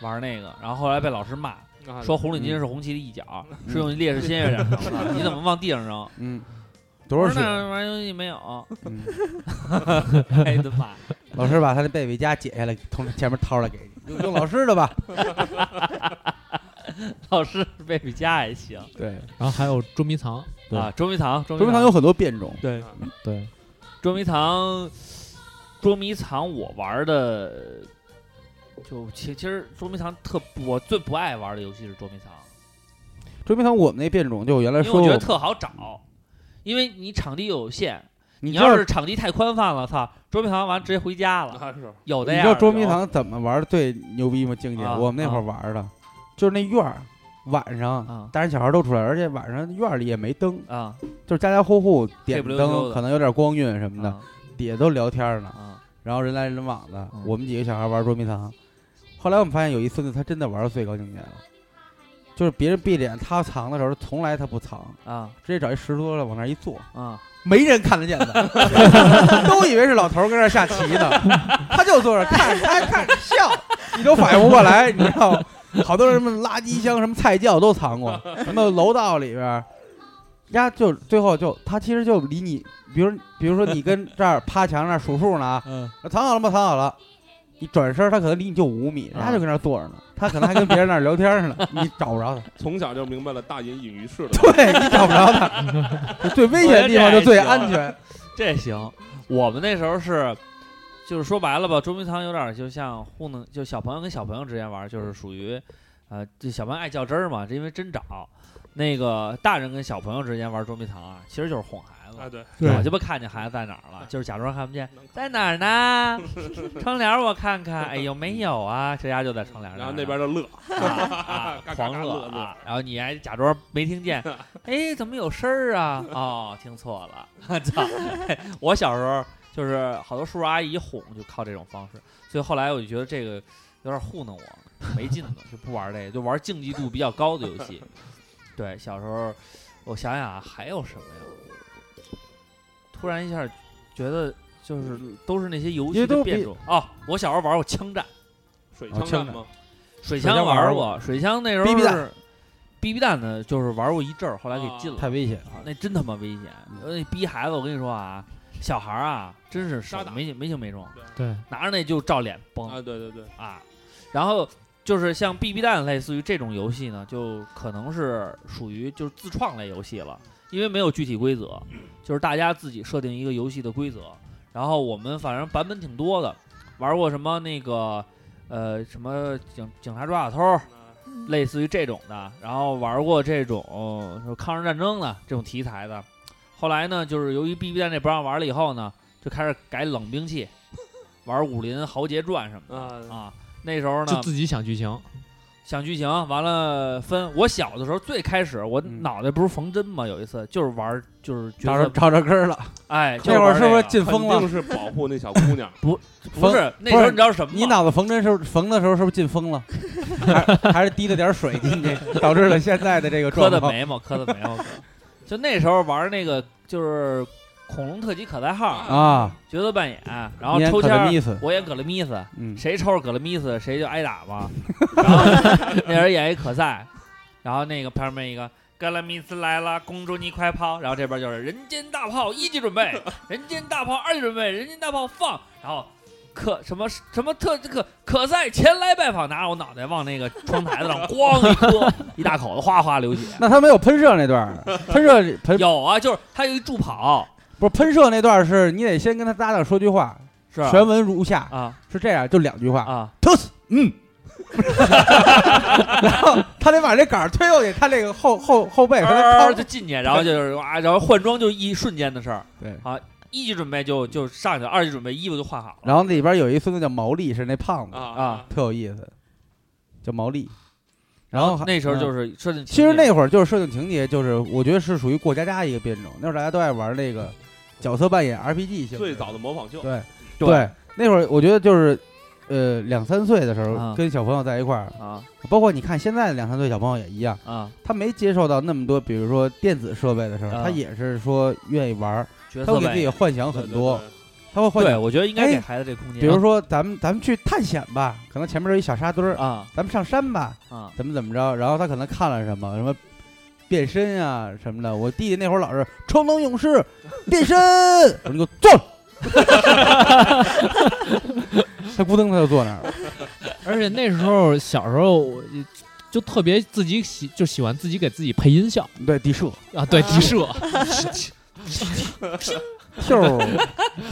玩那个，然后后来被老师骂，
啊
说红
嗯
领巾是红旗的一角，是用烈士鲜血染成 的，你怎么往地上扔？
嗯，
我
多
说
少
那
水？
玩意儿游戏没有，
嗯
哎的妈！
老师把他的贝贝夹解下来，从前面掏出来给你，用用老师的吧。
老师贝比家也行
对，
然后还有捉迷藏，
对
啊，捉迷藏，捉
捉迷藏有很多变种，
对
对，
捉迷藏，捉迷藏我玩的就其其实捉迷藏特我最不爱玩的游戏是捉迷藏。
捉迷藏我们那变种就我原来
因为我
说
觉得
过，
特好找，因为你场地有限，
你知
要
道
是场地太宽泛了，操，捉迷藏完直接回家了，
啊是
有的
你
呀。
知道捉迷
有
藏怎么玩儿最牛逼吗？境界，
啊
我们那会儿
啊
玩儿的，就是那院儿，晚上
啊
大人小孩都出来，而且晚上院儿里也没灯，
啊
就是家家户户点
黑不溜秋
灯，
的
可能有点光晕什么的，
啊
底下都聊天儿呢，
啊
然后人来人往的
嗯，
我们几个小孩玩捉迷藏。后来我们发现有一孙子他真的玩到最高境界了，就是别人闭着眼他藏的时候，从来他不藏，
啊
直接找一石头了往那儿一坐，
啊！
没人看得见的， 都以为是老头儿跟那儿下棋呢，他就坐着看着，哎看着笑，你都反应不过来，你知道吗？好多人什么垃圾箱、什么菜窖都藏过，什么楼道里边儿，人家就最后就他其实就离你，比如比如说你跟这儿趴墙那儿数数呢啊，
嗯
藏好了吗？藏好了。你转身，他可能离你就五米，
啊
人家就跟那儿坐着呢，他可能还跟别人那儿聊天 呢，你找不着他，
从小就明白了大隐隐于市的。
对你找不着他， 就最危险的地方就最安全。
这也行。我们那时候是，就是说白了吧，捉迷藏有点就像糊弄，就小朋友跟小朋友之间玩，就是属于，呃，这小朋友爱较真儿嘛，这因为真找。那个大人跟小朋友之间玩捉迷藏啊，其实就是哄孩子。
啊对，
对
早鸡巴看见孩子在哪儿了，就是假装看不见，在哪儿呢？ 窗帘儿我看看，哎有没有啊？这家就在窗帘儿
然后那边就乐，
啊啊
嘎嘎嘎
狂乐
乐
啊，然后你还假装没听 见，哎，怎么有声儿啊？哦，听错了， 操！我小时候就是好多叔叔阿姨哄，就靠这种方式，所以后来我就觉得这个有点糊弄我，没劲了，就不玩这个，就玩竞技度比较高的游戏。对，小时候我想想啊，还有什么呀？突然一下觉得就是都是那些游
因
戏
为
的
都
变
比
种哦，我小时候玩过枪战。
水
啊
枪
枪
战吗？
水
枪
枪
玩
玩
过
过，水枪那时候
BB 弹啊
是 BB 弹呢，就是玩过一阵儿，后来给禁了。
太危险了。嗯
那真他妈危险！呃那逼孩子，我跟你说啊，小孩儿啊，真是手
扎打
没没轻没重，
对，
拿着那就照脸
哦
崩
啊对对对，
啊。然后就是像 BB 弹类似于这种游戏呢，就可能是属于就是自创类游戏了，因为没有具体规则，就是大家自己设定一个游戏的规则。然后我们反正版本挺多的，玩过什么那个呃什么警警察抓小偷，类似于这种的，然后玩过这种说抗日战争的这种题材的。后来呢，就是由于 BB 弹这不让玩了以后呢，就开始改冷兵器，玩《武林豪杰传》什么的
啊
啊。那时候
就
呢，
自己想剧情，
想剧情，完了分。我小的时候最开始，我
嗯
脑袋不是缝针吗？有一次就是玩，就是角
找着
色，
找着根儿了，
哎，就
那会儿
玩
是不是
这个
进风
肯
了
定？是保护那小姑娘，
不是那时候你知道什 么吗？
你脑子缝针时候缝的时候是不是进风 了？还还是滴了点水进去，导致了现在的这个
磕
状
的
况？
眉毛，磕的眉毛哥。就那时候玩那个就是恐龙特级可赛号，
啊，
角色扮演，然后
你演
抽
可
签
乐
儿
咪斯，
我演葛勒米斯，
嗯，
谁抽着葛勒米斯谁就挨打嘛。然后那人演一可赛，然后那个旁边一个葛勒米斯来了，公主你快跑！然后这边就是人间大炮一级准备，人间大炮二级准备，人间大炮放，然后可什么什么特这个可赛前来拜访，拿着我脑袋往那个窗台子上咣一磕，一大口子哗哗流血。
那他没有喷射那段儿，喷射喷
有啊，就是他有一助跑，
不是喷射那段儿是你得先跟他搭档说句话，
是吧
全文如下，
啊
是这样，就两句话，
啊，
特死，嗯，然后他得把这杆儿推过去，他这个后后后背和哎他
嗷
掏
啊就进去，然后就是哇，然后换装就一瞬间的事儿。
对
啊，一级准备就就上去了，二级准备衣服就换好了。
然后那里边有一孙子叫毛利，是那胖子，
啊
啊，
特有意思，叫毛利。然后还
那时候就
嗯
是设定情节，
其实那会儿就是设定情节，就是我觉得是属于过家家一个变种。那会儿大家都爱玩那个角色扮演 RPG 性质
最早的模仿秀，
对
对
那会儿我觉得就是。呃，两三岁的时
啊
候跟小朋友在一块儿，
啊
包括你看现在的两三岁小朋友也一样，
啊
他没接受到那么多，比如说电子设备的时候，
嗯
啊
他也是说愿意玩儿，
角
他会
色
给自
扮
己
演。
幻想
对
很
对
多，
对
他会幻
对，
想，
我觉得应该给
哎
孩子这空间。
比如说咱们咱们去探险吧，可能前面有一小沙堆儿，
啊
咱们上山吧，
啊
怎么怎么着，然后他可能看了什么什么变身啊什么的。我弟弟那会儿老是冲动勇 士变身，我说你给我坐 着他咕噔他就坐那儿了，
而且那时候小时候我就特别自己喜就喜欢自己给自己配音效
对地设
啊，对，
啊
地设，
跳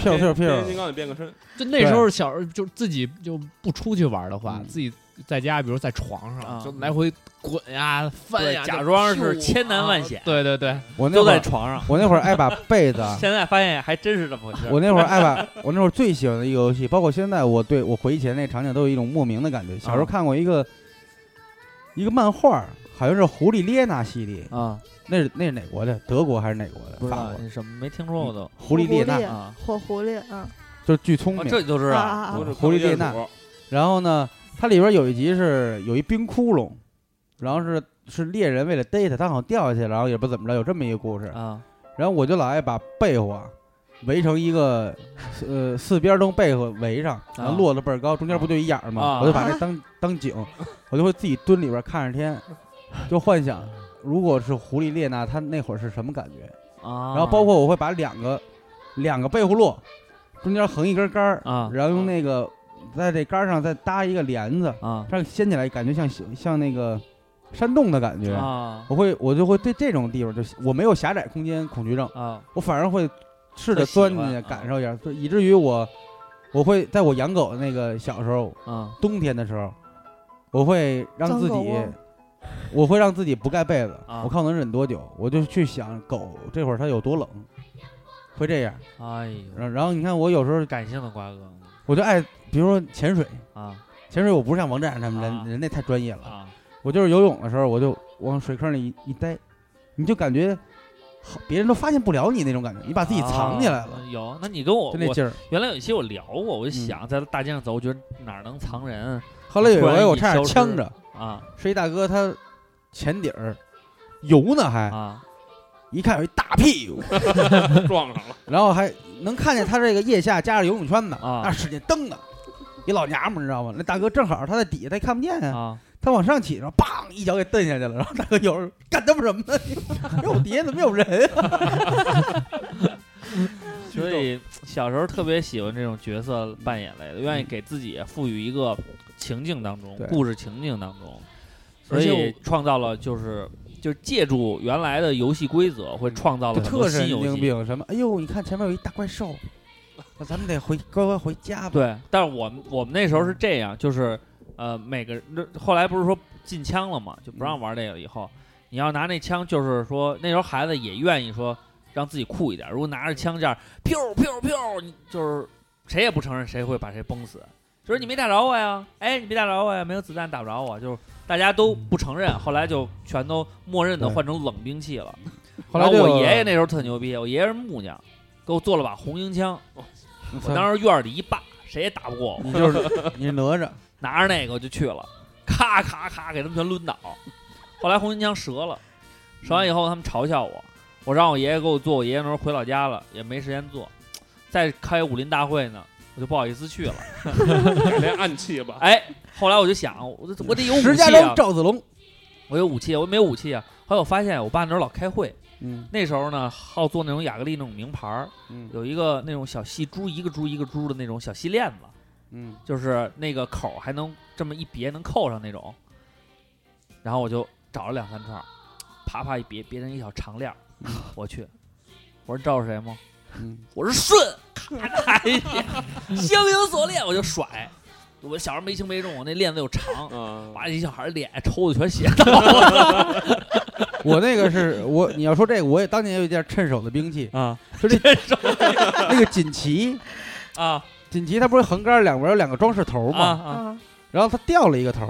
跳跳
变形金
跳，
刚也变个身，
就那时候小时候就自己就不出去玩的话，
嗯
自己在家，比如在床上
啊
就来回滚呀、翻
对
呀，
假
就
装是
咻
千难万
啊
险
对对对，
我那
都
会
在
儿
床上。
我那会儿爱把被子啊。
现在发现还真是这么回事儿。
我那会儿爱把，我那会儿最喜欢的一个游戏，包括现在我对我回忆起来那场景都有一种莫名的感觉。小时候看过一个、一个漫画儿，好像是狐狸列娜系列，
啊，
那是那是哪国的？德国还是哪国的？
不知
法
道
国。
那什么没听说
嗯
过都。
狐狸列
狐
娜
狸
啊，
火狐狸啊，
就是巨聪
哦
明。
这你就知
啊
道。
啊
都是
狐狸列娜
钢铁
然后呢，它里边有一集是有一冰窟窿，然后是是猎人为了逮它，它好像掉下去了，然后也不怎么着，有这么一个故事。
啊
然后我就老爱把被窝围成一个，呃，四边都被窝围上，然后
啊
摞得倍儿高，中间不就一眼儿吗？
啊
我就把那当当井，我就会自己蹲里边看着天，就幻想如果是狐狸列娜，它那会儿是什么感觉？
啊。
然后包括我会把两个两个被葫芦中间横一根杆儿，
啊
然后用那个在这杆儿上再搭一个帘子，
啊
这样掀起来感觉像像那个山洞的感觉。
啊
我会，我就会对这种地方，就是我没有狭窄空间恐惧症，
啊
我反而会试
特
着
喜
钻进
欢
去
啊
感受一下，就以至于我我会在我养狗的那个小时候，
啊
冬天的时候，我会让
钻
自
狗
己
窝，
我会让自己不盖被子，
啊
我看我能忍多久，我就去想狗这会儿它有多冷，会这样。
哎呦，
然然后你看我有时候
感性的瓜哥
我就爱，比如说潜水，
啊
潜水我不是像王站他们人、
啊
人那太专业了，
啊
我就是游泳的时候我就往水坑里一一待，你就感觉好别人都发现不了你那种感觉，你把自己藏起来了，
啊有，那你跟我
就那
我
劲儿。
原来有一期我聊过，
嗯
我就想在大街上走，我觉得哪儿能藏人
后来有一
突然
回我
一
差点
消
呛
失
着，
啊
是一大哥他前底儿游呢还，
啊
一看有一大屁股，
撞 上了，
然后还能看见他这个腋下加着游泳圈呢，
啊
那使劲蹬呢。一老娘们儿你知道吗？那大哥正好他在底下，他也看不见啊。
啊
他往上起，然后砰一脚给蹬下去了。然后大哥有时候干他妈什么呢？ 肉底下怎么有人啊？
所以小时候特别喜欢这种角色扮演类的，愿意给自己赋予一个情境当中
嗯对，
故事情境当中，所
而且
以创造了就是就是借助原来的游戏规则，会创
嗯
造
就
了哦很
特
多
神
新游
经
戏。
病什么？哎呦，你看前面有一大怪兽，那咱们得回乖乖回家吧。
对，但是我们我们那时候是这样，就是呃，每个人后来不是说禁枪了嘛，就不
嗯
让玩这个以后，你要拿那枪，就是说那时候孩子也愿意说让自己酷一点，如果拿着枪这样，飘飘飘，你就是谁也不承认谁会把谁崩死，就是你没打着我呀，哎，你没打着我呀，没有子弹打不着我，就是大家都不承认，后来就全都默认的
对
换成冷兵器了。
后来
然
就
后我爷爷那时候特牛逼，我爷爷是木匠，给我做了把红缨枪，我当时院里一霸，谁也打不过我。
你就是你是哪吒，
拿着那个我就去了，咔咔咔给他们全抡倒。后来红缨枪折了，折完以后他们嘲笑我，我让我爷爷给我做，我爷爷那时候回老家了，也没时间做，在开武林大会呢，我就不好意思去了。
改练暗器 吧。
哎，后来我就想，我 我得有武
石家
器
庄
啊，
赵子龙。
我有武器啊，我没有武器啊。后来我发现我爸那时候老开会，
嗯
那时候呢好做那种雅克力那种名牌儿，
嗯
有一个那种小细珠，一个珠一个珠的那种小细链子，
嗯，
就是那个口儿还能这么一别能扣上那种。然后我就找了两三串儿，啪啪一别，别成一小长链儿
嗯。
我去，我说你知道是谁吗？
嗯，
我是舜， 咔嚓一下，相影锁链，我就甩。我小时候没轻没重，我那链子又长，
啊，
把一小孩儿脸抽的全血到了
我那个是我，你要说这个，我也当年有一件趁手的兵器，
啊
就这那个锦旗，
啊
锦旗它不是横杆两边有两个装饰头
啊
嘛，
啊！
啊，
然后它掉了一个头，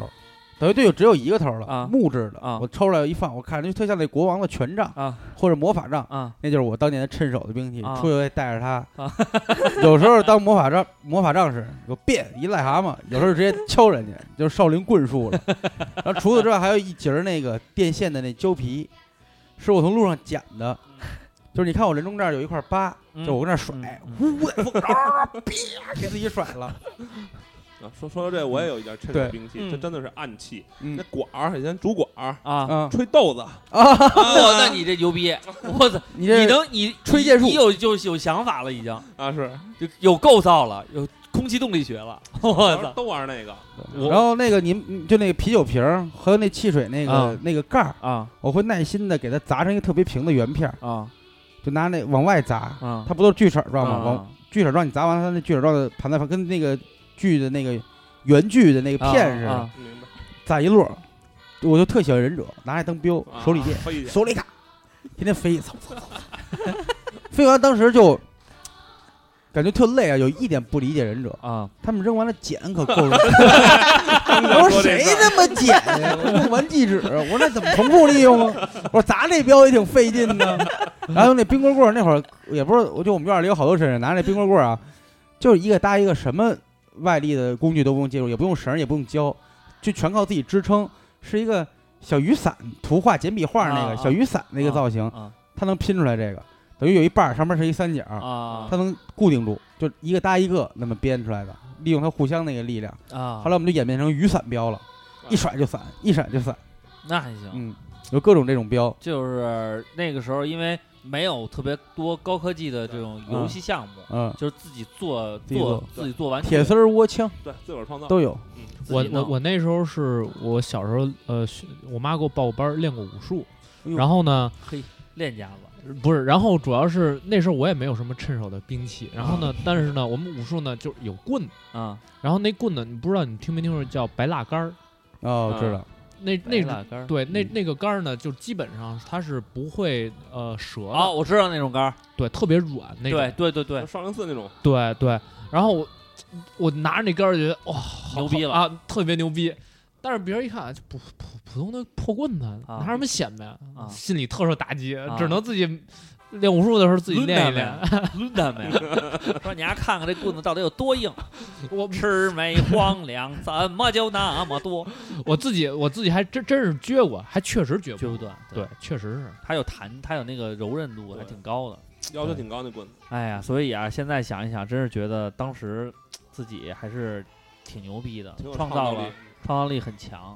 等于队友只有一个头
啊
了，木质的，
啊
我抽出来一放，我看着就特像那国王的权杖
啊
或者魔法杖，
啊
那就是我当年的趁手的兵器
啊，
出去我也带着它。
啊
有时候当魔法杖魔法杖使，有变一癞蛤蟆，有时候直接敲人家，就是少林棍术了。然后除此之外，还有一节儿那个电线的那胶皮，是我从路上捡的。就是你看我人中这儿有一块疤，
嗯
就我跟那儿甩
嗯，
呼呼的风，啪，给自己甩了。
啊说说到这，我也有一件趁手
对
兵器，
嗯
这真的是暗器。
嗯
那管儿，以前竹管儿，
啊！
啊
吹豆子，
啊！
哇，那你这牛逼！我操，
你
你
这
能你
吹剑术
你有就有想法了，已经
啊是，
就有构造了，有空气动力学了。 我
小时候
操！
都玩那个。我
然后那个你们就那个啤酒瓶儿和那汽水那
啊
个那个盖儿，
啊
我会耐心的给它砸成一个特别平的圆片儿，
啊
就拿那往外砸。
啊！
它不都是锯齿状吗？往
啊
锯齿状你砸完，它那锯齿状的盘在旁，跟那个锯的那个圆锯的那个片似
啊
的，
啊
明白
攒一摞儿。我就特喜欢忍者，拿着当镖，
啊
手里剑，
飞一下
手里卡，天天飞，操操操！操飞完当时就感觉特累啊，有一点不理解忍者，
啊！
他们扔完了捡可够了。我说谁那么捡呀？我弄完即止，我说那怎么重复利用啊？我说砸这标也挺费劲 的。然后那冰棍棍儿那会儿也不是，我就我们院里有好多婶婶拿那冰棍棍儿啊，就是一个搭一个，什么外力的工具都不用借助，也不用绳儿，也不用胶，就全靠自己支撑，是一个小雨伞图画简笔画那
啊
个小雨伞那个
啊
造型
啊，
它能拼出来这个，等于有一半儿上面是一三角，
啊
它能固定住，就一个搭一个那么编出来的，利用它互相那个力量。
啊！
后来我们就演变成雨伞标了，一甩就散，一甩就散。
啊那还行，
嗯，有各种这种标。
就是那个时候因为没有特别多高科技的这种游戏项目，
嗯，
就是自己做
自己
做
做
自己做玩具
铁丝儿、窝枪
对，自个儿创
啊
造。
都有。
自
我
己
我
弄
我那时候是我小时候呃，学我妈给我报过班儿练过武术，
哎呦
然后呢，
练家子
不是，然后主要是那时候我也没有什么趁手的兵器，然后呢，
啊
但是呢，我们武术呢就是有棍子，
啊，
然后那棍子你不知道你听没听说叫白蜡杆儿，
哦，
啊
知道。
那那
白蜡杆儿
对那
嗯
那个杆儿呢，就基本上它是不会呃折的，
啊，我知道那种杆儿，
对，特别软那种，
对对对对
就，少林寺那种，
对对，然后我我拿着那杆儿觉得哇、好
牛逼了
好啊，特别牛逼。但是别人一看，啊就普普普通的破棍子，
啊
拿什么显摆啊
啊
心里特受打击，只能自己练武术的时候自己练一练。
抡他们呀，说你丫看看这棍子到底有多硬，
我
魑魅魍魉怎么就那么多？
我自己我自己还真真是撅过，还确实撅
撅
过。
不断，
对，，确实是。
它有弹，它有那个柔韧度，还挺高的。
要求挺高那棍子。
哎呀，所以啊，现在想一想，真是觉得当时自己还是挺牛逼的
挺，有
创
造
造
力
了，创造力很强。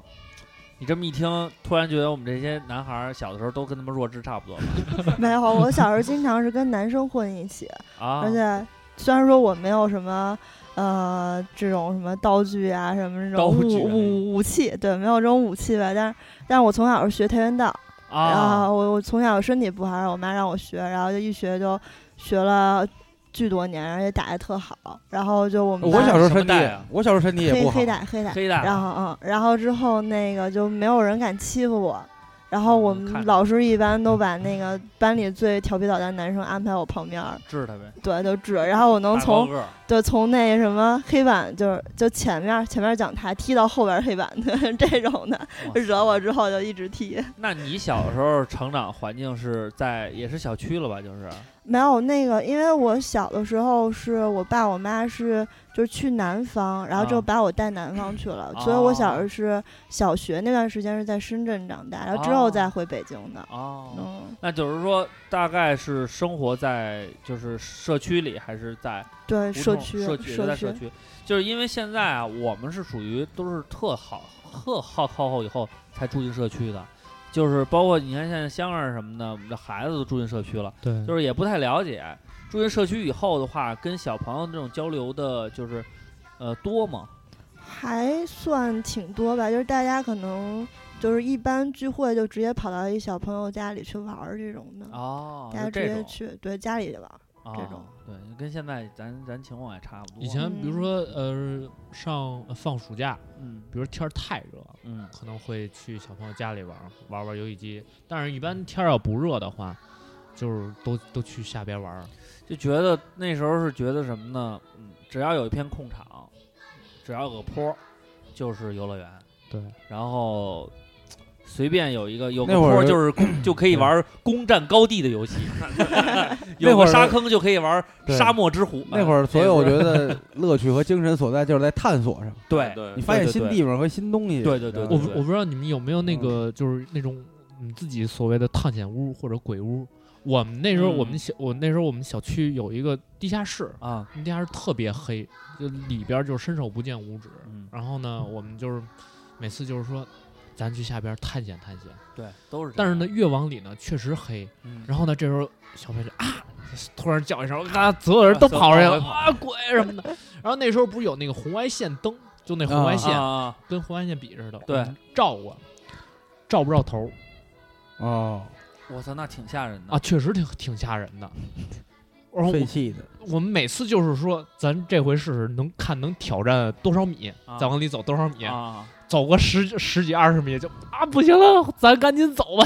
你这么一听，突然觉得我们这些男孩儿小的时候都跟他们弱智差不多了
没有，我小时候经常是跟男生混一起，
啊
而！且虽然说我没有什么呃这种什么道具啊，什么这种
道具
武
啊
武武器，对，没有这种武器吧，但是但是我从小是学跆拳道，然
啊
后我我从小身体不好，然后我妈让我学，然后就一学就学了巨多年，而且打得特好，然后就我们
我
班
小时候
什么
身体
带
也
啊，
我小时候身体也
黑
不好
黑。带黑带，
黑
然
带，
后嗯，然后之后那个就没有人敢欺负我，然后我
嗯看
们
着
老师一般都把那个班里最调皮捣蛋的男生安排我旁边儿，
治他呗，
对，就指，然后我能
大高
从
个儿
对从那什么黑板就是就前面儿前面儿讲台踢到后边儿黑板的 这种的，
哇
惹我之后就一直踢。
那你小时候成长环境是在也是小区了吧？就是
没有那个，因为我小的时候是我爸我妈是就是去南方，然后
啊
就把我带南方去了，所以我小时
哦
候是小学那段时间是在深圳长大，然后之后
哦
再回北京的。
哦
嗯，
那就是说，大概是生活在就是社区里，还是在胡
对，社
同
区
社区也在社
区，
区，就是因为现在啊，我们是属于都是特好特好靠后以后才住进社区的，就是包括你看现在香儿什么的，我们的孩子都住进社区了，
对，
就是也不太了解。住进社区以后的话，跟小朋友这种交流的，就是呃，多吗？
还算挺多吧，就是大家可能就是一般聚会就直接跑到一小朋友家里去玩儿这种的，
哦，
大家
就
直
这
接
种
去对家里玩儿。
啊
这种
对，跟现在咱咱情况也差不多。
以前比如
嗯
说呃上呃放暑假，
嗯
比如天儿太热，
嗯
可能会去小朋友家里玩儿玩儿玩儿游戏机，但是一般天儿要不热的话，就是都都去下边玩儿。
就觉得那时候是觉得什么呢？嗯，只要有一片空场，只要有个坡儿，就是游乐园。
对，
然后随便有一个有个
那会
坡
儿
儿就是攻就可以玩攻占高地的 游戏，有个沙坑就可以玩
对
沙漠之湖。
那会儿，所以
有
我觉得乐趣和精神所在就是在探索上，
对
对
你发现
对对
新
呃对
地方和新东西。嗯
对对对
然后
我
对嗯
不我不知道你们有没有那个、就是那种你自己所谓的探险屋或者鬼屋。我们那时候我们
嗯
小、我那时候我们小区有一个地下室，
啊，
那地下室特别黑，就里边儿就伸手不见五指。
嗯，
然后呢，我们就是每次就是说，咱去下边儿探险探险。
对，都是这
但是
样。
呢，越往里呢确实黑。
嗯，
然后呢，这时候小飞就啊，突然叫一声，啊，所有人都跑出去了，啊，鬼什么的。然后那时候不是有那个红外线灯，就那红外线、
啊啊，
跟红外线比似的，嗯
对，
照过，照不着头
哦，
我操，那挺吓人的
啊，。确实挺挺吓人的。然后
废
我
弃的，
我们每次就是说，咱这回试试能看能挑战多少米，
啊
再往里走多少米，
啊，
走个十十几二十米就啊不行了，咱赶紧走吧。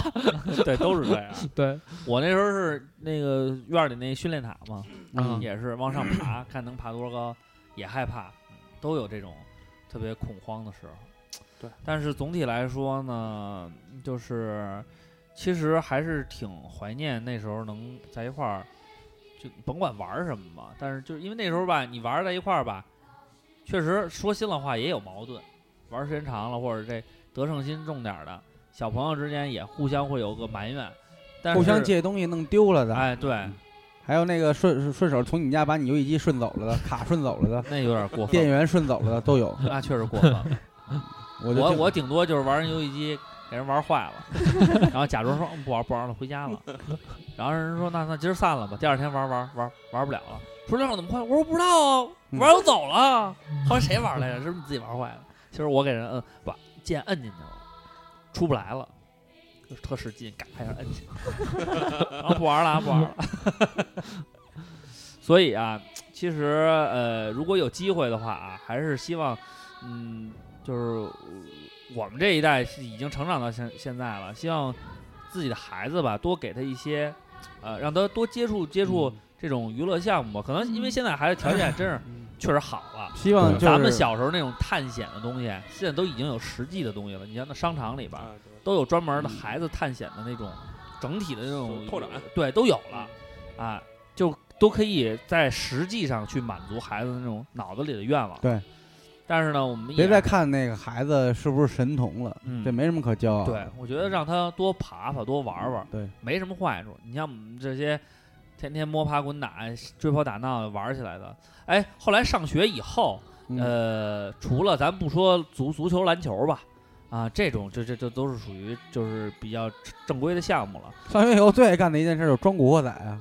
对，都是这 样。
对，
我那时候是那个院儿里那训练塔嘛，
嗯
啊也是往上爬，看能爬多少高，也害怕，嗯都有这种特别恐慌的时候。
对，
但是总体来说呢，就是其实还是挺怀念那时候能在一块儿，就甭管玩儿什么吧，但是就是因为那时候吧，你玩儿在一块儿吧，确实说心里话也有矛盾，玩儿时间长了或者这得胜心重点儿的小朋友之间也互相会有个埋怨，但是
互相借东西弄丢了的，嗯
哎对，
还有那个顺顺手从你家把你游戏机顺走了的，卡顺走了的，
那有点过分
电
了，
源顺走了的都有。
那确实过分了。
我就
我
经
我顶多就是玩人游戏机，给人玩坏了，然后假装说嗯不玩不玩了，回 家了。然后人说那那今儿散了吧，第二天玩玩玩玩不了了。不知道怎么坏，我说不知道啊，
嗯
玩我走了。后来谁玩来着？是不是你自己玩坏了？其实我给人摁把键摁进去了，出不来了，就是特使劲，嘎一下摁进去，然后不玩了啊， 不玩了。所以啊，其实呃，如果有机会的话啊，还是希望，嗯，就是我们这一代是已经成长到现现在了，希望自己的孩子吧，多给他一些，呃，让他多接触接触
嗯
这种娱乐项目吧。可能因为现在孩子条件真是确实好了，
嗯希望
对
就是
咱们小时候那种探险的东西，现在都已经有实际的东西了。你像那商场里边儿
啊对
都有专门
嗯
的孩子探险的那种整体的那种
拓展，
对，都有了啊，就都可以在实际上去满足孩子的那种脑子里的愿望。
对，
但是呢，我们也
别再看那个孩子是不是神童了，
嗯
这没什么可骄傲的。
对，我觉得让他多爬爬，多玩玩，
对，
没什么坏处。你像我们这些天天摸爬滚打、追跑打闹的玩起来的，哎，后来上学以后，
嗯
呃，除了咱不说足足球、篮球吧，啊，这种这这这都是属于就是比较正规的项目了。
上学以后最爱干的一件事就是装古惑仔 啊，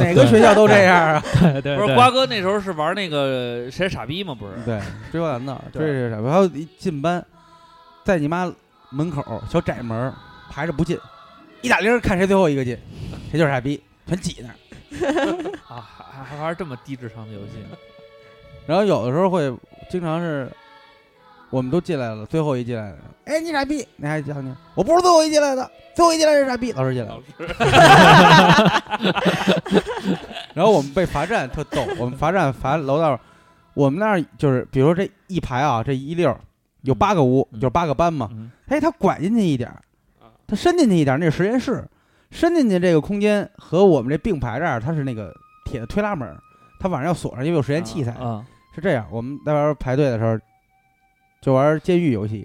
哪个学校都这样啊？
对对
不是瓜哥那时候是玩那个谁是傻逼吗？不是，
对，追跑打闹，
对
追追追，还有一进班，在你妈门口小窄门儿排着不进，一打铃儿看谁最后一 个进，谁就是傻逼，全挤那儿。
啊，还还玩这么低智商的游戏呢，
然后有的时候会经常是，我们都进来了，最后一进来的，哎，你傻逼，你还叫你，我不是最后一进来的，最后一进来是傻逼，老师进来了
老，师，
然后我们被罚站特逗，我们罚站罚楼道，我们那儿就是比如说这一排啊，这一溜儿有八个屋，
嗯
就是八个班嘛，
嗯
哎，他拐进去一点儿
啊，
他伸进去一点儿，那是实验室，伸进去这个空间和我们这并排这儿，它是那个铁的推拉门儿，它晚上要锁上，因为有实验器材。
啊，
是这样，我们在外边排队的时候，就玩监狱游戏，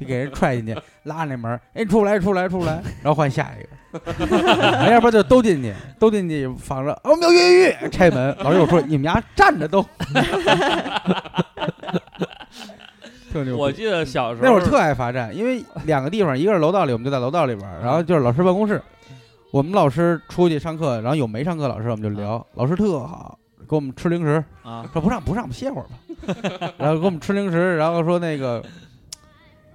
就给人踹进去，拉那门儿，哎，出不来，出不来，出不来，然后换下一个，哎要不然就都进去，都进去防着，哦，我们要越狱，拆门，老师又说你们家站着都， 特牛逼。
我记得小时候
那会儿特爱罚站，因为两个地方，一个是楼道里，我们就在楼道里边儿，然后就是老师
嗯
办公室，我们老师出去上课，然后有没上课老师我们就聊，老师特好，给我们吃零食，
啊，
说不上不上，歇会儿吧。然后给我们吃零食，然后说那个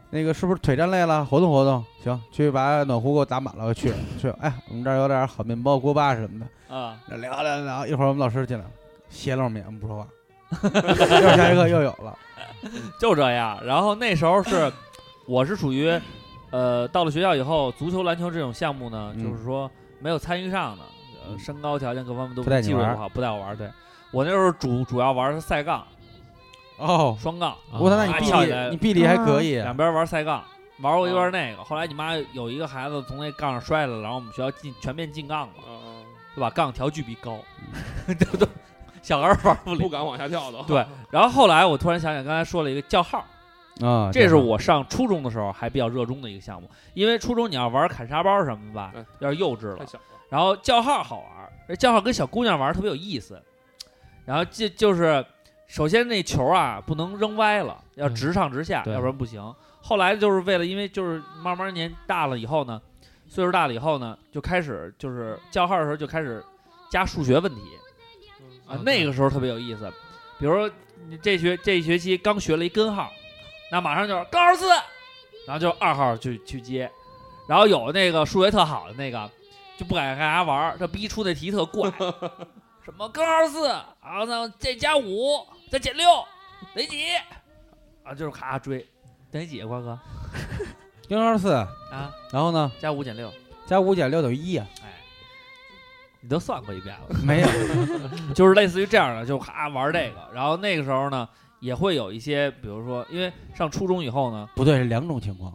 那个是不是腿站累了，活动活动，行，去把暖壶给我打满了，去去。哎，我们这儿有点好面包、锅巴什么的，
啊，
那聊聊聊。一会儿我们老师进来了，斜了面不说 话。又下一个又有了，
就这样。然后那时候 是，我是属于，呃，到了学校以后，足球、篮球这种项目呢，
嗯
就是说没有参与上的，呃，
嗯
身高条件各方面都
不带你
技术也
玩
不好，不带我玩儿。对我那时候主主要玩儿的是赛杠、
哦，
双杠，
我操，那你
啊
臂
翘起
力
来啊
你臂力还可以，
两边玩儿赛杠，玩儿过一段那个。后来你妈有一个孩子从那杠上摔了，然后我们学校禁全面禁杠了，
啊，
就把杠调巨逼高， 都都小孩儿玩儿不
不
了。
敢往下跳的。
对，然后后来我突然想想，刚才说了一个叫号，
啊，
这是
样
我上初中的时候还比较热衷的一个项目，因为初中你要玩砍沙包什么吧
嗯，
有点幼稚
太
了。
小了，
然后叫号好玩儿，这叫号跟小姑娘玩儿特别有意思。然后这就是，首先那球啊不能扔歪了，要
嗯
直上直下，
对
要不然不行。后来就是为了，因为就是慢慢年大了以后呢，岁数大了以后呢，就开始就是叫号的时候就开始加数学问题啊
啊，
那个时候特别有意思。比如说你这学这一学期刚学了一根号，那马上就是根号四，然后就二号去去接，然后有那个数学特好的那个就不敢跟大家玩儿，这逼出那题特怪，什么根号四，然后呢再加五，再减六，得几？啊，就是咔追，得几啊，瓜哥
零二四，
啊？
然后呢
加五减六，
加五减六等于一 啊，
你都算过一遍了。
没有，
就是类似于这样的，就咔玩这个。然后那个时候呢，也会有一些，比如说，因为上初中以后呢，
不对，是两种情况，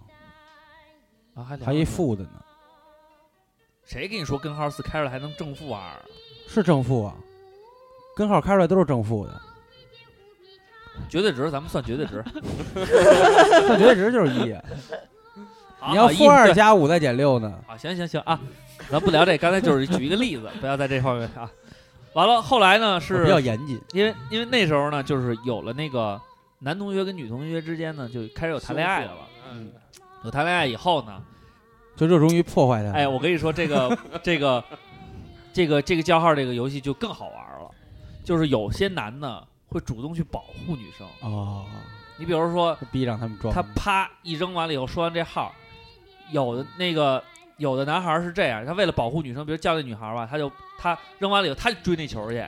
啊还
还
还
一负的呢，
谁跟你说根号四开出来还能正负二？啊
是正负啊，根号开出来都是正负的，
绝对值，咱们算绝对值。
算绝对值就是一啊，
啊
你要
啊一
负二
对
加五再减六呢，
啊，行行行啊，咱不聊这，刚才就是举一个例子，不要在这方面啊。完了，后来呢
我
是
比较严谨，
因为因为那时候呢，就是有了那个男同学跟女同学之间呢，就开始有谈恋爱的了。
嗯，
有谈恋爱以后呢，
就热衷于破坏它。
哎，我跟你说，这个这个这个这个叫号这个游戏就更好玩了，就是有些男的会主动去保护女生。
哦，
你比如说，
逼让他们装，
他啪一扔完了以后，说完这号，有的那个有的男孩是这样，他为了保护女生，比如叫那女孩吧，他就他扔完了以后，他就追那球去。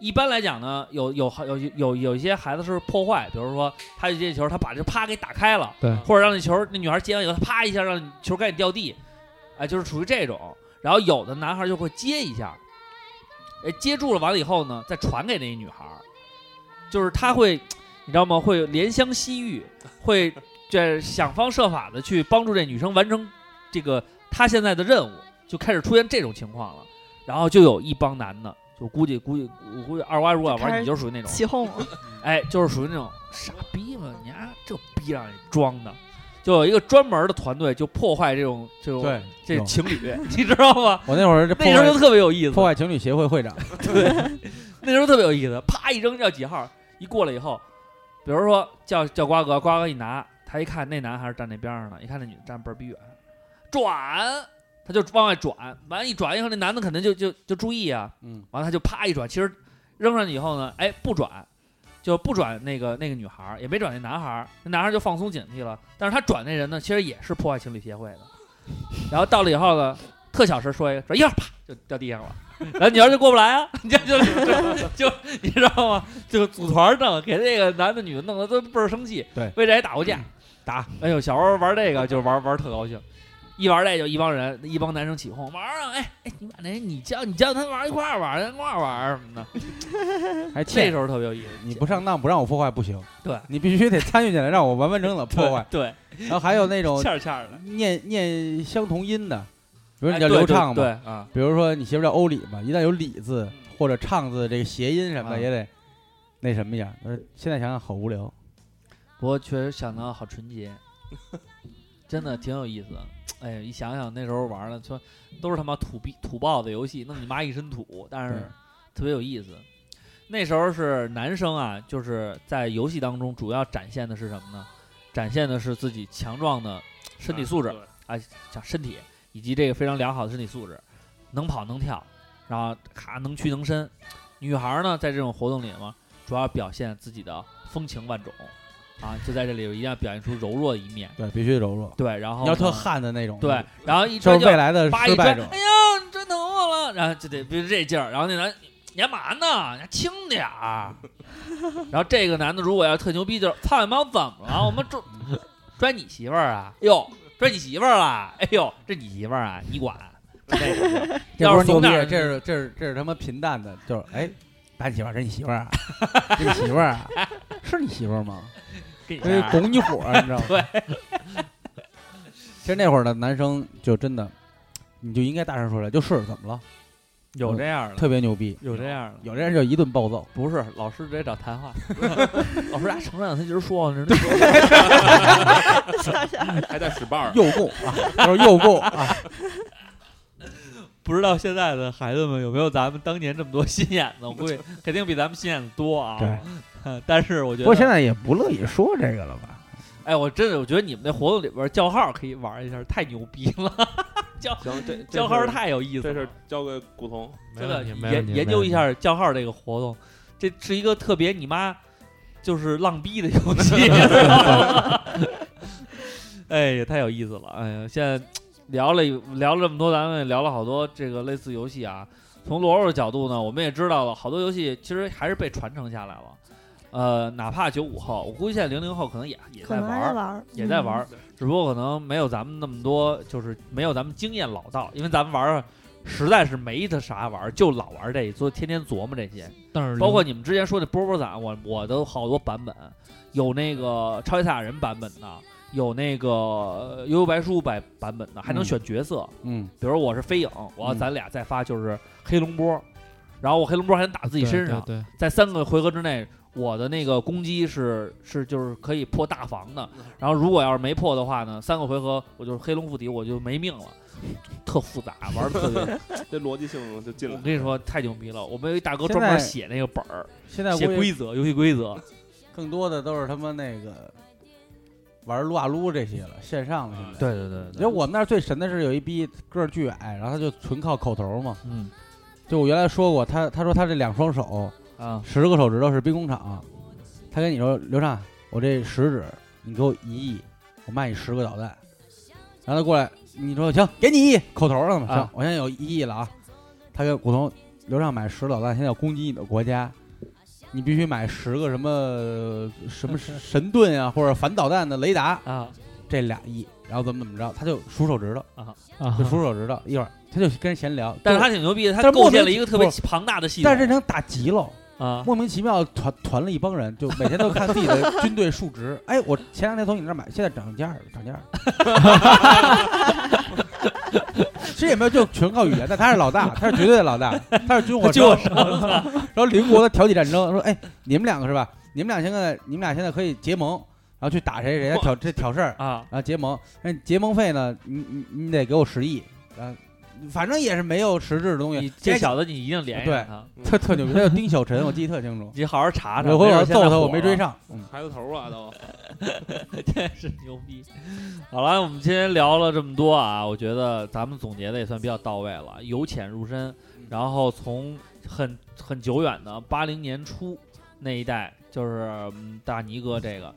一般来讲呢，有有有有有一些孩子是破坏，比如说他去接球，他把这啪给打开了，
对
或者让那球那女孩接完以后，他啪一下让球赶紧掉地，哎，就是属于这种。然后有的男孩就会接一下，哎，接住了完了以后呢，再传给那女孩，就是他会，你知道吗？会怜香惜玉，会这想方设法的去帮助这女生完成这个她现在的任务，就开始出现这种情况了。然后就有一帮男的，就估计估计我估计二瓜如果要
开
玩，
始
你就属于那种，
起哄 了，
哎，就是属于那种傻逼嘛，你丫、这逼让你装的。就有一个专门的团队，就破坏这种这种
对，
这
有
情侣，你知 道吗？
我那会儿这破
那时候
坏
就特别有意思
破，坏情侣协会会长，
那时候特别有意思，啪一扔叫几号，一过来以后，比如说叫叫瓜哥，瓜哥一拿，他一看那男孩儿站那边上呢，一看那女的站倍儿逼远，转，他就往外转，完一转以后，那男的肯定就就就注意啊，
嗯，
完了他就啪一转，其实扔上去以后呢，哎不转，就不转那个那个女孩儿，也没转那男孩儿，那男孩儿就放松警惕了，但是他转那人呢，其实也是破坏情侣协会的，然后到了以后呢，特小声说一个，说呀啪就掉地上了。然后女孩就过不来啊， 你这就就就你知道吗？就组团弄，给那个男的女的弄得都倍儿生气，
对
为这还打过架，打。哎呦，小时候玩这个就玩玩特高兴，一玩这就一帮人一帮男生起哄，玩儿啊，哎哎，你把那你叫你叫他玩儿一块儿玩儿，咱一块儿玩儿什么的，
还
那
欠
时候特别有意思。
你不上当不让我破坏不行，
对
你必须得参与进来，让我完完整整地破坏。
对，
然后还有那种
欠儿欠儿的，
念念相同音的，比如你
哎
叫
对
刘
对
畅嘛，
对啊，
比如说你媳妇叫欧里嘛，一旦有里字或者畅字这个谐音什么
啊
的，也得那什么一下。呃，现在想想好无聊。
不过确实想到好纯洁，真的挺有意思的。哎呀，一想想那时候玩的，说都是他妈土逼土爆的游戏，弄你妈一身土，但
对
是特别有意思。那时候是男生啊，就是在游戏当中主要展现的是什么呢？展现的是自己强壮的身体素质，
对
像身体以及这个非常良好的身体素质，能跑能跳，然后咔能屈能伸，女孩呢，在这种活动里嘛，主要表现自己的风情万种，啊，就在这里一定要表现出柔弱的一面。
对，必须柔弱，
对，然后
你要特
呢
悍的那种。
哦
嗯
对，，然后一
就
穿
是
就
未来 的
叭
失
一
败
拽，
者
哎。呀，你拽疼我了，然后就得比如这劲儿，然后那男，你干嘛呢？你还轻点 儿。啊然后这个男的如果要特牛逼，就是操你妈，我怎么了？我们拽拽你媳妇儿啊？哎呦，拽你媳妇儿了？哎呦，这你媳妇儿啊，你管？就那种
这不
要
是
是
牛
怂
逼
点儿，，
这是这是这是他妈平淡的，就是哎，打你媳妇儿，这是你媳妇儿啊，这是你媳妇儿啊，是你媳妇儿吗？
跟你
所以
家
拱你火儿，啊你知道吗？
对。
其实那会儿的男生就真的，你就应该大声说出来，就是怎么了，
有这样的，
特别牛逼。
有这样的，
有的人就一顿暴揍，
不是老师直接找谈话， 老师俩承认，他一直说那
笑笑，
还在使绊儿。
又够啊，他说又够 啊，
不知道现在的孩子们有没有咱们当年这么多心眼子？我估计肯定比咱们心眼子多啊。但是我觉
不过现
得，
在也不乐意说这个了吧？
哎，我真的我觉得你们那活动里边叫号可以玩一下，太牛逼了！叫
行，这这
叫号
事儿
太有意思
这事
了
儿，交给古潼。
没
真
问
的
题，没问
研
题。
研
没
究
问
一
题，
下叫号这个活动，这是一个特别你妈就是浪逼的游 戏。哎呀，太有意思了！哎呀，现在聊了一聊了这么多，咱们也聊了好多这个类似游戏啊。从罗罗的角度呢，我们也知道了好多游戏其实还是被传承下来了。呃，哪怕九五后，我估计现在零零后可能也也
可
在
能
玩
还在
儿，
玩儿，
也在玩
嗯
儿，只不过可能没有咱们那么多，就是没有咱们经验老道，因为咱们玩儿实在是没他啥玩儿，就老玩儿这，所以天天琢磨这些。
但是
包
零
括你们之前说的波波伞，我我都好多版本，有那个超级赛亚人版本的，有那个呃悠悠白书版版本的，还能
嗯
选角色，
嗯，
比如我是飞影，我要
嗯
咱俩再发就是黑龙波，然后我黑龙波还能打自己
对
身
对
上，
对，
在三个回合之内，我的那个攻击是是就是可以破大防的。
嗯
然后如果要是没破的话呢，三个回合我就是黑龙附体，我就没命了，特复杂，玩的特别。
这逻辑性就 进
我
来。
跟你说太牛逼了，我们有一大哥
现在
专门写那个本儿，
现在
写
估计
规则，游戏规则。
更多的都是他妈那个玩撸啊撸这些了，线上了现在。
对对对
因为我们那儿最神的是有一逼个儿巨矮，然后他就纯靠口头嘛。
嗯
就我原来说过，他他说他这两双手
啊，
十个手指头是兵工厂，他跟你说刘畅，我这食指你给我一亿，我卖你十个导弹，然后他过来你说行，给你一亿，口头了嘛，
啊
行，我现在有一亿了啊，他跟股东刘畅买十个导弹，现在要攻击你的国家。你必须买十个什么什么 神盾啊，或者反导弹的雷达，
啊
这俩亿，然后怎么怎么着，他就数手指头，
啊
就数手指头，一会儿他就跟人闲聊，
但是他挺牛逼的，他
但是莫
构
名
建了一个特别
不
庞大的系统。
但是这能打急了，
啊，
莫名其妙团团了一帮人，就每天都看自己的军队数 值。哎，我前两天从你那儿买，现在涨价了，涨价了。 其实也没有，就全靠语言。但他是老大，他是绝对的老大，他是 军火商。 然后邻国的挑起战争，说：“哎，你们两个是吧？你们俩现在，你们俩现在可以结盟，然后去打谁？谁家挑这挑事儿
啊
然后结盟，那结盟费呢？你你你得给我十亿，啊，反正也是没有实质的东
你
西。
这
小
小子你一定联系
对
他，
特特牛逼，他叫丁小晨，我记得特清楚。
你好好查查。
有回
没
我
准
要
现在
揍他，我
火
没追
了
上。嗯，
孩子头儿啊都，
真是牛逼！好了，我们今天聊了这么多啊，我觉得咱们总结的也算比较到位了，由浅入深，
嗯
然后从很很久远的八零年初那一代，就是、嗯大尼哥这个，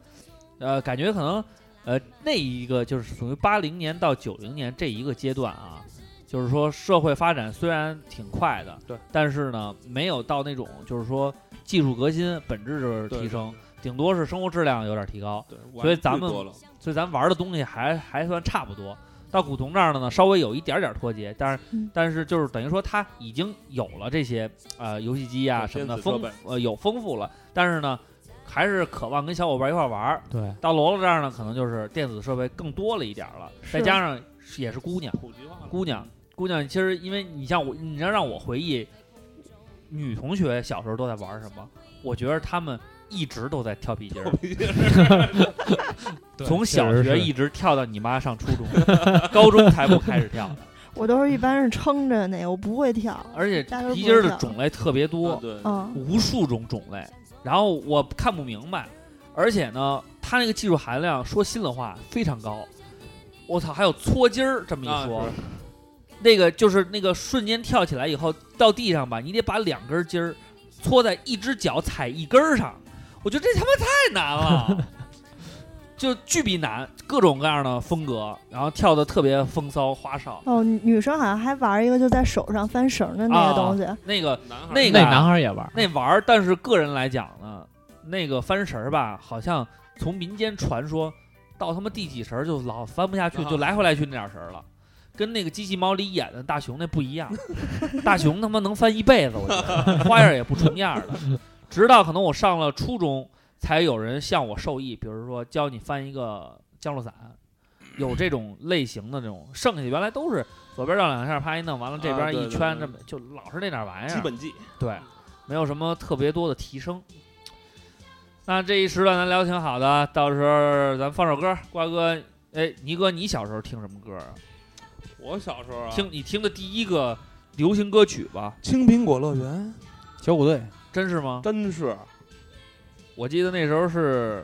呃，感觉可能呃那一个就是属于八零年到九零年这一个阶段啊，就是说社会发展虽然挺快的，
对，
但是呢没有到那种就是说技术革新本质就是
对
提升，顶多是生活质量有点提高。
对，我
所以
还
咱
绿
们
多了
所以咱玩的东西还还算差不多。到古潼这儿呢，稍微有一点点脱节，但是、
嗯
但是就是等于说他已经有了这些呃游戏机啊
对
什么的
电子设
丰
备
富呃有丰富了，但是呢还是渴望跟小伙伴一块儿玩儿。
对
到罗罗这儿呢，可能就是电子设备更多了一点儿了，
是
再加上也是姑娘，
普及化了。
姑 娘，姑娘，其实因为你像我，你要让我回忆，女同学小时候都在玩什么，我觉得她们一直都在跳皮筋儿，
对
从小
确实
学
是
一直跳到你妈上初中，高中才不开始跳 的，
我都是一般是撑着那个，我不会跳，
而且
大家都
皮
不
筋儿
会
的
跳
种类特别多
啊，对，
嗯，
无数种种类，然后我看不明白，而且呢，它那个技术含量，说心里话非常高。我操，还有搓筋儿这么
啊
一说，
是
那个就是那个瞬间跳起来以后到地上吧，你得把两根筋儿搓在一只脚踩一根儿上，我觉得这他妈太难了，就巨比难，各种各样的风格，然后跳的特别风骚花哨。
哦，女女生好像还玩一个就在手上翻绳的
啊
那个东西，
那个
男孩
那
那
个
男孩也玩儿，
那玩儿，但是个人来讲呢，那个翻绳儿吧，好像从民间传说到他妈第几绳儿就老翻不下去，
啊
就来回来去那点儿绳儿了。跟那个机器猫里演的大熊那不一 样，大熊他妈能翻一辈子，我觉得花样也不重样儿的。 直到可能我上了初中，才有人向我授意，比如说教你翻一个降落伞，有这种类型的这种。剩下原来都是左边绕两下，啪一弄，完了这
啊
边一
对对
圈，
对
这么就老是那点儿玩意儿。
基本技，
对，没有什么特别多的提升。那这一时段咱聊得挺好的，到时候咱放首歌。瓜哥，哎，尼哥，你小时候听什么歌啊？
我小时候啊，
听你听的第一个流行歌曲吧？
青苹果乐园
小虎 队
真是吗？
真是
我记得那时候是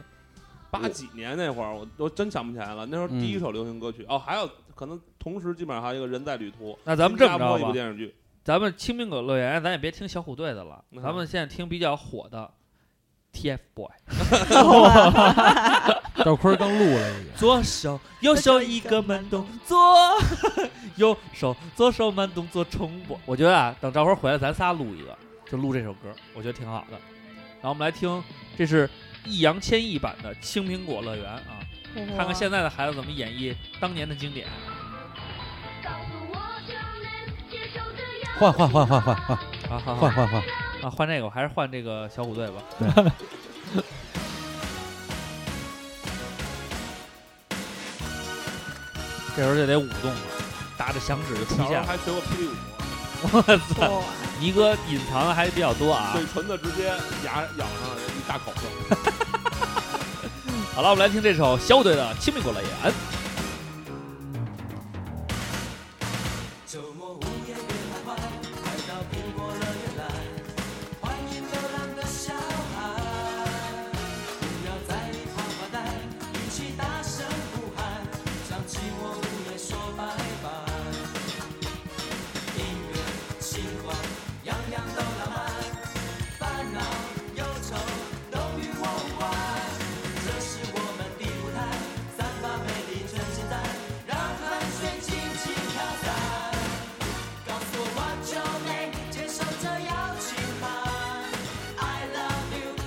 八几年那会儿，我都真想不起来了。那时候
嗯
第一首流行歌曲、哦，还有可能同时基本上还有一个人在旅途。
那咱们这么
新加坡
着
一部
吧，
电 视剧，
咱们《青苹果乐园》，咱也别听小虎队的了，
嗯
咱们现在听比较火的 TFBOY。
赵坤儿刚录了一个，
左手右手一个慢动作， 右手左手慢动作重播。我觉得啊，等赵辉回来，咱仨录一个，就录这首歌，我觉得挺好的。然后我们来听，这是易烊千玺版的《青苹果乐园》啊，看看现在的孩子怎么演绎当年的经典。啊
换换换换换换
啊，好好
换换换，
啊，换这个，我还是换这个小虎队吧。 这时候就得舞动了，搭着响指就出
小
现
时候
了。
还学过霹雳舞，
我操！
哇
尼哥隐藏的还比较多啊。
嘴唇子直接牙咬上了一大口子。
好了，我们来听这首小虎队的《亲密过乐园》。
周末午夜别徘徊，来到苹果乐园来，欢迎流浪的小孩。不要在意爬花呆，一起大声呼喊，向寂寞午夜说拜拜。音乐、星光，样样都浪漫，烦恼、忧愁都与我无关。这是我们的舞台，散发美丽真情在，让汗水轻轻飘散。告诉我 your name，接受这邀请函。I love you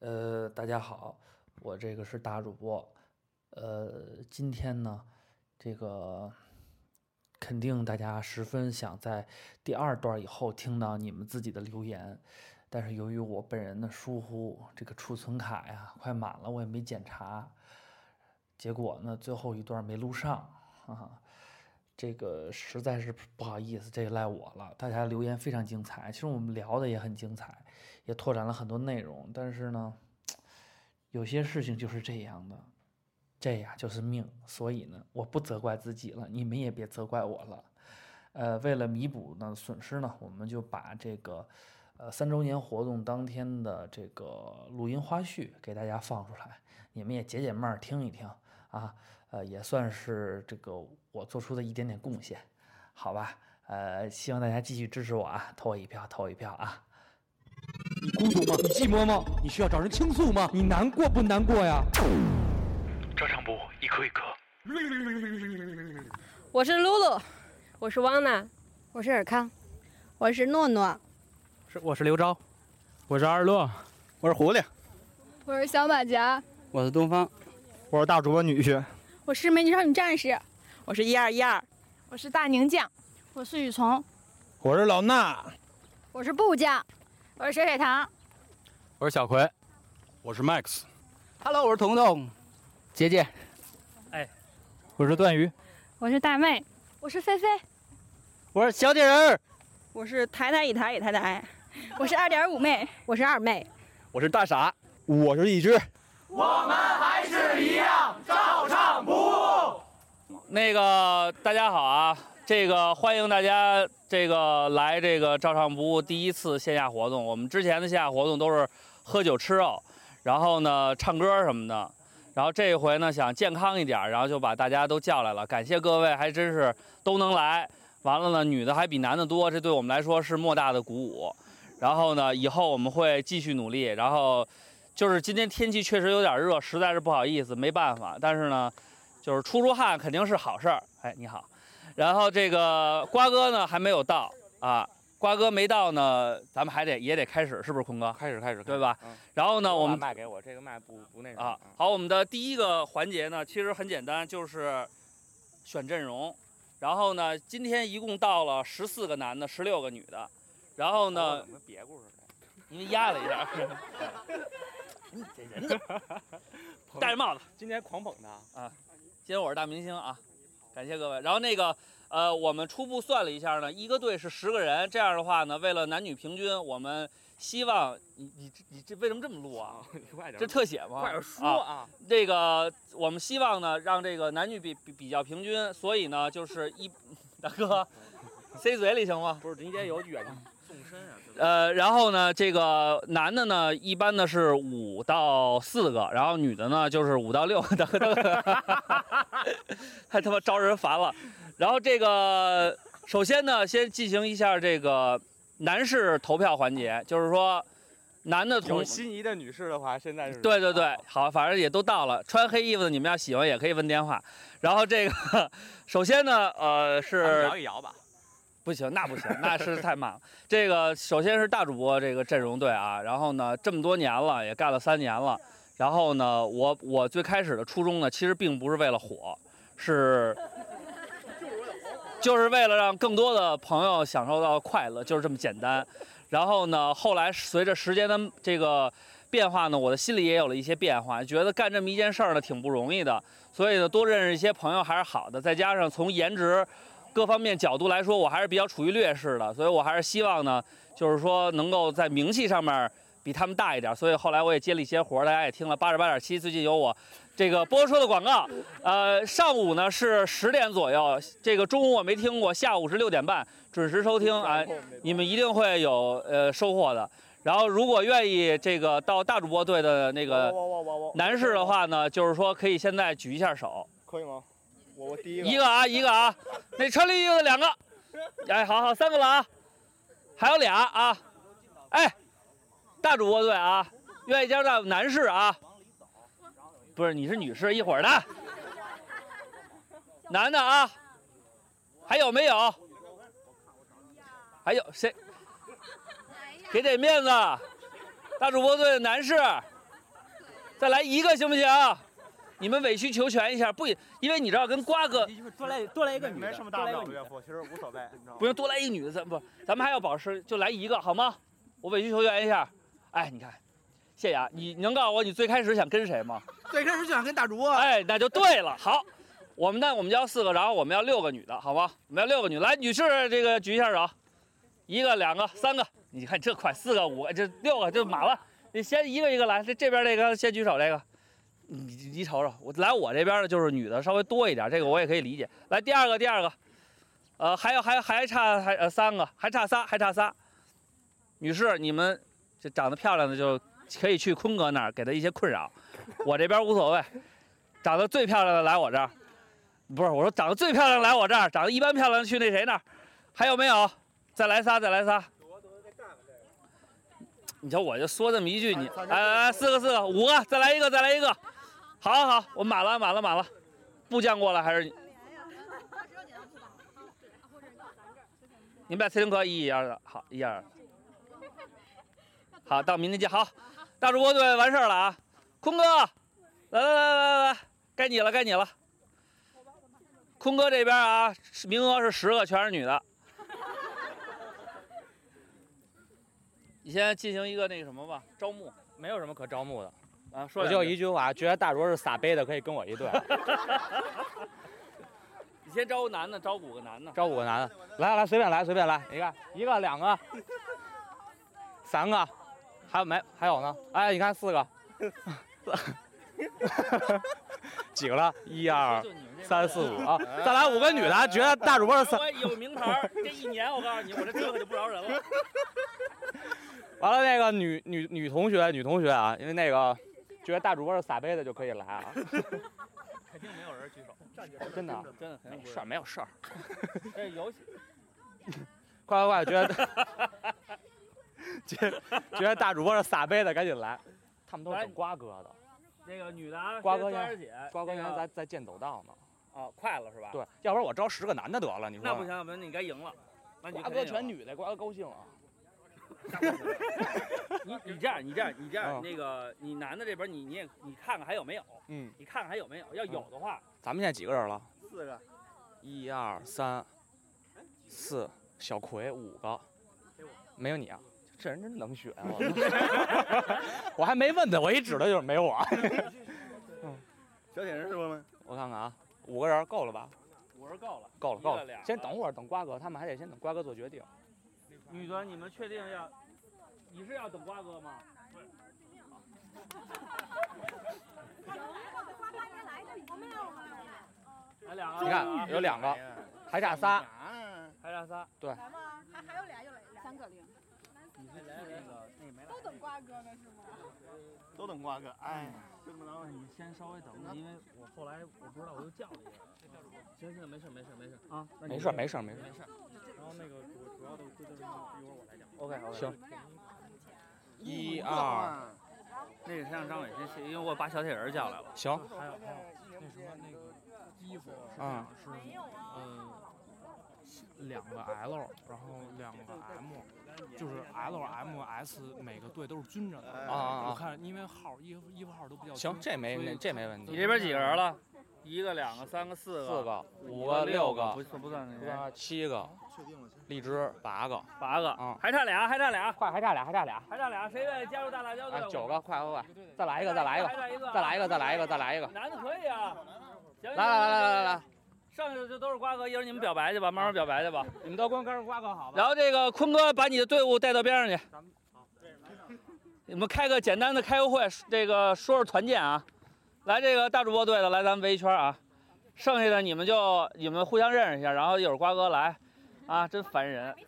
呃大家好，我这个是大主播，呃，今天呢，这个肯定大家十分想在第二段以后听到你们自己的留言，但是由于我本人的疏忽，这个储存卡呀快满了，我也没检查，结果呢最后一段没录上啊。这个实在是不好意思，这个赖我了。大家留言非常精彩，其实我们聊的也很精彩，也拓展了很多内容。但是呢，有些事情就是这样的，这呀就是命。所以呢，我不责怪自己了，你们也别责怪我了。呃，为了弥补呢损失呢，我们就把这个呃三周年活动当天的这个录音花絮给大家放出来，你们也解解闷儿，听一听啊。呃，也算是这个我做出的一点点贡献，好吧？呃，希望大家继续支持我啊，投我一票，投我一票啊！
你孤独吗？你寂寞吗？你需要找人倾诉吗？你难过不难过呀？
照常补，一颗一颗。
我是露露，我是汪娜，我是尔康，我是诺诺，
是我是刘钊，
我是二乐，我是狐狸，
我是小马甲，
我是东方，
我是大主播女婿，
我是美女少女战士，
我是一二一二，
我是大宁酱，
我是雨从，
我是老衲，
我是布酱，
我是水水堂，
我是小葵，
我是 Max。
Hello，我是彤彤，
杰杰，
哎，
我是段鱼，
我是大妹，
我是菲菲，
我是小铁人，
我是台台一台一台台，
我是二点五妹，
我是二妹，
我是大傻，
我是一只。
我们还是一样，照常不误。
那个大家好啊，这个欢迎大家这个来这个照常不误第一次线下活动。我们之前的线下活动都是喝酒吃肉，然后呢唱歌什么的。然后这一回呢想健康一点，然后就把大家都叫来了。感谢各位，还真是都能来。完了呢，女的还比男的多，这对我们来说是莫大的鼓舞。然后呢，以后我们会继续努力。然后。就是今天天气确实有点热，实在是不好意思，没办法。但是呢，就是出出汗肯定是好事儿。哎，你好。然后这个瓜哥呢还没有到啊，瓜哥没到呢，咱们还得也得开始，是不是坤哥？
开始开始，
对吧？嗯、然后呢，我们
麦给我这个麦不不那啥
啊。好，我们的第一个环节呢，其实很简单，就是选阵容。然后呢，今天一共到了十四个男的，十六个女的。然后呢，
别故事
因为压了一下。
你这人怎么
戴着帽子？
今天狂捧他
啊！今天我是大明星啊，感谢各位。然后那个呃，我们初步算了一下呢，一个队是十个人，这样的话呢，为了男女平均，我们希望你你你这为什么这么录 啊？这特写吗？
快点说啊！
这个我们希望呢，让这个男女比比比较平均，所以呢，就是一 大哥塞嘴里行吗？
不是，人家有远近。
呃，然后呢，这个男的呢，一般呢是五到四个，然后女的呢就是五到六个， 太他妈招人烦了。然后这个首先呢，先进行一下这个男士投票环节，就是说男的同
心仪的女士的话，现在是啊
对对对，好，反正也都到了。穿黑衣服的你们要喜欢也可以问电话。然后这个 首先呢，呃是
摇一摇吧。
不行，那不行，那是太慢了。这个首先是大主播这个阵容队啊，然后呢，这么多年了，也干了三年了。然后呢，我我最开始的初衷呢，其实并不是为了火，是就是为了让更多的朋友享受到快乐，就是这么简单。然后呢，后来随着时间的这个变化呢，我的心里也有了一些变化，觉得干这么一件事儿呢挺不容易的，所以呢，多认识一些朋友还是好的。再加上从颜值。各方面角度来说，我还是比较处于劣势的，所以我还是希望呢，就是说能够在名气上面比他们大一点。所以后来我也接了一些活儿，大家也听了八十八点七，最近有我这个播出的广告。呃，上午呢是十点左右，这个中午我没听过，下午是六点半准时收听啊，你们一定会有呃收获的。然后，如果愿意这个到大主播队的那个男士的话呢，就是说可以现在举一下手，
可以吗？我我第一
个一个啊，一个啊，那穿绿衣服的两个，哎，好好，三个了啊，还有俩啊，哎，大主播队啊，愿意加入大男士啊，不是你是女士一会儿的，男的啊，还有没有？还有谁？啊给点面子，大主播队的男士，再来一个行不行？你们委曲求全一下，不，因为你知道跟瓜哥
多来多来一个女的，
没什么大不了的
岳父，其实无所谓。
不用多来一女的，咱不，咱们还要保持，就来一个好吗？我委曲求全一下。哎，你看，谢谢啊，你能告诉我你最开始想跟谁吗？
最开始就想跟大啊主播，
哎，那就对了。好，我们那我们要四个，然后我们要六个女的，好吗？我们要六个女的，来，女士这个举一下手，一个、两个、三个，你看这快四个、五个，这六个就满了。你先一个一个来，这这边这个先举手，这个你你你瞅瞅，我来我这边的就是女的稍微多一点，这个我也可以理解。来第二个，第二个，呃，还有还还差还呃三个，还差仨，还差仨。女士，你们这长得漂亮的就可以去坤哥那儿给他一些困扰，我这边无所谓。长得最漂亮的来我这儿，不是我说长得最漂亮的来我这儿，长得一般漂亮的去那谁那儿，还有没有？再来仨，再来仨。你瞧，我就说这么一句，你哎哎，哎四个四个，五个，再来一个，再来一个，好好好，我满了满了满了，部将过来还是你？你们俩谁听可一一二的，好一二，好到明天见，好，大主播队完事儿了啊，坤哥，来来来来来，该你了该你了，坤哥这边啊，名额是十个，全是女的，你先进行一个那个什么吧，招募，
没有什么可招募的。
啊，说
我
两
就
句
一句话，觉得大卓是撒杯的，可以跟我一队。
你先招男的，招五个男的，
招五个男的，来来随便来随便来，你看一个两个，三个，还有没还有呢？哎，你看四 个，几个了？一二啊三四五啊，
哎
再来五个女的，觉得大主播是三。
我啊有名牌儿，这一年我告诉你，我这嘚瑟就不饶 人了。
完了，那个女女女同学，女同学啊，因为那个觉得大主播是撒杯的就可以来啊。
肯定没有人举手，
真的啊
真的
没事儿，没有事儿。
这游戏
快快快，觉 得觉得觉得大主播是撒杯的，赶紧来。他们都是等瓜哥的，
那个女的啊，
瓜哥
先端着
现
姐
在，瓜哥现在在在建走道呢。
啊，快了是吧？
对，，要不然我招十个男的得了，你说
那不行，要不然你该赢了。那你
瓜哥全女的，瓜哥高兴啊。
你 你这样，你这样，你这样，
嗯
那个你男的这边你你也你看看还有没有？
嗯，
你看看还有没有？要有的话，
咱们现在几个人了？
四个。
一二三四，小葵五个，没有你啊。这人真能选、啊 我我还没问他，我一指他就是没我。
小铁人是不是？
我看看啊，五个人够了吧？
五人够了，
够了，
一
够
个俩
了。先等会儿，等瓜哥，他们还得先等瓜哥做决定。
女的，你们确定要？你是要等瓜哥吗？来两个，
你看，有两个，还差仨。
还差仨。
啊
对，
还还有俩，又来三个零。
你是那个那没来。
都等瓜哥呢是吗？
都等瓜哥，哎，这么着
你先稍微等着，因为我后来我不知道，我又叫了一个。行行，没事没事没事啊，那你
没事儿没事儿没事儿
没事儿。然后那个主主要的规则是一会儿我来讲。
OK，OK 行。
一
二，
那个先让张伟先去，因为我把小铁人叫来了。
行
还有还有。
那什么那个衣服是这
嗯
样，是呃两个 L，然后两个 M，就是 L M S 每个队都是均着的
啊啊啊
我看因为号衣服衣服号都比较
行
均
这没
所以
那这没问题
你这边几个人了？一个、两个、三个、嗯四个。
四个、五
个、
个、六
个
个，，
不算不算那
不
个。
算七个，荔枝八个，
八个
啊，
还差俩，还差俩，
快，还差俩，还差俩，
还差俩，谁愿意加入大辣椒队
哎，
伍？
九个，快快快，再来一个，再来一
还差啊一
个，
个
再来一个，再来一个，再来一个，
男的可以啊。来
来来来来来来，
剩下就都是瓜哥，一会儿你们表白去吧，慢慢表白去吧。
你们都跟跟瓜哥好吧？
然后这个坤哥把你的队伍带到边上去，你们开个简单的开个会，这个说说团建啊。来，这个大主播队的来，咱们围一圈啊。剩下的你们就你们互相认识一下，然后一会儿瓜哥来，啊，真烦人。一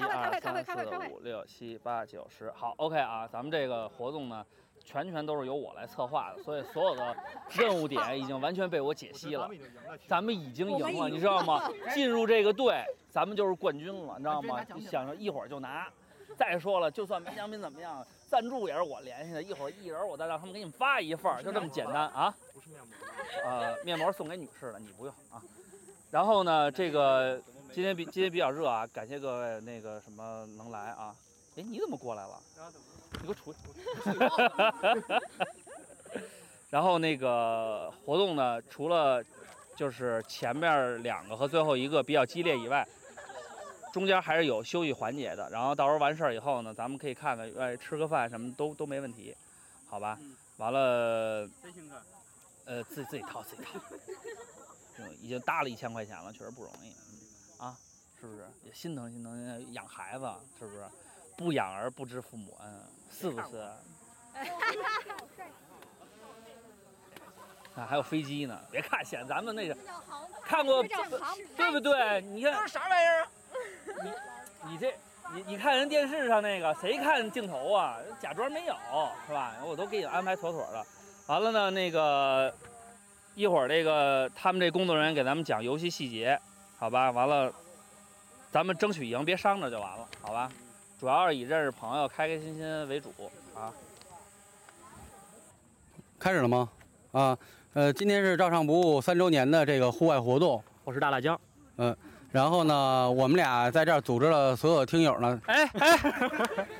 二三四五六七八九十，好，OK 啊，咱们这个活动呢，全权都是由我来策划的，所以所有的 任务点已经完全被我解析了。咱们已经赢了，你知道吗？进入这个队，咱们就是冠军了，你知道吗？就想着一会儿就拿。再说了，就算没奖品怎么样，赞助也是我联系的，一会儿一人我再让他们给你们发一份儿，就这么简单啊。
不是面膜。
呃，面膜送给女士的，你不用啊。然后呢，这个今天比今天比较热啊，感谢各位那个什么能来啊。哎，你怎么过来了？
你给我出去！
然后那个活动呢，除了就是前面两个和最后一个比较激烈以外，中间还是有休息环节的。然后到时候完事儿以后呢，咱们可以看看，哎，吃个饭什么都都没问题，好吧？完了，呃，自自己掏自己掏，嗯已经搭了一千块钱了，确实不容易，嗯啊，是不是？也心疼心疼，养孩子是不是？不养儿不知父母恩，是不是？啊，还有飞机呢，别看显咱们那个看过，对不对？你看
啥玩意儿？啊
你这，你你看人电视上那个，谁看镜头啊？假装没有，是吧？我都给你安排妥妥的。完了呢，那个一会儿这个他们这工作人员给咱们讲游戏细节，好吧？完了，咱们争取赢，别伤着就完了，好吧？主要是以认识朋友、开开心心为主啊。
开始了吗？啊，呃，今天是照常不误三周年的这个户外活动，我是大辣椒，嗯、然后呢，我们俩在这儿组织了所有听友呢，
哎哎，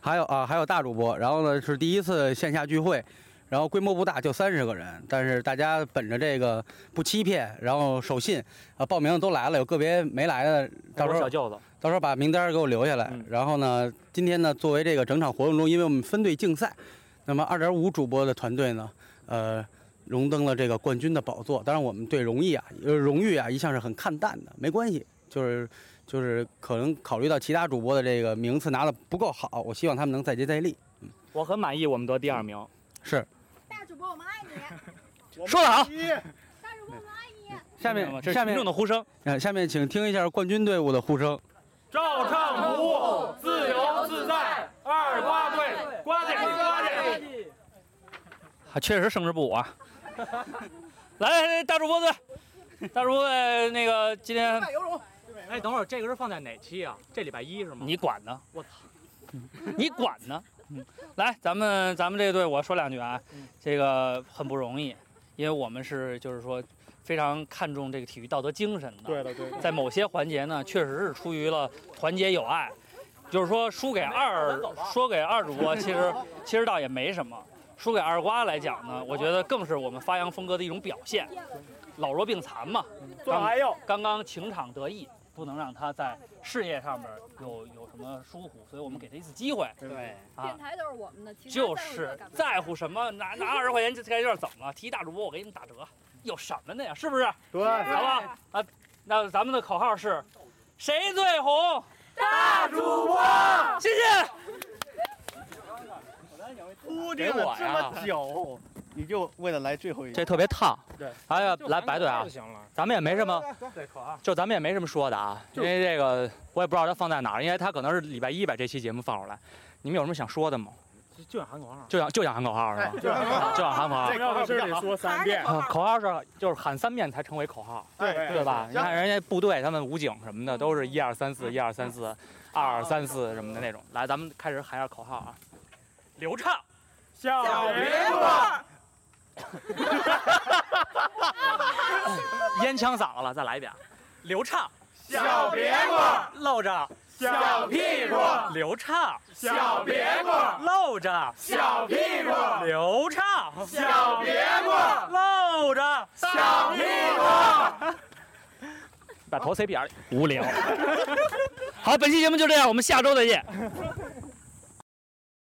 还有啊，还有大主播，然后呢是第一次线下聚会，然后规模不大，就三十个人，但是大家本着这个不欺骗，然后守信啊，报名的都来了，有个别没来的，
哎
到时候
小舅子，
到时候把名单儿给我留下来。然后呢，今天呢，作为这个整场活动中，因为我们分队竞赛，那么二点五主播的团队呢，呃，荣登了这个冠军的宝座。当然，我们对荣誉啊，呃，荣誉啊，一向是很看淡的，没关系，就是就是可能考虑到其他主播的这个名次拿的不够好，我希望他们能再接再厉。嗯，
我很满意我们得第二名。
是，
大主播，我们爱你。
说得
大
好。
主播，我们爱你。
啊下面
嗯
下面
呼声，
呃，下面请听一下冠军队伍的呼声。
照唱不误，自由自在。二瓜队，瓜姐，瓜姐。
还确实胜之不武啊。 来，大主播队，大主播队，那个今天
哎，等会儿这个是放在哪期啊？这礼拜一是吗？
你管呢？
我操！
你管呢？嗯，来，咱们咱们这队我说两句啊，这个很不容易，因为我们是就是说非常看重这个体育道德精神的。
对的对的
在某些环节呢，确实是出于了团结友爱，就是说输给二说给二主播，其 实其实倒也没什么。输给二瓜来讲呢，我觉得更是我们发扬风格的一种表现。老弱病残嘛，
做
刚
还要
刚刚情场得意，不能让他在事业上面有有什么疏忽，所以我们给他一次机会。
对
啊
电，台都是我们的，其实
就是在乎什么？拿拿二十块钱这这事儿怎么了？提大主播我给你们打折，有什么的呀？是不是？
对
好吧。啊，那咱们的口号是，谁最红？
大主播，
谢谢。
铺
垫了这么
久，你就为了来最后一
这特别烫。
对
哎呀，来白队啊
就行了，
咱们也没什么，
对口号
就咱们也没什么说的啊，因
就
为这个我也不知道它放在哪儿，因为它可能是礼拜一把这期节目放出来。你们有什么想说的吗？
就想喊口号，
就想就想喊口号是吗？
就想喊口号
就想喊口号。
这口号必须得说三遍
啊口号是就是喊三遍才成为口号，
对对
对吧？
对
你看人家部队他们武警什么的都是一二三四一二三四二二三四什么的那种。来，咱们开始喊一下口号啊，流畅。
小
别
瓜，
烟枪嗓子了，再来一遍啊，流畅。
小别瓜，
露着。
小屁股
流畅，
小别过
露着，
小屁股
流畅，
小别过
露着，
小屁股。
把头塞鼻眼里，
无聊。好，本期节目就这样，我们下周再见。